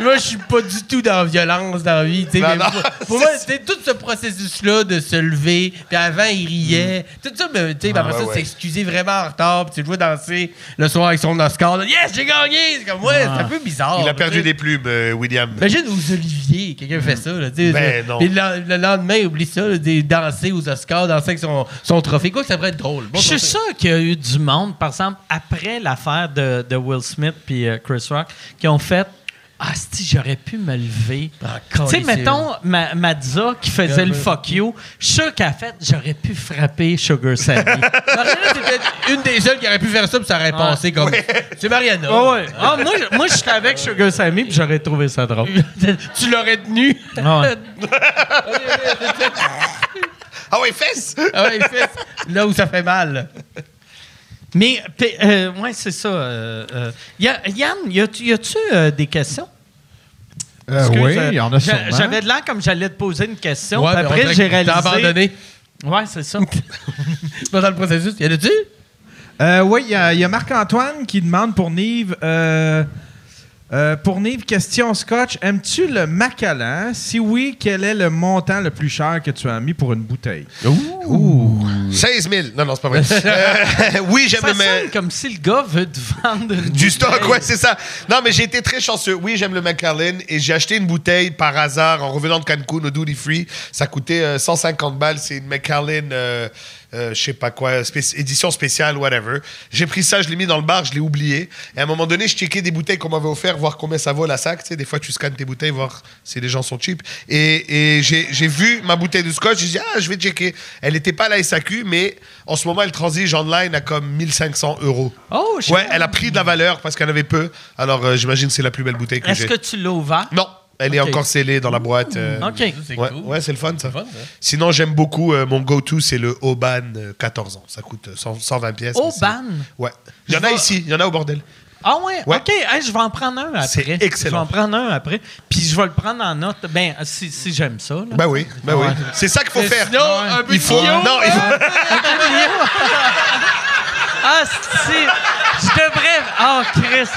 F: Moi, je suis pas du tout dans la violence, dans la vie. tu sais,
E: Non,
F: mais
E: non.
F: Pour, pour moi, c'était tout ce processus-là de se lever, puis avant, il riait. Tout ça, mais, tu sais, ben, après
E: Mm. Ah, ouais,
F: ça,
E: ouais.
F: s'excuser vraiment en retard, puis tu le vois danser le soir avec son Oscar. là, yes, j'ai gagné! C'est comme, ouais, c'est un peu bizarre.
E: Ah. Il a
F: tu
E: perdu
F: sais.
E: des plumes, euh, William.
F: Imagine aux Olivier, quelqu'un fait ça. Là, tu sais,
E: Ben,
F: là.
E: non.
F: Puis le, le lendemain, oublie ça, là, des- danser aux Oscars, danser avec son, son trophée. Quoi que ça pourrait être drôle. Bon
C: Je suis
F: trophée.
C: sûr qu'il y a eu du monde, par exemple, après l'affaire de, de Will Smith puis euh, Chris Rock, qui ont fait « Ah, si j'aurais pu me lever.
F: Ah,
C: Tu sais,
F: calissime.
C: mettons, ma, Madza qui faisait le
F: Ouais.
C: fuck you, je suis sûr qu'elle a fait « J'aurais pu frapper Sugar *laughs* Sammy.
F: Mariana, c'était une des seules qui aurait pu faire ça, puis ça aurait passé comme. C'est Mariana.
C: Ah ouais. Ah, moi, je- moi, je suis avec Sugar Sammy puis j'aurais trouvé ça drôle.
F: tu l'aurais tenu.
C: Ah ouais.
E: Ah ouais, fesses!
F: Ah ouais, fais- là où ça fait mal.
C: *laughs* Mais, p- euh, ouais, c'est ça. euh, euh. Y a- Yann, y a-tu y a-tu, euh, des questions?
F: Ben
C: Excuse,
B: oui,
C: euh,
B: il y en a
C: j'a-
B: sûrement.
C: J'avais de l'air comme j'allais te poser une question.
F: Ouais,
C: puis
F: mais on dirait
C: après,
F: que
C: j'ai
F: T'as
C: réalisé.
F: abandonné.
C: Ouais, c'est
E: *laughs*
C: ça.
F: Pendant le processus, y en a-tu?
G: Euh, oui, il y a, il y a Marc-Antoine qui demande pour Nive. euh, euh, pour Nive, question scotch. Aimes-tu le Macallan? Si oui, quel est le montant le plus cher que tu as mis pour une bouteille?
E: 16 000. Non, non, c'est pas *laughs* vrai. Euh, oui, j'aime
C: Ça
E: le ma-
C: sonne comme si le gars veut te vendre une
E: Du stock,
C: bouteille.
E: ouais, c'est ça. Non, mais j'ai été très chanceux. Oui, j'aime le McAllen et j'ai acheté une bouteille par hasard en revenant de Cancun au Duty Free. Ça coûtait euh, 150 balles. C'est une McAllen, euh, euh, je sais pas quoi, spéc- édition spéciale, whatever. J'ai pris ça, je l'ai mis dans le bar, je l'ai oublié. Et à un moment donné, je checkais des bouteilles qu'on m'avait offertes, voir combien ça vaut la sac. Tu sais, des fois, tu scannes tes bouteilles, voir si les gens sont cheap. Et, et j'ai j'ai vu ma bouteille de scotch. J'ai dit, ah, je vais checker. Elle n'était pas à la SAQ, mais en ce moment, elle transige online à comme 1500 euros.
C: Oh, je
E: Ouais, elle a pris de la valeur parce qu'elle avait peu. Alors, euh, j'imagine que c'est la plus belle bouteille que
C: Est-ce
E: j'ai.
C: que tu l'as ouvert?
E: Non, elle est
C: Ok.
E: encore scellée dans la boîte. euh,
C: OK.
F: C'est
E: Ouais,
F: cool.
E: ouais, c'est le fun, ça.
F: fun, ça.
E: Sinon, j'aime beaucoup. euh, mon go-to, c'est le Oban euh, 14 ans. Ça coûte euh, 100 120 pièces. mais c'est-
C: Oban?
E: Ouais. Il y en
C: Je
E: a
C: vais-
E: ici, il y en a au bordel.
C: Ah ouais?
E: Ouais.
C: OK, hey, je vais en prendre un après.
E: C'est excellent.
C: Je vais en prendre un après. Puis je vais le prendre en note. Ben, si, si j'aime ça. là.
E: Ben oui, ben oui. C'est ça qu'il faut faire.
F: Sinon, un peu
E: il faut. Non,
C: euh,
E: il faut.
C: Ah, si! Je devrais. Ah, Chris!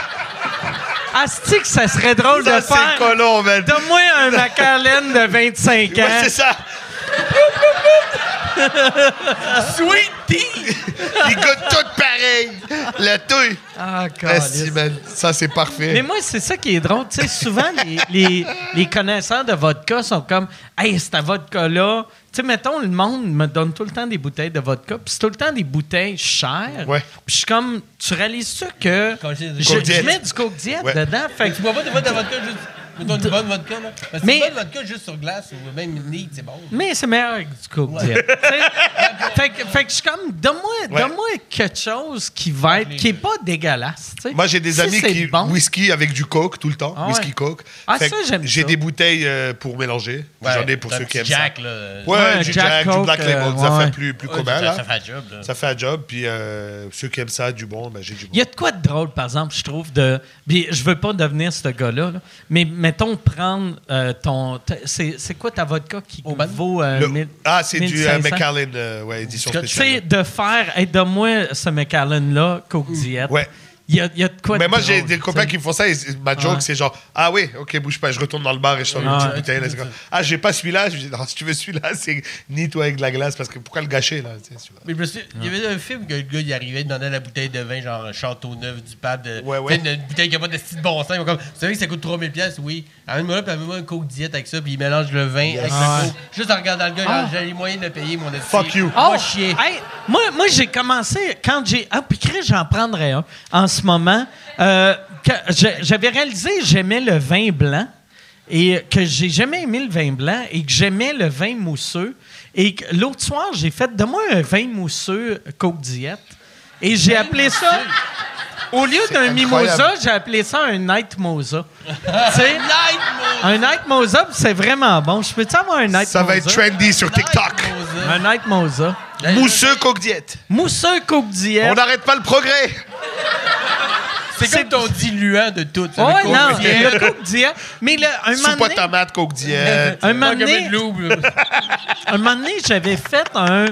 C: Asti, que ça serait drôle
E: Ça,
C: de faire.
E: c'est colon, man.
C: Donne-moi un Macallen de 25 ans.
E: Ouais, c'est ça.
F: Sweetie!
E: Ils goûtent tous pareil. La touille.
C: Ah, câlisse.
E: Merci, man. Ça, c'est parfait.
C: Mais moi, c'est ça qui est drôle. Tu sais, souvent, les, les- les connaisseurs de vodka sont comme Hey, c'est ta vodka-là. Tu sais, mettons, le monde me donne tout le temps des bouteilles de vodka, puis c'est tout le temps des bouteilles chères.
E: Ouais.
C: Puis je suis comme, tu réalises-tu que
F: Coke
C: je,
F: Diet.
C: je
E: Coke Diet.
C: mets du coke diète
E: Ouais.
C: dedans? Fait que-
F: Tu bois pas des fois de vodka juste. Mettons une bonne vodka, là. Parce que
C: Mais-
F: une bonne vodka juste sur glace ou même une nid, c'est bon.
C: mais c'est meilleur que du coke diète. Tu sais, fait, que- fait que je suis comme, donne-moi
E: Ouais.
C: donne-moi quelque chose qui va être, qui est pas dégueulasse. tu sais.
E: Moi, j'ai des
C: Si
E: amis
C: c'est
E: qui
C: bon.
E: whisky avec du coke tout le temps,
C: Ah ouais.
E: whisky coke.
C: Ah,
E: Fait
C: ça,
E: que
C: j'aime
E: J'ai
C: ça.
E: des bouteilles euh, pour mélanger. J'en ai pour
F: Un
E: ceux qui
F: petit
E: aiment
F: Jack,
E: ça.
F: là. euh,
E: Ouais,
C: Ouais,
E: du
C: Jack
E: Jack,
C: Coke,
E: du Black Label,
C: euh,
E: ça
C: ouais.
E: fait plus, plus commun
F: ça-
E: là.
F: Ça fait un job, là.
E: Ça fait un job, puis euh, ceux qui aiment ça, du bon, ben, j'ai du bon.
C: Il y a de quoi de drôle, par exemple, je trouve, de. Puis je veux pas devenir ce gars-là, là, mais mettons prendre euh, ton. t- C'est c'est quoi ta vodka qui
F: Oban?
C: vaut. euh,
E: Le-
C: mille-
E: ah, c'est du euh,
C: 1500?
E: McAllen, euh, ouais, édition
C: Tu
E: spéciale.
C: sais, de faire. Hey, Donne-moi ce McAllen-là, Coke Diet.
E: Mm. Ouais.
C: Il y a, il y a de quoi
E: Mais
C: de
E: moi, j'ai
C: drôle,
E: des
C: tu
E: copains
C: sais.
E: qui me font ça, et c'est- ma joke,
C: Ouais.
E: c'est genre, ah oui, ok, bouge pas, je retourne dans le bar et je sors une
C: Ah,
E: petite
C: ouais.
E: bouteille. là, c'est comme, ah, j'ai pas celui-là, je dis, non, si tu veux celui-là, c'est ni toi avec de la glace, parce que pourquoi le gâcher, là, tu sais, celui-là.
F: Mais je me souviens, il y avait un film que le gars, il arrivait, il demandait la bouteille de vin, genre Châteauneuf du Pape. De,
E: Ouais, ouais.
F: tu sais, Une, une bouteille qui a pas de style de bon sens. Ils vont comme, vous savez que ça coûte 3000$, piastres? oui. Amène-moi là, puis amène-moi un coke diète avec ça, puis il mélange le vin avec le coke. Juste en regardant le gars, genre, j'ai les moyens de le payer, mon esti.
E: Fuck you.
C: Ah. Oh!
F: Pas chier.
C: Hey, moi, moi j'ai commencé quand j'ai. Ah, puis Chris, j'en prendrais un en ce moment. Euh, que- j'ai- J'avais réalisé que j'aimais le vin blanc et que j'ai jamais aimé le vin blanc et que j'aimais le vin mousseux. Et que l'autre soir, j'ai fait de moi un vin mousseux Coke Diète. Et j'ai appelé ça. Au lieu
E: C'est
C: d'un
E: incroyable.
C: mimosa, j'ai appelé ça un night mosa. Tu sais?
E: *laughs*
C: Un night mosa, puis c'est vraiment bon. Je peux-tu avoir un night
E: Ça
C: mosa?
E: va être trendy sur TikTok.
C: Un night mosa.
E: Mousseux coke diète.
C: Mousseux coke diète.
E: On n'arrête pas le progrès.
F: C'est comme ton diluant de tout. ça,
C: Ouais,
F: le
C: non,
F: coke diète.
C: le coke diète. Mais le, un moment
E: Soupe à
C: donné-
E: tomate, coke diète.
C: *laughs* un
F: Ah,
C: moment
F: comme
C: donné-
F: une loupe, là.
C: un moment donné, j'avais fait un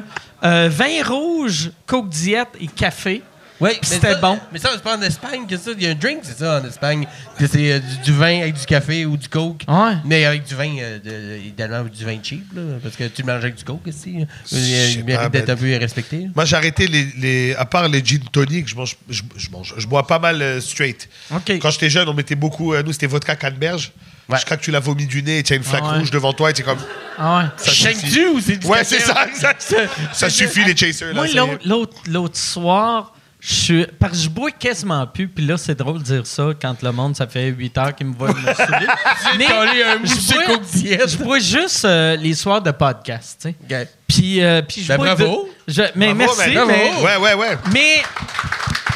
C: euh, vin rouge, coke diète et café.
F: Oui,
C: Puis
F: mais
C: c'était
F: ça-
C: bon.
F: Mais ça, c'est pas en Espagne que ça. Il y a un drink, c'est ça, en Espagne. que C'est euh, du, du vin avec du café ou du coke.
C: Ouais.
F: Mais avec du vin, euh, de- idéalement, ou du vin cheap, là, parce que tu le manges avec du coke aussi. hein.
E: sais
F: Il
E: pas,
F: mérite d'être
E: ben-
F: un peu respecté.
E: Moi, j'ai arrêté les, les- À part les gin tonic, je mange. Je, je mange je bois pas mal euh, straight.
C: OK.
E: Quand j'étais jeune, on mettait beaucoup. euh, nous, c'était vodka canneberge.
F: Ouais.
E: Je crois que tu l'as vomi du nez et tu as une flaque
C: Ah ouais.
E: rouge devant toi et
C: *laughs*
E: t'es comme.
C: Ah ouais.
E: Ça suffit.
F: ou c'est du
E: Ouais, c'est
C: *laughs*
E: ça, exact. Ça suffit, les chasers. Là,
C: ah, Moi,
E: ça y est.
C: l'autre- l'autre l'autre soir, je suis. Parce que je bois quasiment plus, puis là, c'est drôle de dire ça quand le monde, ça fait 8 heures qu'il me voit me
E: *laughs*
C: souder. Mais
F: collé un
C: je
F: mousseux
C: bois,
F: Coke diète.
C: je bois juste euh, les soirs de podcast, tu sais.
F: Ok.
C: Puis, euh, puis je
F: Ben,
C: bois
F: bravo.
C: deux- je- mais
E: Bravo,
C: merci.
E: man.
C: mais,
E: oh. Ouais, ouais, ouais.
C: mais-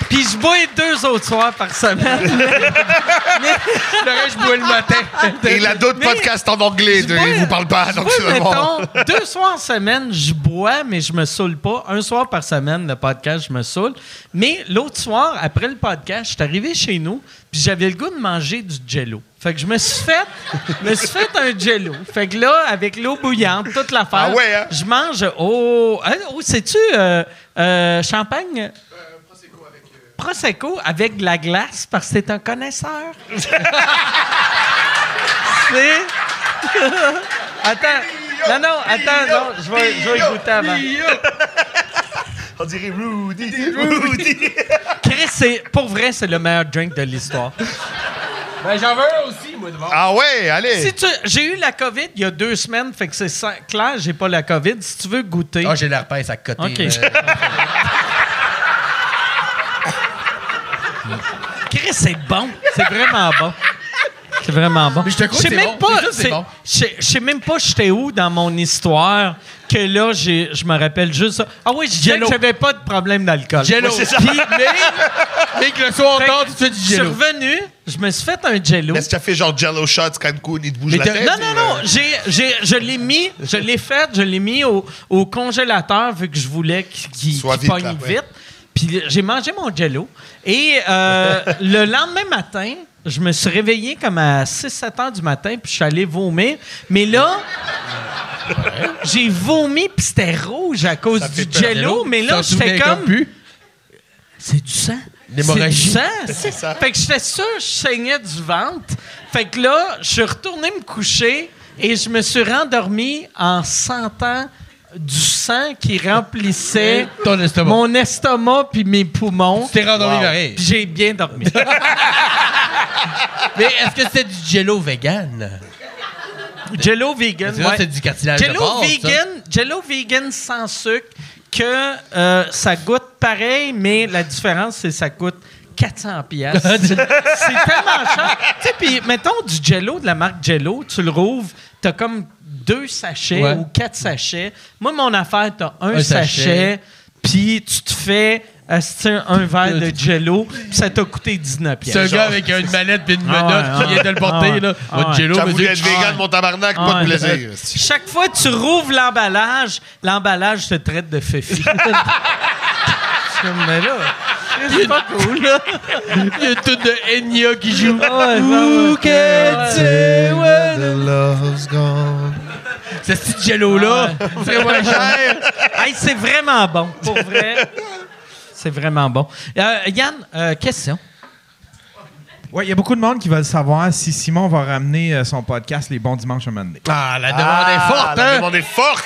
C: Puis je bois deux autres soirs par semaine.
F: Le reste, je bois le matin.
E: *laughs* Et il a d'autres
C: Mais-
E: podcasts en anglais,
C: Je
E: de-
C: bois-
E: il vous parle pas, donc
C: Oui,
E: c'est vraiment...
C: mettons, deux soirs en semaine, je bois, mais je me saoule pas. Un soir par semaine, le podcast, je me saoule. Mais l'autre soir, après le podcast, je suis arrivé chez nous, puis j'avais le goût de manger du jello. Fait que je me suis fait, je me suis fait un jello. Fait que là, avec l'eau bouillante, toute l'affaire,
E: Ah ouais, hein?
C: je mange. Oh, hein, oh, sais-tu euh, euh, champagne? Prosecco avec de la glace parce que c'est un connaisseur. c'est. *laughs* attends. Non, non, attends, non, je vais, je vais y goûter avant.
E: *laughs* On dirait Rudy.
C: Chris, c'est- pour vrai, c'est le meilleur drink de l'histoire.
F: Ben, j'en veux un aussi, moi, devant.
E: Ah ouais, allez.
C: Si tu- j'ai eu la COVID il y a deux semaines, fait que c'est sans- clair, j'ai pas la COVID. Si tu veux goûter.
F: Ah, j'ai l'herpès à côté.
C: Ok.
F: là.
C: *laughs* Chris, c'est bon. C'est vraiment bon. C'est vraiment bon.
F: Mais je te crois
C: sais
F: que c'est
C: même
F: bon.
C: pas.
F: C'est sûr que c'est
C: c'est-
F: bon.
C: Je sais- je sais même pas j'étais où dans mon histoire que là, j'ai- je me rappelle juste ça. Ah oui, je disais que
F: Jello.
C: j'avais pas de problème d'alcool.
F: Jello.
C: Puis-
F: c'est ça. Mais, mais que le soir, on
C: Fait
F: dort,
C: que
F: tu fais du
C: Je suis
F: jello.
C: revenu, je me suis fait un jello.
E: Mais si tu as fait genre Jello Shots, Cancun, il te bouge
F: Mais
E: la
F: t'as-
E: tête.
C: Non,
E: ou,
C: non, non.
E: euh,
C: j'ai- j'ai- je l'ai mis, je l'ai fait, je l'ai mis au, au congélateur vu que je voulais qu'il qu'il-
E: Soit
C: qu'il
E: vite,
C: pogne
E: là, ouais.
C: vite. Puis j'ai mangé mon jello. Et
E: *laughs*
C: euh, le lendemain matin, je me suis réveillé comme à 6-7 heures du matin, puis je suis allé vomir. Mais
E: *laughs*
C: là, j'ai vomi, puis c'était rouge à cause
E: Ça fait
C: du
E: peur.
C: jello. Mais là,
F: T'en
C: je fais
F: souvenais
C: comme.
F: plus.
C: C'est du sang.
F: L'hémorragie.
C: C'est du sang.
F: *laughs*
E: C'est ça.
C: Fait que j'étais sûr que je saignais du ventre. Fait que là, je suis retourné me coucher et je me suis rendormi en sentant du sang qui remplissait
F: *laughs* Ton estomac.
C: mon estomac puis mes poumons.
F: Tu t'es rendormi
E: Wow.
F: pareil.
C: Puis j'ai bien
F: *laughs*
C: dormi.
F: Mais est-ce que c'était du jello vegan?
C: Jello vegan.
F: Parce que là,
C: ouais.
F: c'est du cartilage de hein.
C: Jello
F: porc, ça.
C: vegan, Jello vegan sans sucre que euh, ça goûte pareil, mais la différence c'est que ça coûte 400 pièces.
F: *laughs*
C: c'est tellement cher. Tu sais, puis mettons du Jello de la marque Jello, tu le rouvres, t'as comme deux sachets
F: Ouais.
C: ou quatre sachets. Moi mon affaire, t'as un,
F: Un
C: sachet,
F: sachet.
C: puis tu te fais euh, asti, un verre de Jello, puis ça t'a coûté 19
F: C'est un
C: pièces.
F: gars avec une manette et une
C: Ah ouais,
F: menotte
C: ah
F: qui vient de le porter,
C: ouais,
F: là.
C: ah ouais.
F: Votre jello,
E: T'as voulu
F: monsieur.
E: être vegan, mon tabarnak,
C: Ah,
E: pas de
C: ouais.
E: plaisir.
C: Chaque fois que tu rouvres l'emballage, l'emballage te traite de féfi.
E: *laughs*
C: mais là, c'est pas cool, là.
F: Il y a tout de Enya qui joue.
C: Who can say when-
F: Ce petit jello-là,
E: Ah
F: c'est moins cher.
C: Hey, c'est vraiment bon, pour vrai. C'est vraiment bon. Euh, Yann, euh, question.
G: Ouais, il y a beaucoup de monde qui veulent savoir si Simon va ramener euh, son podcast Les Bons Dimanches à Monday.
F: Ah, la demande
E: Ah,
F: est forte,
E: La
F: hein?
E: demande est Oh! forte.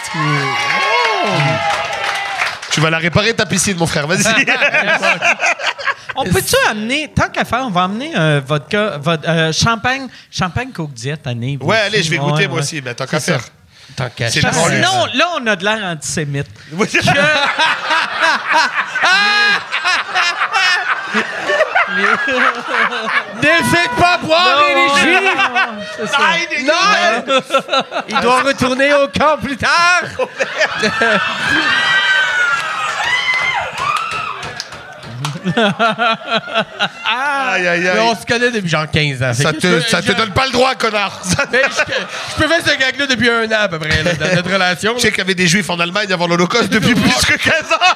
E: Tu vas la réparer, ta piscine, mon *laughs* frère, vas-y.
C: On peut-tu amener, tant qu'à faire, on va amener euh, vodka, vod- euh, champagne, champagne Coke Diet, année.
E: Ouais, allez, je vais goûter, moi
C: ouais.
E: aussi, mais tant qu'à faire.
F: Tant qu'à
E: C'est
F: faire.
E: le branlure.
C: Non, là, on a de l'air antisémite.
F: N'hésite pas à boire, Éligie! Non! hein. Il doit retourner au camp plus tard!
E: *laughs* Aïe, aïe,
F: Mais
E: aïe.
F: on se connaît depuis genre 15 ans.
E: Ça
F: Fait que je
E: te,
F: peux-
E: ça te
F: je-
E: donne pas le droit, *laughs* connard.
F: Mais je, je peux faire ce gag-là depuis un an à peu près, là, dans notre relation.
E: Je sais qu'il y avait des juifs en Allemagne avant l'Holocauste *laughs* depuis plus que 15 ans.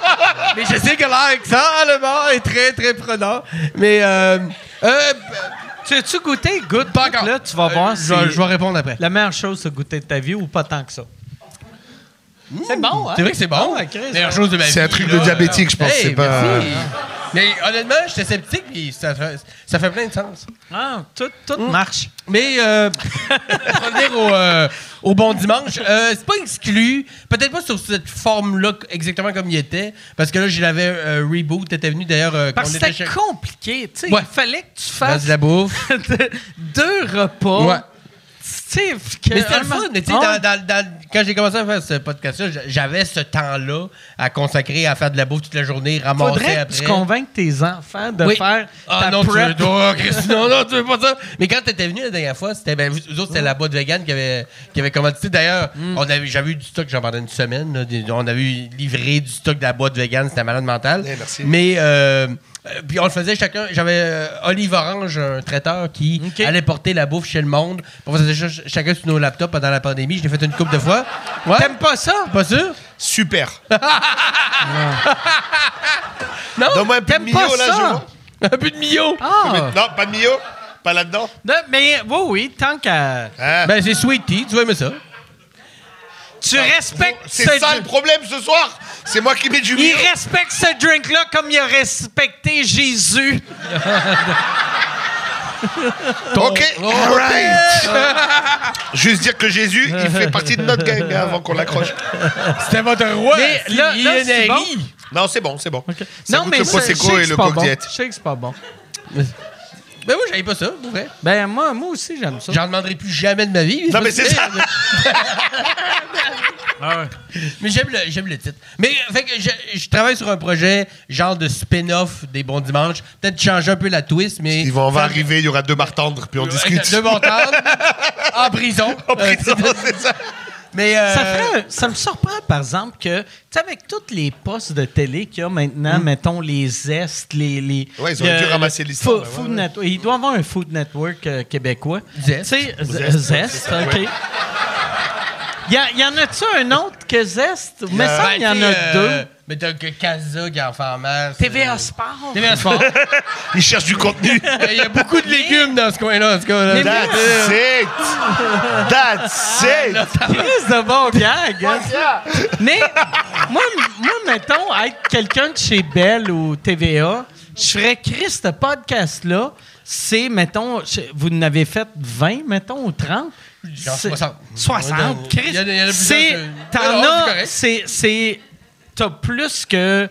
F: Mais je sais que l'Alexandre est très, très prenant. Mais, euh, euh,
C: Tu as-tu goûté? Goûte,
F: Pas
C: goûte,
F: encore.
C: là, tu vas voir.
F: euh,
C: si
F: je, vais- je vais répondre après.
C: La meilleure chose, c'est goûter de ta vie ou pas tant que ça.
E: Mmh.
C: c'est bon, hein?
F: C'est vrai que c'est bon.
C: Ah, Chris,
F: Meilleure chose de ma vie.
E: C'est un truc de
F: là.
E: diabétique, je pense,
F: Hey,
E: c'est pas-
F: merci. Mais honnêtement, j'étais sceptique, puis ça, fait- ça fait plein de sens.
C: Ah, tout, tout
E: Mmh.
C: marche.
F: Mais euh, *laughs* pour revenir au, euh, au bon dimanche, euh, c'est pas exclu. Peut-être pas sur cette forme-là exactement comme il était, parce que là, je l'avais euh, reboot. T'étais venu d'ailleurs euh, quand
C: Parce
F: on
C: que
F: était
C: c'était hein?
F: chez-
C: compliqué, tu sais.
F: Ouais.
C: Il fallait que tu
F: Vas-y,
C: fasses
F: la bouffe.
C: *laughs* deux repas.
F: Ouais.
C: Tu sais, que-
F: Mais c'était le fun, mais tu sais,
C: Ah,
F: dans- dans- dans- quand j'ai commencé à faire ce podcast-là, j- j'avais ce temps-là à consacrer à faire de la bouffe toute la journée, ramasser
C: Faudrait que
F: après.
C: tu convainques tes enfants de
F: Oui.
C: faire
F: Ah
C: ta
F: non, tu veux,
C: prep.
F: toi,
C: *laughs*
F: Christy, non, non, tu veux pas ça. Mais quand t'étais venu la dernière fois, c'était ben, vous, vous autres, c'était la boîte vegan qui avait, qui avait commandité. D'ailleurs,
C: Mm.
F: on avait, j'avais eu du stock, j'en vendais une semaine. là, des- on avait eu livré du stock de la boîte vegan, c'était malade mental.
E: Eh, merci.
F: Mais euh, euh, puis on le faisait chacun. J'avais euh, Olive Orange, un traiteur qui
C: Ok.
F: allait porter la bouffe chez le monde. On faisait ch- chacun sur nos laptops pendant la pandémie. Je l'ai fait une couple de fois. Ouais.
C: T'aimes pas ça?
F: Pas sûr?
E: Super.
F: Non?
E: Donne-moi un peu de
C: T'aimes pas
E: Mio, là, je
C: ça?
E: vois.
F: Un peu de millot.
C: Ah!
E: Non, pas de Mio. Pas là-dedans.
C: Non, mais oui, oui, tant qu'à.
E: Hein?
F: Ben, c'est sweet tea, tu vas aimer ça.
C: Tu respectes
E: C'est
C: ce
E: ça le problème ce soir. C'est moi qui mets du
C: Il
E: Mio.
C: respecte ce drink-là comme il a respecté Jésus.
E: Ok, all *laughs* right. Juste dire que Jésus, il fait partie de notre gang hein, avant qu'on l'accroche.
F: C'était votre roi. Mais
C: c'est
F: là, là c'est
C: Lionel
F: bon.
C: Richie.
E: Non, c'est bon, c'est bon. Ça
C: non,
E: goûte
C: mais
E: le
C: ça, je sais
E: Prosecco
C: que
E: et
C: c'est
E: le
C: pas
E: Coke
C: bon.
E: Diet.
C: Je sais que c'est pas bon.
F: Ben oui, j'avais pas ça, pour vrai.
C: Ben, moi, moi aussi, j'aime ça.
F: J'en demanderai plus jamais de ma vie.
E: Non, mais c'est ça. Ah
F: mais j'aime le, j'aime le titre. Mais euh, fait que je, je travaille sur un projet genre de spin-off des Bons Dimanches. Peut-être changer un peu la twist, mais...
E: Ils vont, on va arriver, il y aura deux martendres, puis on discute.
F: De
E: *laughs*
F: Montand, en prison.
E: En prison, c'est *laughs* ça.
F: mais... euh,
C: Ça, fait un- ça me surprend, par exemple, que, tu sais, avec tous les postes de télé qu'il y a maintenant, mettons les zestes, les. les
E: Ouais, ils auraient dû ramasser l'histoire,
C: Fo-
E: ouais,
C: Food
E: ouais.
C: Network. Il doit y avoir un Food Network euh, québécois.
F: Zest.
C: Tu sais, z-
E: Zest,
C: Zest,
E: ouais, c'est ça,
C: OK.
E: ouais.
C: Y, a- y en a-tu un autre que Zest? Mais
F: ben,
C: ça, il y en
F: tu
C: a
F: sais, euh,
C: deux.
F: Mais t'as que Casa qui en fait en masse.
C: TVA
F: euh,
C: Sport.
F: TVA Sport.
E: Ils cherchent
C: *laughs*
E: du contenu.
F: Il y a beaucoup de légumes dans ce coin-là, en tout cas. là.
C: Mais
E: That's it.
C: Ah,
E: That's it.
C: Chris de bon gag. hein. Mais moi, m- moi, mettons, être quelqu'un de chez Bell ou TVA, je ferais Chris, ce podcast-là, c'est, mettons, je- vous en avez fait 20, mettons, ou 30.
F: Genre
C: C'est-
F: 60.
C: 60,
F: Il
C: Chris.
F: y en a- il y en a plusieurs
C: C'est.
F: que-
C: T'en
F: Non, non, c'est
C: as.
F: correct.
C: C'est. c'est- T'as plus que. euh,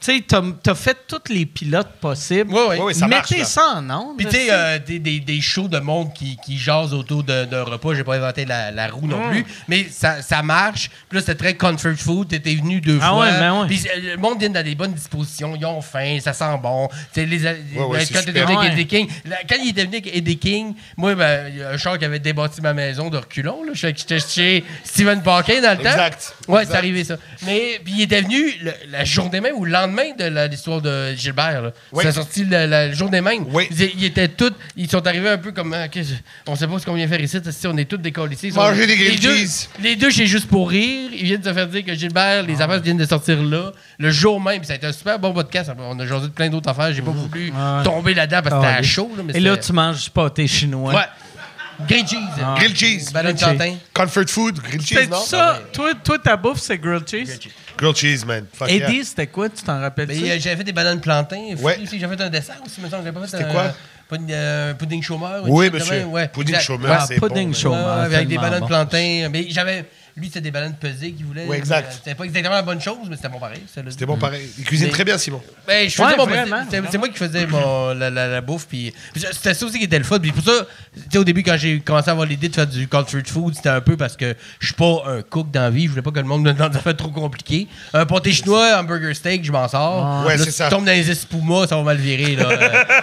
C: tu sais, t'as, t'as fait tous les pilotes possibles.
F: Ouais, ouais.
E: Ouais, ouais, ça marche,
C: Mettez
E: là.
C: ça en ondes.
F: Puis tu sais, euh, des, des, des shows de monde qui, qui jasent autour de- d'un repas. J'ai pas inventé la, la roue
C: Mm.
F: non plus. Mais ça, ça marche. Puis là, c'était très comfort food. T'étais venu deux
C: Ah
F: fois.
C: ouais, ben ouais.
F: Puis euh, le monde vient dans des bonnes dispositions. Ils ont faim, ça sent bon. Tu sais, les,
E: Ouais, ouais,
F: les-
E: c'est
F: quand t'étais
E: super.
F: venu avec
C: Ah Ouais.
F: Eddie King, la- quand il était venu avec Eddie King, moi, ben, il y a un char qui avait débattu ma maison de reculons. Là. Fait que J'étais chez Stephen Parkin dans le temps.
E: Exact.
F: Ouais,
E: Exact.
F: c'est arrivé ça. Mais puis il était venu le- la journée même ou le lendemain de la- l'histoire de Gilbert. Là.
E: Oui.
F: Ça a sorti le, la journée même.
E: Oui.
F: Ils, ils étaient tous, ils sont arrivés un peu comme euh, qu'est-ce- on sait pas ce qu'on vient faire ici, si on est tous des ici. Ils sont-
E: Manger des grilled
F: les deux,
E: cheese. Ah.
F: les deux, j'ai juste pour rire. Ils viennent de se faire dire que Gilbert, les affaires viennent de sortir là. Le jour même, Puis ça a été un super bon podcast. On a jasé de plein d'autres affaires.
E: Mhm.
F: J'ai pas voulu
C: Ah Ouais.
F: tomber là-dedans parce que c'était à chaud. Là, mais
C: Et là,
F: c'était-
C: tu manges du pâté chinois.
F: Ouais. Grilled cheese.
C: Ah.
E: Grilled cheese.
F: Ballon de
C: Grilled
F: Tintin.
E: Comfort food, grilled cheese,
C: C'est
E: non? Ah,
C: ça. Toi, toi, ta bouffe, c'est grilled cheese.
F: cheese.
E: Grilled cheese, man. Fuck yeah.
C: Eddie, c'était quoi? Tu t'en rappelles-tu?
F: Mais euh, j'avais fait des bananes plantains.
E: Ouais.
F: fruits aussi. J'avais fait un dessert aussi, me semble. J'avais pas fait
E: C'était
F: un-
E: quoi?
F: pud- euh, pudding chômeur. une
E: Oui,
F: chose de
E: monsieur.
F: même, ouais.
E: Pudding
F: Exact.
E: chômeur,
C: Ah,
E: c'est bon.
C: pudding
E: man.
C: chômeur.
F: Ouais, avec des
C: tellement
F: bananes
C: bon.
F: plantains. Mais j'avais. Lui, c'était des bananes pesées qu'il voulait. Euh,
E: Ouais, exact.
F: C'était pas exactement la bonne chose, mais c'était bon pareil. celle-là.
E: C'était bon pareil. Il cuisine
F: Mais-
E: très bien, Simon.
F: Ben, je faisais
C: Ouais,
F: mon
C: vraiment,
F: petit- c'est-
C: vraiment.
F: C'est moi qui faisais mon- la, la- la bouffe. Puis puis c'était ça aussi qui était le fun. Puis pour ça, tu sais, au début, quand j'ai commencé à avoir l'idée de faire du comfort food, c'était un peu parce que je suis pas un cook dans la vie. Je voulais pas que le monde me demande des affaires trop compliquées. Un pâté chinois, un burger steak, je m'en
C: Ah.
F: sors.
E: Ouais,
F: Là,
E: c'est
F: tu
E: ça.
F: tombes dans les espumas, ça va mal virer.
C: *laughs*
F: Là.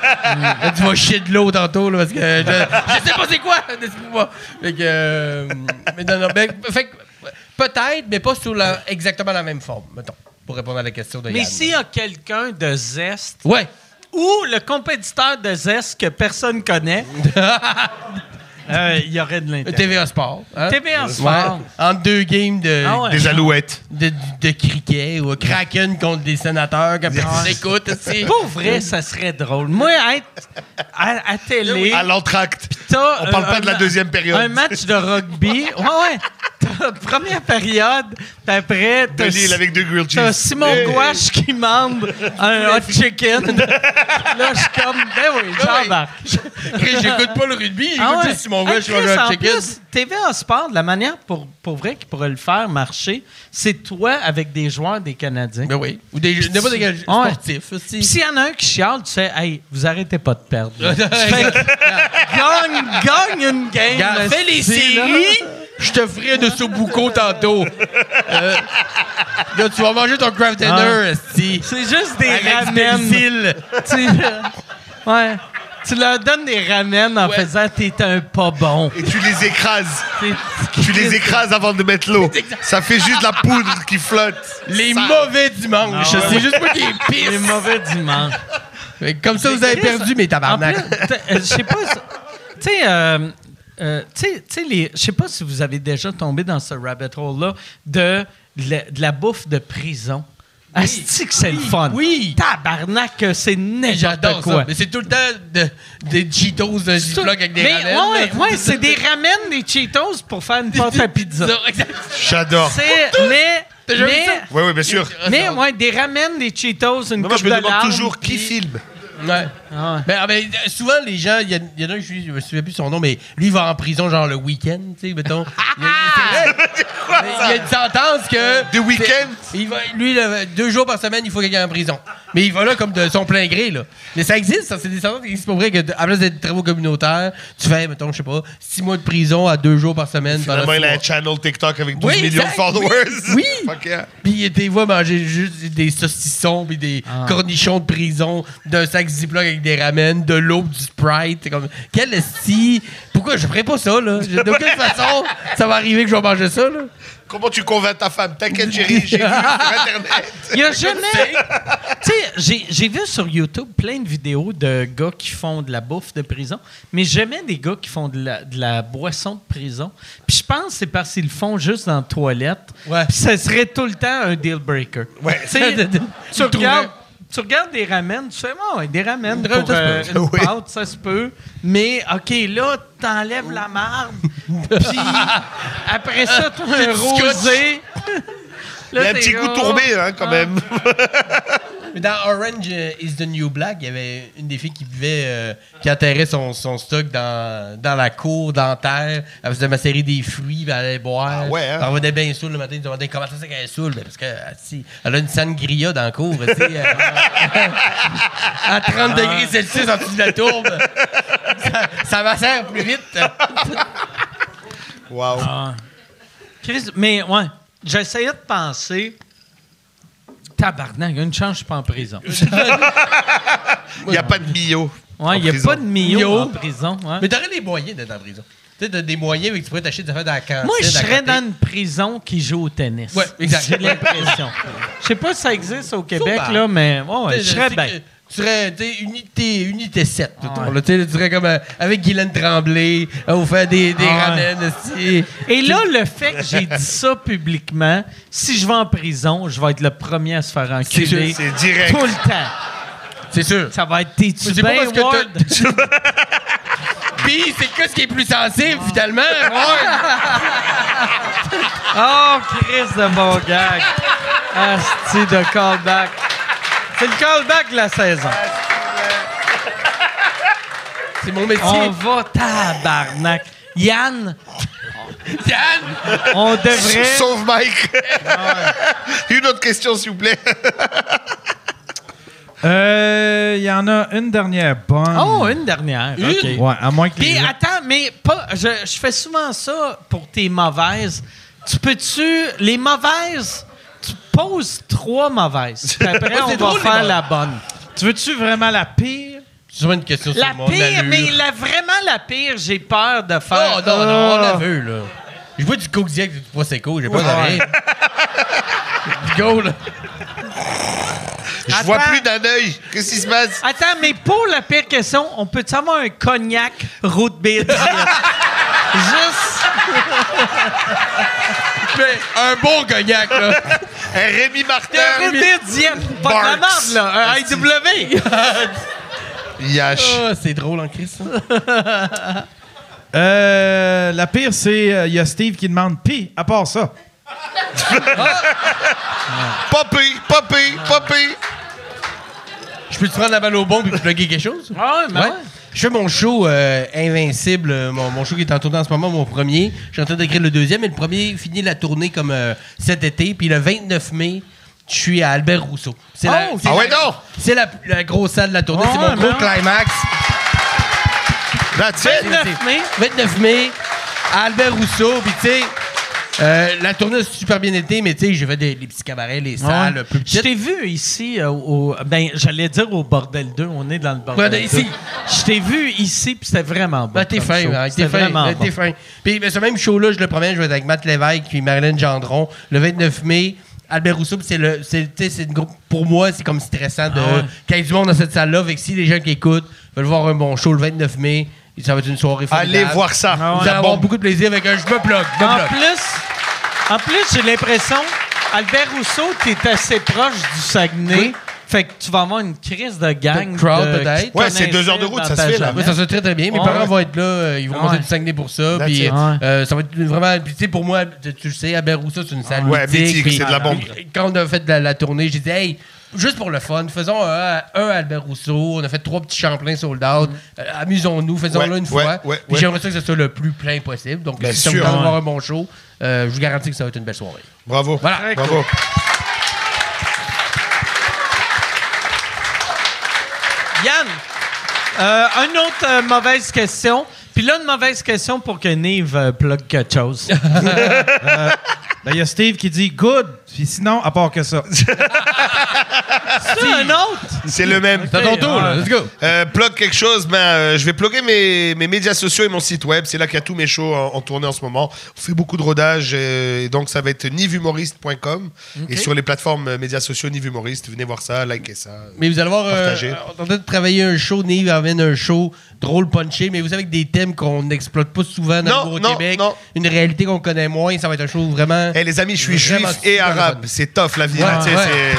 F: Là, tu vas chier de l'eau tantôt là, parce que je, je sais pas c'est quoi un espuma. Fait que. euh, mais non, non, ben, fait que, peut-être, mais pas sous la, exactement la même forme, mettons. pour répondre à la question de
C: Mais
F: Yann.
C: s'il y a quelqu'un de Zest
F: Ouais.
C: ou le compétiteur de Zest que personne connaît, *laughs* euh, il y aurait de l'intérêt.
F: TVA Sport. Hein?
C: TVA Sport.
F: Ouais. Entre deux games de,
C: Ah ouais.
E: Des alouettes.
F: de, de cricket ou Kraken contre des sénateurs, comme on écoute aussi.
C: Pour vrai, ça serait drôle. Moi, être à, à télé,
E: À l'entracte.
C: t'as,
E: On parle
C: euh,
E: pas de la
C: un-
E: deuxième période.
C: Un match de rugby. Ouais, ouais. T'as première période, puis après,
E: De
C: t'as,
E: l'île avec deux grilled
C: t'as
E: cheese.
C: Simon Gouache qui demande un hot chicken. Là, je suis comme, ben oui, j'embarque.
F: Chris, j'écoute pas le rugby, j'écoute
C: Ah ouais.
F: juste Simon Gouache
C: Hey,
F: sur
C: Chris,
F: le
C: en
F: chicken.
C: plus, TVA Sport, la manière pour, pour vrai qu'ils pourraient le faire marcher, c'est toi avec des joueurs des Canadiens.
F: Ben oui. Ou des jeux n'importe quel jeu
C: Ah ouais.
F: sportif aussi.
C: Puis s'il y en a un qui chiale, tu sais, hey, vous arrêtez pas de
F: *laughs*
C: perdre. là. Fait que gagne, gagne une game.
F: Regarde,
C: Fais les
F: c'est là.
C: séries.
F: Je te ferai de Sobuco tantôt. Euh, là, tu vas manger ton craft dinner, esti.
C: C'est juste des
F: Avec
C: ramènes.
F: Belzile.
C: *laughs* Tu, ouais. Tu leur donnes des ramènes en
F: Ouais.
C: faisant t'es un pas bon.
E: Et tu les écrases.
C: T'es-
E: Tu
C: *laughs*
E: les écrases avant de mettre l'eau. Ça fait juste la poudre qui flotte.
F: Les
E: Ça-
F: mauvais dimanches.
C: Ah ouais.
F: C'est juste moi qui les pisse.
C: Les mauvais dimanche.
F: Fait que Comme ça, vous avez
C: Chris,
F: perdu mes
C: En
F: tabarnak.
C: plus, t'as- euh, je sais pas. si- Tu sais, euh, euh, tu sais- tu sais, les- je sais pas si vous avez déjà tombé dans ce rabbit hole-là de, la- de la bouffe de prison. Asti que c'est le fun.
F: oui.
C: Tabarnak, que c'est n'importe
F: J'adore ça.
C: quoi.
F: Mais c'est tout le temps de, des Cheetos, un
C: Ça-
F: Ziploc avec des
C: Mais
F: ramen.
C: ouais,
F: là.
C: ouais, c'est
F: *laughs*
C: des ramen, des Cheetos pour faire une pâte à pizza.
F: Ça, exact.
E: J'adore.
C: C'est, mais,
F: T'as jamais
C: mais,
F: vu Ah,
E: Oui, oui, bien sûr.
C: mais, ouais, des ramen, des Cheetos, une
E: Moi,
C: coupe
E: je me
C: de
E: demande
C: larmes,
E: toujours qui
C: puis-
E: filme.
F: Ouais.
C: Ah ouais.
F: Ben, ah, ben, euh, souvent, les gens, il y, a- il y en a un, je, je me souviens plus son nom, mais lui, il va en prison, genre le week-end, tu sais,
C: *laughs*
F: mettons. Il y a- il- c'est- il y a une sentence que.
E: Du week-end?
F: Il va, lui, le- deux jours par semaine, il faut qu'il aille en prison. Mais il va là comme de son plein gré, là. Mais ça existe, ça. C'est des sentences qui existent pour vrai que, de- à place d'être travaux communautaires, tu fais, mettons, je sais pas, six mois de prison à deux jours par semaine. pendant
E: Finalement,
F: six
E: il a
F: mois.
E: un channel TikTok avec 12
F: Oui,
E: millions de
F: exact.
E: followers.
F: Oui.
E: *laughs* Fuck yeah.
F: Puis il était voit manger juste des saucissons puis des cornichons de prison, d'un sac Ziploc avec des ramen, de l'eau, du Sprite. C'est Comme, quel esti! Pourquoi je ferais pas ça, là? Je- De quelle façon ça va arriver que je vais manger ça, là?
E: Comment tu convaincs ta femme T'inquiète, chérie, j'ai vu sur
C: *laughs*
E: Internet.
C: Il y a jamais. tu sais, j'ai- j'ai vu sur YouTube plein de vidéos de gars qui font de la bouffe de prison, mais jamais des gars qui font de la, de la boisson de prison. Puis je pense que c'est parce qu'ils le font juste dans la toilette.
F: Ouais.
C: Puis ça serait tout le temps un deal breaker.
E: Ouais.
C: Tu
E: *laughs*
C: sais,
F: De- de-
C: tu
F: de
C: regardes.
F: trouver.
C: Tu regardes des ramen, tu fais, ouais, ouais, des ramen
F: Une ramen,
C: pour
F: ça se
C: euh,
F: peut.
C: une
E: Oui.
C: pâte, ça se peut. Mais, OK, là, t'enlèves la
E: *laughs*
C: marde, puis après ça, t'as un rosé.
E: Il
C: Là, Ah.
E: y a un
C: t'es
E: petit goût
C: là,
E: tourbé, hein, quand même.
F: Mais dans Orange euh, is the New Black, il y avait une des filles qui buvait, euh, qui enterrait son, son stock dans, dans la cour, dans la terre. Elle faisait macérer des fruits, puis elle allait boire.
E: Ah ouais, hein?
F: Elle revenait bien saoule le matin. Ils demandaient comment ça c'est qu'elle est saoule. Ben, parce que, euh, si, elle a une sangria dans la cour. tu sais, euh, *laughs* à 30 degrés Celsius en dessous de la tourbe. ça, ça macère plus vite.
E: Waouh.
C: Ah, Chris, mais ouais, j'essayais de penser. Tabarnak, une chance, je suis pas en prison.
E: Il n'y a pas de bio.
C: Ouais, il n'y a pas de millions
F: Mio.
C: en prison. ouais.
F: Mais t'aurais les moyens d'être en prison. Tu sais, t'as des moyens, mais tu pourrais t'acheter des affaires dans la cantine.
C: Moi, je
F: à côté.
C: serais dans une prison qui joue au tennis.
F: Ouais, exact.
C: J'ai l'impression. Je sais pas si ça existe au Québec,
F: Sûrement.
C: là, mais ouais, ouais,
F: T'sais,
C: je serais
F: sais
C: bien.
F: que Tu serais, tu sais, unité, unité 7, mettons,
C: ouais.
F: là. Tu sais, tu serais comme euh, avec Guylaine Tremblay, euh, on fait des, des
C: Ah ouais.
F: ramen, esti.
C: Et là, le fait que j'ai dit ça publiquement, si je vais en prison, je vais être le premier à se faire enculer
E: C'est direct.
C: tout le temps.
F: C'est sûr.
C: Ça va être tes tu
F: C'est pas
C: bien,
F: parce que
C: Ward?
F: *laughs* Puis, c'est que ce qui est plus sensible, finalement. Ouais.
C: Oh, Chris de bon gag. Asti de callback. C'est le callback de la saison.
F: C'est mon métier.
C: On va tabarnak. Yann,
F: Yann,
C: on devrait...
E: Sauve Mike.
C: Ah,
E: *laughs* Une autre question, s'il vous plaît.
G: Euh, Il y en a une dernière bonne.
C: Oh, une dernière. OK.
G: Ouais, à moins que. les
C: Puis
G: gens-
C: attends, mais pas, je, je fais souvent ça pour tes mauvaises. Tu peux-tu... Les mauvaises, tu poses trois mauvaises. Puis *laughs* après, on va
F: drôle, les
C: faire
F: mauvaises.
C: la bonne.
G: Tu veux-tu vraiment la pire?
F: c'est sûrement une question
C: La
F: sur mon
C: pire,
F: allure.
C: mais la, vraiment la pire, j'ai peur de faire...
F: Oh, non, non, on
C: Ah.
F: l'a vu, là.
C: *laughs*
F: Je bois du coke direct et du prosecco, j'ai pas d'arrêt. Go, là.
E: Je vois
C: Attends.
E: plus d'un œil. Qu'est-ce qui se passe?
C: Attends, mais pour la pire question, on peut savoir un cognac root beer
F: *laughs*
C: Juste.
F: Mais un bon
C: *laughs*
F: cognac, là.
E: Un Rémi Martin.
F: Euh,
C: Un root beer diète. Pas de la
E: Barks.
C: merde, là. Un IW. Euh.
E: Yash.
F: Ah, c'est drôle en Christ, ça.
G: Euh, la pire, c'est euh, il y a Steve qui demande Pis, à part ça.
E: Popé, popé, popé.
F: Je peux te prendre la balle au bon puis plugger quelque chose?
C: Ah ouais, mais ouais.
F: Je fais mon show euh, Invincible, euh, mon, mon show qui est en tournée en ce moment, mon premier. Je suis en train d'écrire le deuxième et le premier finit la tournée comme euh, cet été. Puis le 29 mai, je suis à Albert Rousseau. C'est la-
C: Oh,
F: c'est
E: ah
F: la-
E: ouais, non!
F: C'est la, la grosse salle de la tournée.
C: Ah
F: c'est mon
C: ouais,
F: gros
C: man.
F: climax.
C: Bah,
E: That's it.
C: 9 mai.
F: 29 mai, à Albert Rousseau. Puis tu sais, euh, la tournée a super bien été, mais tu sais, j'ai fait des, les petits cabarets, les salles
C: Ouais.
F: plus
C: Je
F: petites.
C: t'ai vu ici euh, au. Ben, j'allais dire au Bordel 2. On est dans le Bordel
F: Ouais, ben,
C: 2.
F: ici.
C: Je t'ai vu ici, puis c'était vraiment bon.
F: Ben, t'es
C: comme
F: fin,
C: show.
F: ouais,
C: C'était
F: t'es fin,
C: vraiment
F: ben,
C: bon.
F: t'es fin. Puis ben, ce même show-là, je le promène, je vais être avec Matt Lévesque puis Marilyn Gendron le 29 mai. Albert Rousseau, puis c'est le, c'est, tu sais, c'est le groupe- pour moi, c'est comme stressant de,
C: Ah ouais.
F: qu'il y ait du monde dans cette salle-là. Fait que si les gens qui écoutent veulent voir un bon show le 29 mai, ça va être une soirée formidable.
E: Allez voir ça.
C: Ah ouais.
F: Vous allez avoir beaucoup de plaisir avec un je me plug, je me
C: En
F: plug.
C: plus, en plus j'ai l'impression, Albert Rousseau, t'es assez proche du Saguenay.
F: Oui.
C: Fait que tu vas avoir une crise de gang.
F: De crowd,
C: de- qui
F: peut-être.
C: te
E: Ouais, c'est
C: connaissent
E: deux heures de route,
C: dans
E: ça
C: ta
E: se fait, là.
C: jeunesse.
F: Oui, Ah, ça se fait très très bien. Mes
C: Ouais.
F: parents vont être là, euh, ils vont monter
C: Ouais.
F: du Saguenay pour ça.
E: That's
F: Puis,
E: it.
C: Ouais.
F: euh, ça va être vraiment. Puis, tu sais, pour moi, tu tu le sais, à Rousseau, c'est une salle
E: Ouais, mythique,
F: puis-
E: c'est de la bombe.
F: puis Quand on a fait de la, la tournée, j'ai dit, hey, juste pour le fun, faisons un, un Albert Rousseau. On a fait trois petits Champlain sold out. Euh, Amusons-nous, faisons-le
E: Ouais,
F: une
E: ouais,
F: fois.
E: ouais,
F: Puis
E: ouais.
F: j'aimerais ça que ce soit le plus plein possible. Donc,
E: Bien
F: si ça vous
E: sûr.
F: tente
E: Ouais.
F: d'avoir un bon show, euh, je vous garantis que ça va être une belle soirée.
E: Bravo.
F: Voilà. Très
E: Bravo.
C: Yann, euh, une autre euh, mauvaise question. Puis là, une mauvaise question pour que Nive euh, plug quelque *laughs* chose.
G: Ben, il y a Steve qui dit Good, puis sinon, à part que
E: *laughs*
G: ça.
C: C'est un autre?
E: C'est le même.
F: C'est à ton tour, là. Let's go.
E: Euh, plug quelque chose, ben, euh, je vais plugger mes, mes médias sociaux et mon site web. C'est là qu'il y a tous mes shows en, en tournée en ce moment. On fait beaucoup de rodage, euh, et donc ça va être nivhumoriste.com et sur les plateformes euh, médias sociaux nivhumoriste. Venez voir ça, likez ça.
F: Mais vous allez voir, euh,
E: Partagez.
F: on est en train de travailler un show, Nive amène un show drôle, punché, mais vous savez que des thèmes qu'on n'exploite pas souvent
E: Non,
F: dans le
E: non,
F: Québec,
E: non.
F: une réalité qu'on connaît moins, ça va être un show vraiment...
E: Eh les amis, je suis
F: Vraiment
E: juif et
F: super
E: arabe.
F: bonne.
E: C'est tough la vie.
F: Ouais,
E: hein, tu sais,
F: ouais.
E: c'est-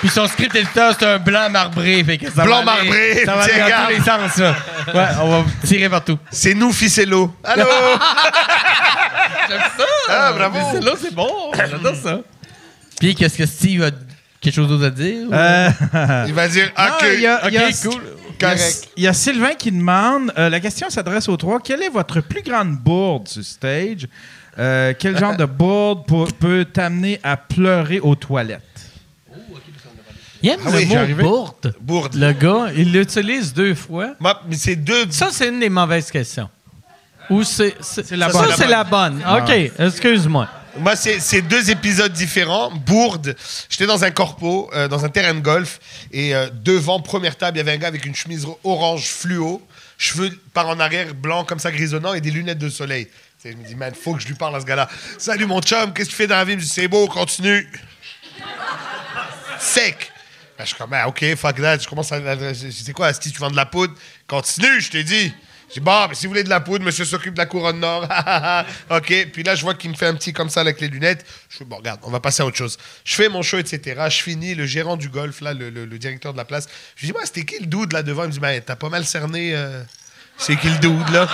F: Puis son script éditeur, c'est un blanc marbré, fait que ça
E: Blanc
F: va aller-
E: marbré,
F: ça va
E: tiens,
F: aller dans
E: regarde.
F: tous les sens, là. Ouais, on va tirer partout.
E: C'est nous, Ficello.
G: *laughs*
E: Allô
F: J'aime ça!
E: Ah, bravo.
F: Mais c'est- Là, c'est bon, j'adore ça. Puis qu'est-ce que Steve a quelque chose d'autre à dire? ou-
G: Euh,
E: Il va dire
G: non,
E: accueil.
G: il y a- il y a-
F: Ok, cool.
G: il y a-
E: Correct.
G: Il y a Sylvain qui demande euh, La question s'adresse aux trois. Quelle est votre plus grande bourde sur stage Euh, Quel genre
E: *laughs*
G: de bourde pour- peut t'amener à pleurer aux toilettes
C: Il aime
E: Ah
C: le
E: oui, j'ai
C: mot
E: arrivé.
C: bourde.
E: Bourde.
C: Le gars, il l'utilise deux fois.
E: Moi, mais c'est deux.
C: Ça, c'est une des mauvaises questions. Ou c'est.
G: la
C: ça,
E: bonne.
C: c'est la bonne. OK, excuse-moi.
E: Moi, c'est c'est deux épisodes différents. Bourde. J'étais dans un corpo, euh, dans un terrain de golf, et euh, devant première table, il y avait un gars avec une chemise orange fluo, cheveux par en arrière blanc comme ça grisonnant et des lunettes de soleil. Tu sais, Je me dis, man, faut que je lui parle à ce gars-là. Salut mon chum, qu'est-ce que tu fais dans la vie Il me dit, c'est beau, continue. Sec. Ben, je suis comme, ah, ok, fuck that. Je commence à. à- je- C'est quoi, si tu vends de la poudre Continue, je t'ai dit. Je dis, bon, mais si vous voulez de la poudre, monsieur s'occupe de la couronne nord. *laughs* ok, puis là, je vois qu'il me fait un petit comme ça avec les lunettes. Je fais, bon, regarde, on va passer à autre chose. Je fais mon show, etc. Je finis, le gérant du golf, là, le, le- le directeur de la place. Je dis, moi, c'était qui le dude là devant Il me dit, ben, t'as pas mal cerné. euh, c'est qui le dude là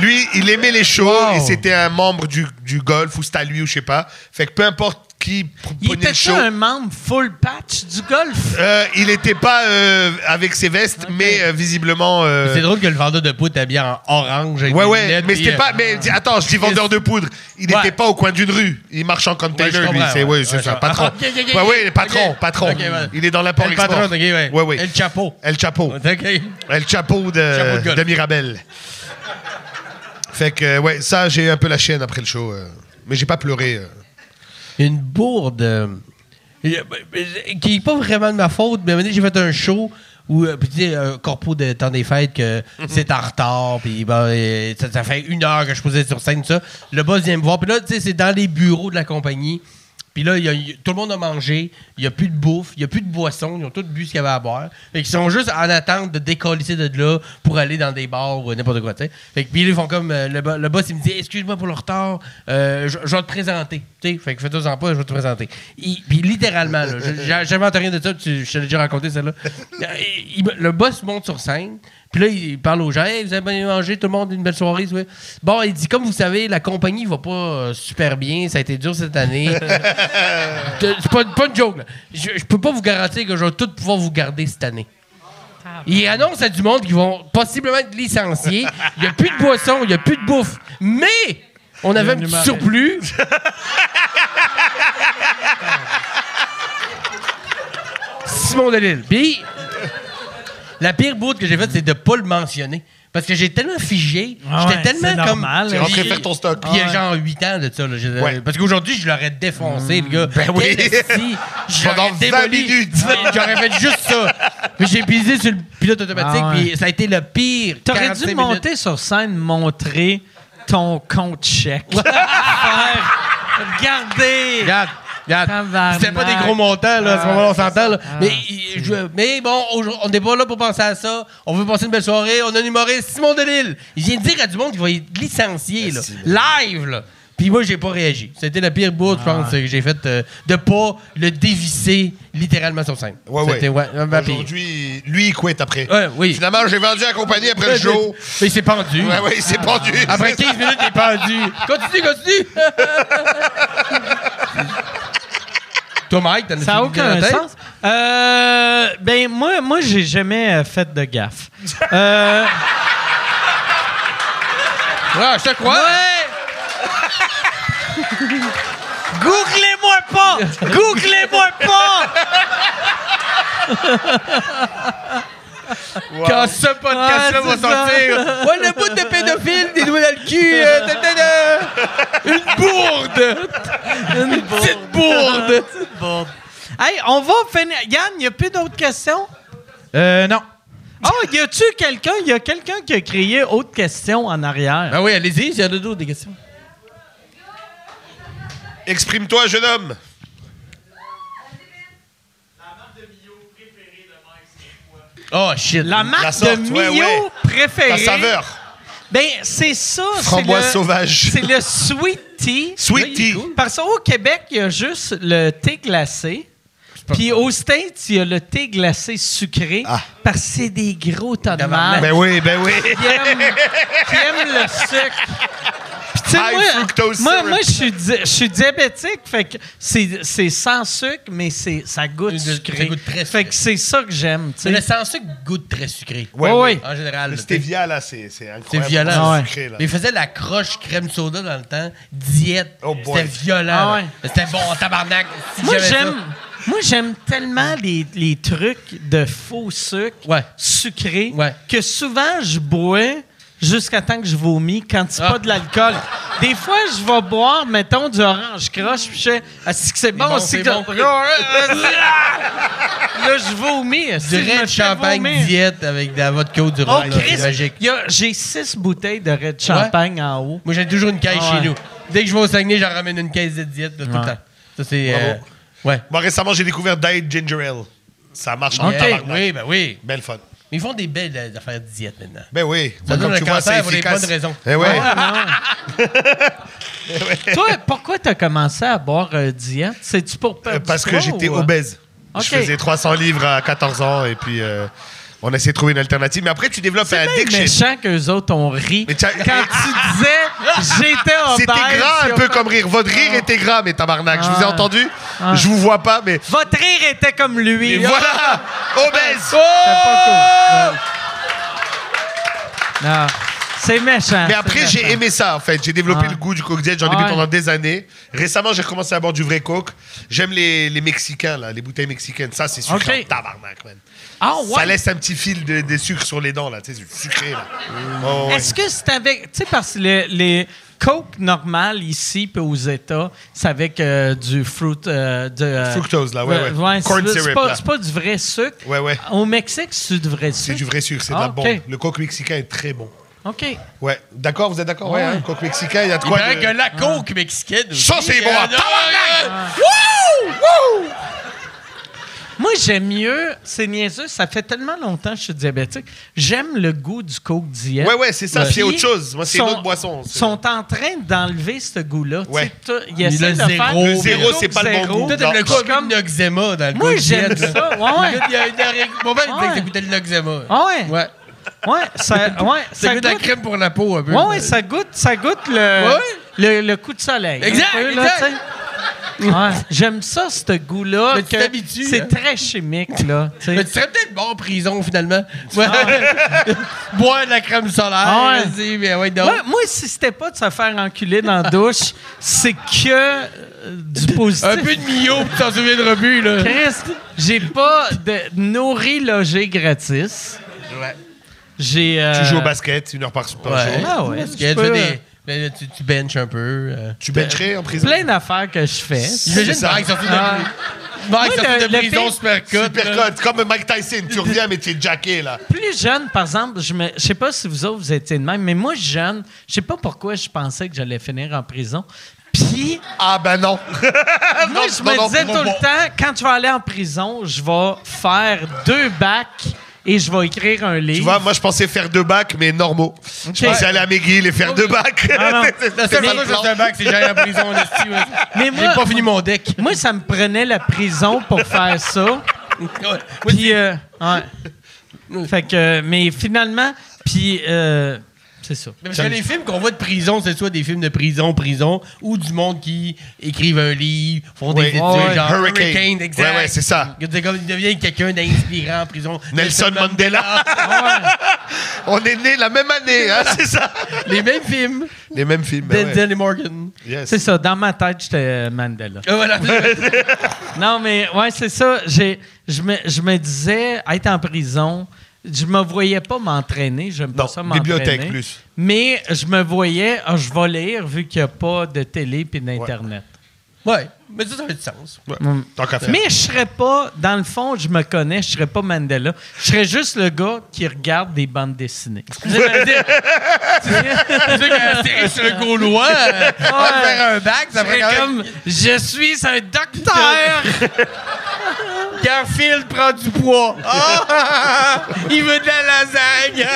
E: lui, il aimait les shows et c'était un membre du, du golf ou c'était à lui ou je sais pas. Fait que peu importe qui pr-
C: Il
E: prenait
C: était
E: le show.
C: ça un membre full patch du golf?
E: euh, il n'était pas euh, avec ses vestes, mais euh, visiblement. euh,
F: C'est drôle que le vendeur de poudre est habillé en orange avec
E: Ouais,
F: des
E: ouais,
F: lunettes,
E: mais
F: puis,
E: c'était
F: euh,
E: pas. Mais dis- attends, je dis vendeur de poudre. Il
F: Ouais.
E: n'était pas au coin d'une rue. Il marche en
F: Ouais, je
E: container, lui.
F: comprends,
E: C'est
F: ouais.
E: ouais, c'est
F: Ouais,
E: ça,
F: je-
E: patron.
F: Ah, ok, ok, ok.
E: Ouais, ouais, patron,
F: Ok.
E: patron.
F: Ok, ouais.
E: Il est dans
F: El
E: l'import-export.
F: patron, ok, ouais.
E: Ouais, ouais.
F: El Chapo.
E: El Chapo.
F: Ok.
E: Le chapeau de,
F: Chapeau de golf.
E: de Mirabel. Fait que, euh, ouais, ça, j'ai eu un peu la chienne après le show. euh, mais j'ai pas pleuré. euh.
F: *laughs* une bourde euh, euh, euh, qui n'est pas vraiment de ma faute, mais à un moment donné, j'ai fait un show Ou, euh, puis tu sais, un corpo de temps des fêtes que c'est en retard, puis ben, euh, ça, ça fait une heure que je posais sur scène, ça. Le boss vient me voir, puis là, tu sais, c'est dans les bureaux de la compagnie. Puis là, il y a- il- tout le monde a mangé, il n'y a plus de bouffe, il n'y a plus de boisson, ils ont tous bu ce qu'il y avait à boire. Fait qu'ils sont juste en attente de décoller de là pour aller dans des bars ou n'importe quoi, tu sais. Fait que puis là, ils font comme, euh, le, bo- le boss, il me dit, excuse-moi pour le retard, euh, je, je vais te présenter, tu sais. Fait que fais-toi en pas, je vais te présenter. Il- Puis littéralement, là, je- j'a- j'invente rien de ça, tu- je te l'ai déjà raconté celle-là. Euh, il- il- le boss monte sur scène, puis là, il parle aux gens, Hey, vous avez bien mangé, tout le monde, une belle soirée. oui. Bon, il dit, comme vous savez, la compagnie va pas euh, super bien, ça a été dur cette année. De- C'est pas, pas une joke. là. Je, je peux pas vous garantir que je vais tout pouvoir vous garder cette année. Il annonce à du monde qu'ils vont possiblement être licenciés. Il n'y a plus de boisson, il n'y a plus de bouffe. Mais on avait un petit surplus. Simon Delille. Puis la pire bourde que j'ai faite, c'est de pas le mentionner. Parce que j'ai tellement figé,
C: Ah
F: j'étais
C: ouais,
F: tellement
C: c'est
F: comme.
C: normal.
E: T'es rentré faire ton stock.
F: Puis il y a genre 8 ans de ça. là. Je-
E: Ouais.
F: Parce qu'aujourd'hui, je l'aurais défoncé, le gars. Ben
E: oui.
F: *laughs*
E: Pendant 20 minutes.
F: J'aurais fait juste ça. Mais j'ai pisé sur le pilote automatique,
C: Ah ouais.
F: puis ça a été le pire.
C: T'aurais dû
F: 45 minutes.
C: monter sur scène, montrer ton compte chèque. Faire, Regardez!
F: Regarde, regarde.
C: Tabarnak.
F: C'était pas des gros montants, là. À ce
C: Ah,
F: moment-là, on
C: c'est
F: s'entend, là.
C: ça. Ah,
F: mais, il- je- mais bon, aujourd'hui- on n'est pas là pour penser à ça. On veut passer une belle soirée. On a un humoriste, Simon Delille. Il vient de dire à du monde qu'il va être licencié, là. Live, là. Puis moi, j'ai pas réagi. C'était la pire bourde, je
E: Ah.
F: pense, que j'ai faite euh, de pas le dévisser littéralement sur scène.
E: Ouais, ouais.
F: C'était- ouais, ma pire.
E: Aujourd'hui, lui, il quitte après.
F: Ouais, oui.
E: Finalement, j'ai vendu la compagnie après le
F: Ouais,
E: show.
F: Mais il s'est pendu.
E: Ouais, ouais, il s'est pendu.
F: *laughs* Après 15 minutes, il est pendu. Continue, continue. *laughs* Toi, Mike, t'en as
C: Ça n'a
F: une idée dans
C: aucun
F: la tête?
C: sens. Euh, ben, moi, moi j'ai jamais euh, fait de gaffe. Euh,
F: *laughs* Ouais, Ah, je te crois.
C: Googlez-moi pas! Googlez-moi pas!
F: Quand ce
C: Ouais,
F: podcast-là va
C: c'est
F: sortir. *laughs* Ouais, le bout de pédophile, des doigts dans le cul. euh, ta, ta, ta. Une bourde.
C: Une
F: Petite bourde.
C: bourde. Hey, on va finir. Yann, il n'y a plus d'autres questions?
G: Euh, non.
C: Oh, y a-tu quelqu'un? Y a quelqu'un qui a crié autre question en arrière?
F: Ben oui, allez-y, il y en a d'autres, des questions.
E: Exprime-toi, jeune homme.
F: Oh, shit.
C: La marque
E: La sorte,
C: de Mio
E: ouais, ouais.
C: préférée.
E: La saveur.
C: Ben, c'est ça. c'est
E: Framboise
C: le-
E: sauvage.
C: C'est le sweet tea.
E: Sweet tea.
C: Parce qu'au Québec, il y a juste le thé glacé. Puis aux States, il y a le thé glacé sucré.
E: Ah.
C: Parce que c'est des gros tas de
F: Tabarnak.
E: Ben
C: marde
E: oui, ben oui.
C: qui aiment, qui aiment le sucre. Puis tu sais,
E: High
C: moi,
E: fructose
C: moi,
E: syrup.
C: moi, je suis di- je suis diabétique, fait que c'est c'est sans sucre, mais c'est ça goûte
F: Ça
C: sucré.
F: goûte très
C: Fait que c'est ça que j'aime, tu
F: C'est le
C: sais.
F: sans sucre goûte très sucré.
E: Ouais,
C: Ouais,
E: ouais.
F: En général.
E: Le
F: là,
E: stevia, là, c'est c'est
F: C'est
E: incroyable.
F: violent.
E: C'est hein, sucré, là.
F: Mais il faisait la croche crème soda dans le temps, diète.
E: Oh boy.
F: C'était violent.
C: Ah
F: là.
C: ouais.
F: Mais C'était bon, tabarnak. Si
C: Moi,
F: j'avais
C: j'aime. Moi, j'aime tellement les, les trucs de faux sucre
F: ça. Ouais.
C: sucré
F: Ouais.
C: que souvent je bois jusqu'à temps que je vomis quand c'est
F: Ah.
C: pas de l'alcool. Des fois, je vais boire, mettons, du orange croche, puis je fais Ah, c'est que c'est bon,
F: bon,
C: c'est
F: c'est
C: que.
F: bon.
C: *laughs* Là, je vomis. est-ce que
F: Du
C: je me
F: red
C: fais
F: champagne
C: vomir?
F: diète avec de la vodka ou du
C: Oh,
F: rhum. là, c'est
C: Christ!
F: magique.
C: il y a- J'ai six bouteilles de red champagne en haut.
F: Moi, j'ai toujours une caisse
C: Ah ouais.
F: chez nous. Dès que je vais au Saguenay, j'en ramène une caisse de diète là, tout
C: Ouais.
F: le temps. Ça, c'est. euh,
E: Bravo.
F: ouais.
E: Moi, récemment, j'ai découvert Diet Ginger Ale. Ça marche en
F: Euh,
E: tabarnak.
F: Oui, ben oui.
E: Belle fun.
F: Mais ils font des belles euh, affaires de diète maintenant.
E: Ben oui.
F: Ça
E: Moi,
F: donne
E: comme
F: le
E: tu vois, c'est
F: cancer pour les
E: efficace.
F: bonnes raisons.
E: Eh ouais.
C: Ah, Toi, pourquoi t'as commencé à boire euh, diète? C'est-tu pour perdre
E: Euh,
C: du
E: Parce que
C: poids
E: j'étais
C: ou, euh?
E: obèse.
C: Ok.
E: Je faisais 300 livres à 14 ans et puis euh, on essayait de trouver une alternative. Mais après, tu développes un
C: C'est bien
E: addiction.
C: méchant qu'eux autres ont ri.
E: Mais t'as-
C: Quand tu disais j'étais en
E: C'était gras un peu comme rire. Votre rire était gras, mais tabarnak. Je vous ai
C: Ah.
E: entendu.
C: Ah.
E: Je vous vois pas, mais.
C: Votre rire était comme lui.
E: Et voilà! Obèse!
C: C'était
F: Oh
C: pas cool. Non. C'est méchant.
E: Mais
C: c'est
E: après, j'ai
C: méchant.
E: aimé ça, en fait. J'ai développé
C: Ouais.
E: le goût du coke diet. J'en ai
C: Ouais.
E: bu pendant des années. Récemment, j'ai recommencé à boire du vrai coke. J'aime les, les Mexicains, là, les bouteilles mexicaines. Ça, c'est sucré
C: Ok.
E: en tabarnak, man.
C: Ah,
E: Ça
C: ouais.
E: laisse un petit fil de,
F: Mm.
E: de sucre sur les dents, là. Tu sais, c'est sucré, là. Oh, ouais.
C: Est-ce que c'est avec. Tu sais, parce que les, les- Coke normal ici puis aux États, c'est avec euh, du fruit euh, de euh,
E: Fructose, là, ouais,
C: de-
E: ouais.
C: ouais,
E: Corn
C: c'est- c'est
E: syrup,
C: pas,
E: là.
C: c'est pas du vrai sucre.
E: Ouais, ouais.
C: Au Mexique, c'est du vrai
E: C'est
C: sucre.
E: du vrai sucre, c'est de
C: Ah,
E: la
C: ok.
E: bombe. Le coke mexicain est très bon.
C: OK.
E: Ouais. D'accord, vous êtes d'accord? Ouais, hein, le coke mexicain, il y a de
F: Il
E: quoi.
F: paraît
E: de-
F: que la coke mexicaine. aussi,
E: Ça, c'est bon, Ah,
F: euh,
E: en
F: non,
C: Moi, j'aime mieux, c'est niaiseux, ça fait tellement longtemps que je suis diabétique, j'aime le goût du Coke diète.
E: Ouais, ouais, c'est ça, c'est
C: Puis,
E: autre chose. Moi, c'est
C: sont-
E: une autre boisson. c'est-
C: sont en train d'enlever ce goût-là. Tu sais,
E: Ouais.
C: tout- Ils essaient
F: le
C: de
F: zéro.
C: faire
F: Le
E: zéro,
C: Coke
E: c'est pas le bon
C: zéro.
E: goût.
F: Toi,
E: Non.
F: t'aimes le
C: Je suis
F: coke
C: comme-
F: comme Noxema dans le
C: Moi,
F: Coke
C: j'aime
F: Diet, là. *laughs*
C: ça. Ouais, ouais.
F: Il y a une oreille- Mon père, il disait que
C: Ouais.
F: t'écoutais le Noxema.
C: Ah ouais? Ouais,
F: Ouais. *laughs*
C: ça, ouais,
F: Ça
C: ça
F: goûte de la
C: goûte,
F: crème pour la peau un peu.
C: ouais, ouais, ça goûte, ça goûte le,
F: Ouais.
C: le, le coup de soleil.
F: Exact,
C: Un peu, là,
F: exact.
C: tu sais. Ouais, J'aime ça, ce goût-là.
F: Mais tu
C: que
F: t'habitues,
C: C'est
F: hein.
C: très chimique, là. tu sais.
F: Mais tu serais peut-être bon en prison, finalement. Ouais. *laughs* Boire de la crème solaire.
C: Ah ouais.
F: vas-y, mais ouais, donc.
C: Ouais, moi, si c'était pas de se faire enculer dans la douche, c'est que euh, du positif.
F: Un peu de mio, puis t'en souviendras plus, là.
C: Christ, j'ai pas de nourri logé gratis.
F: Ouais.
C: J'ai. euh,
E: Tu joues au basket une heure par, par
F: Ouais.
E: jour.
C: Ah ouais,
F: Parce
C: je
F: que tu,
C: peux,
F: fais des-
C: euh,
F: ben là, tu, tu benches un peu. euh.
E: Tu bencherais en prison?
C: Plein d'affaires que je fais.
F: Imagine
E: ça.
F: Mike sorti de,
C: Ah.
F: Mike
C: Moi,
F: sorti
C: le-
F: de
C: le
F: prison
C: pire-
F: super cut. là.
E: Supercut, comme Mike Tyson, tu reviens mais tu es jacké là.
C: Plus jeune, par exemple, je me, je sais pas si vous autres vous étiez de même, mais moi jeune, je sais pas pourquoi je pensais que j'allais finir en prison.
E: *laughs*
C: Puis
E: Ah ben non.
C: moi, je me
E: non,
C: disais
E: non,
C: tout
E: non.
C: le temps, quand je vais aller en prison, je vais faire deux bacs et je vais écrire un livre.
E: Tu vois, moi je pensais faire deux bacs, mais normaux. Je pensais aller à McGill et faire deux bacs. *laughs*
C: non.
E: C'est-
F: La seule
E: c'est
F: fois
E: le
F: que je
E: plan.
F: fais un bac, c'est que j'allais en prison. là, si, ouais.
C: mais
F: J'ai pas fini mon deck. *laughs*
C: Moi, ça me prenait la prison pour faire ça.
F: Ouais.
C: Puis, euh, ouais. Fait que, mais finalement, puis, euh, c'est ça.
F: Mais Parce que les films qu'on voit de prison, c'est soit des films de prison, prison, ou du monde qui écrivent un livre, font
E: Ouais.
F: des études,
C: Ouais.
F: genre
E: Hurricane.
F: Hurricane, exact.
E: Ouais, ouais, c'est ça.
F: Que tu- comme il devient quelqu'un d'inspirant en prison.
E: Nelson Mandela. On est nés la même année, hein, c'est ça.
F: les mêmes films.
E: Les mêmes films. ben ouais.
F: Denzel et Morgan.
E: Yes.
C: C'est ça, dans ma tête, j'étais euh, Mandela.
F: Ah, voilà.
C: Non, mais ouais, c'est ça. J'ai, je, me, je me disais, être en prison, je me voyais pas m'entraîner. J'aime pas
E: Non,
C: ça m'entraîner.
E: bibliothèque plus.
C: Mais je me voyais, ah, je vais lire vu qu'il n'y a pas de télé puis d'Internet.
F: ouais. Mais ça, ça fait du sens. *laughs*
E: Ouais. Tant qu'à faire.
C: Mais je serais pas, dans le fond, je me connais, je serais pas Mandela. Je serais juste le gars qui regarde des bandes
E: *laughs*
C: dessinées.
F: C'est sûr qu'un série sur un Gaulois, euh, on
E: Ah,
F: va faire un bac, ça ferait
C: Serait
F: quand même...
C: comme, je suis un docteur.
F: Garfield prend du poids. Ah! *laughs* il veut de la lasagne.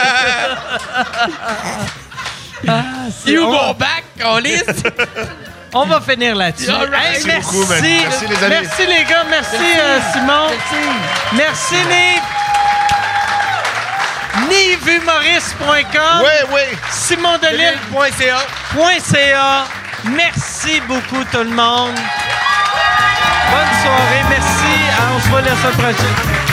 F: il est où mon bac, on liste?
C: *laughs* On va finir là-dessus.
F: All right.
C: Hey,
E: Merci
C: merci,
E: beaucoup, man. Merci, les amis.
C: Merci, les gars. Merci, euh, Simon. Merci, Nive. Nivehumoriste.com.
E: Ouais, ouais.
C: SimonDelisle.ca. Merci beaucoup, Hein, tout le monde. Bonne soirée. Merci. Ah, On se voit la semaine prochaine.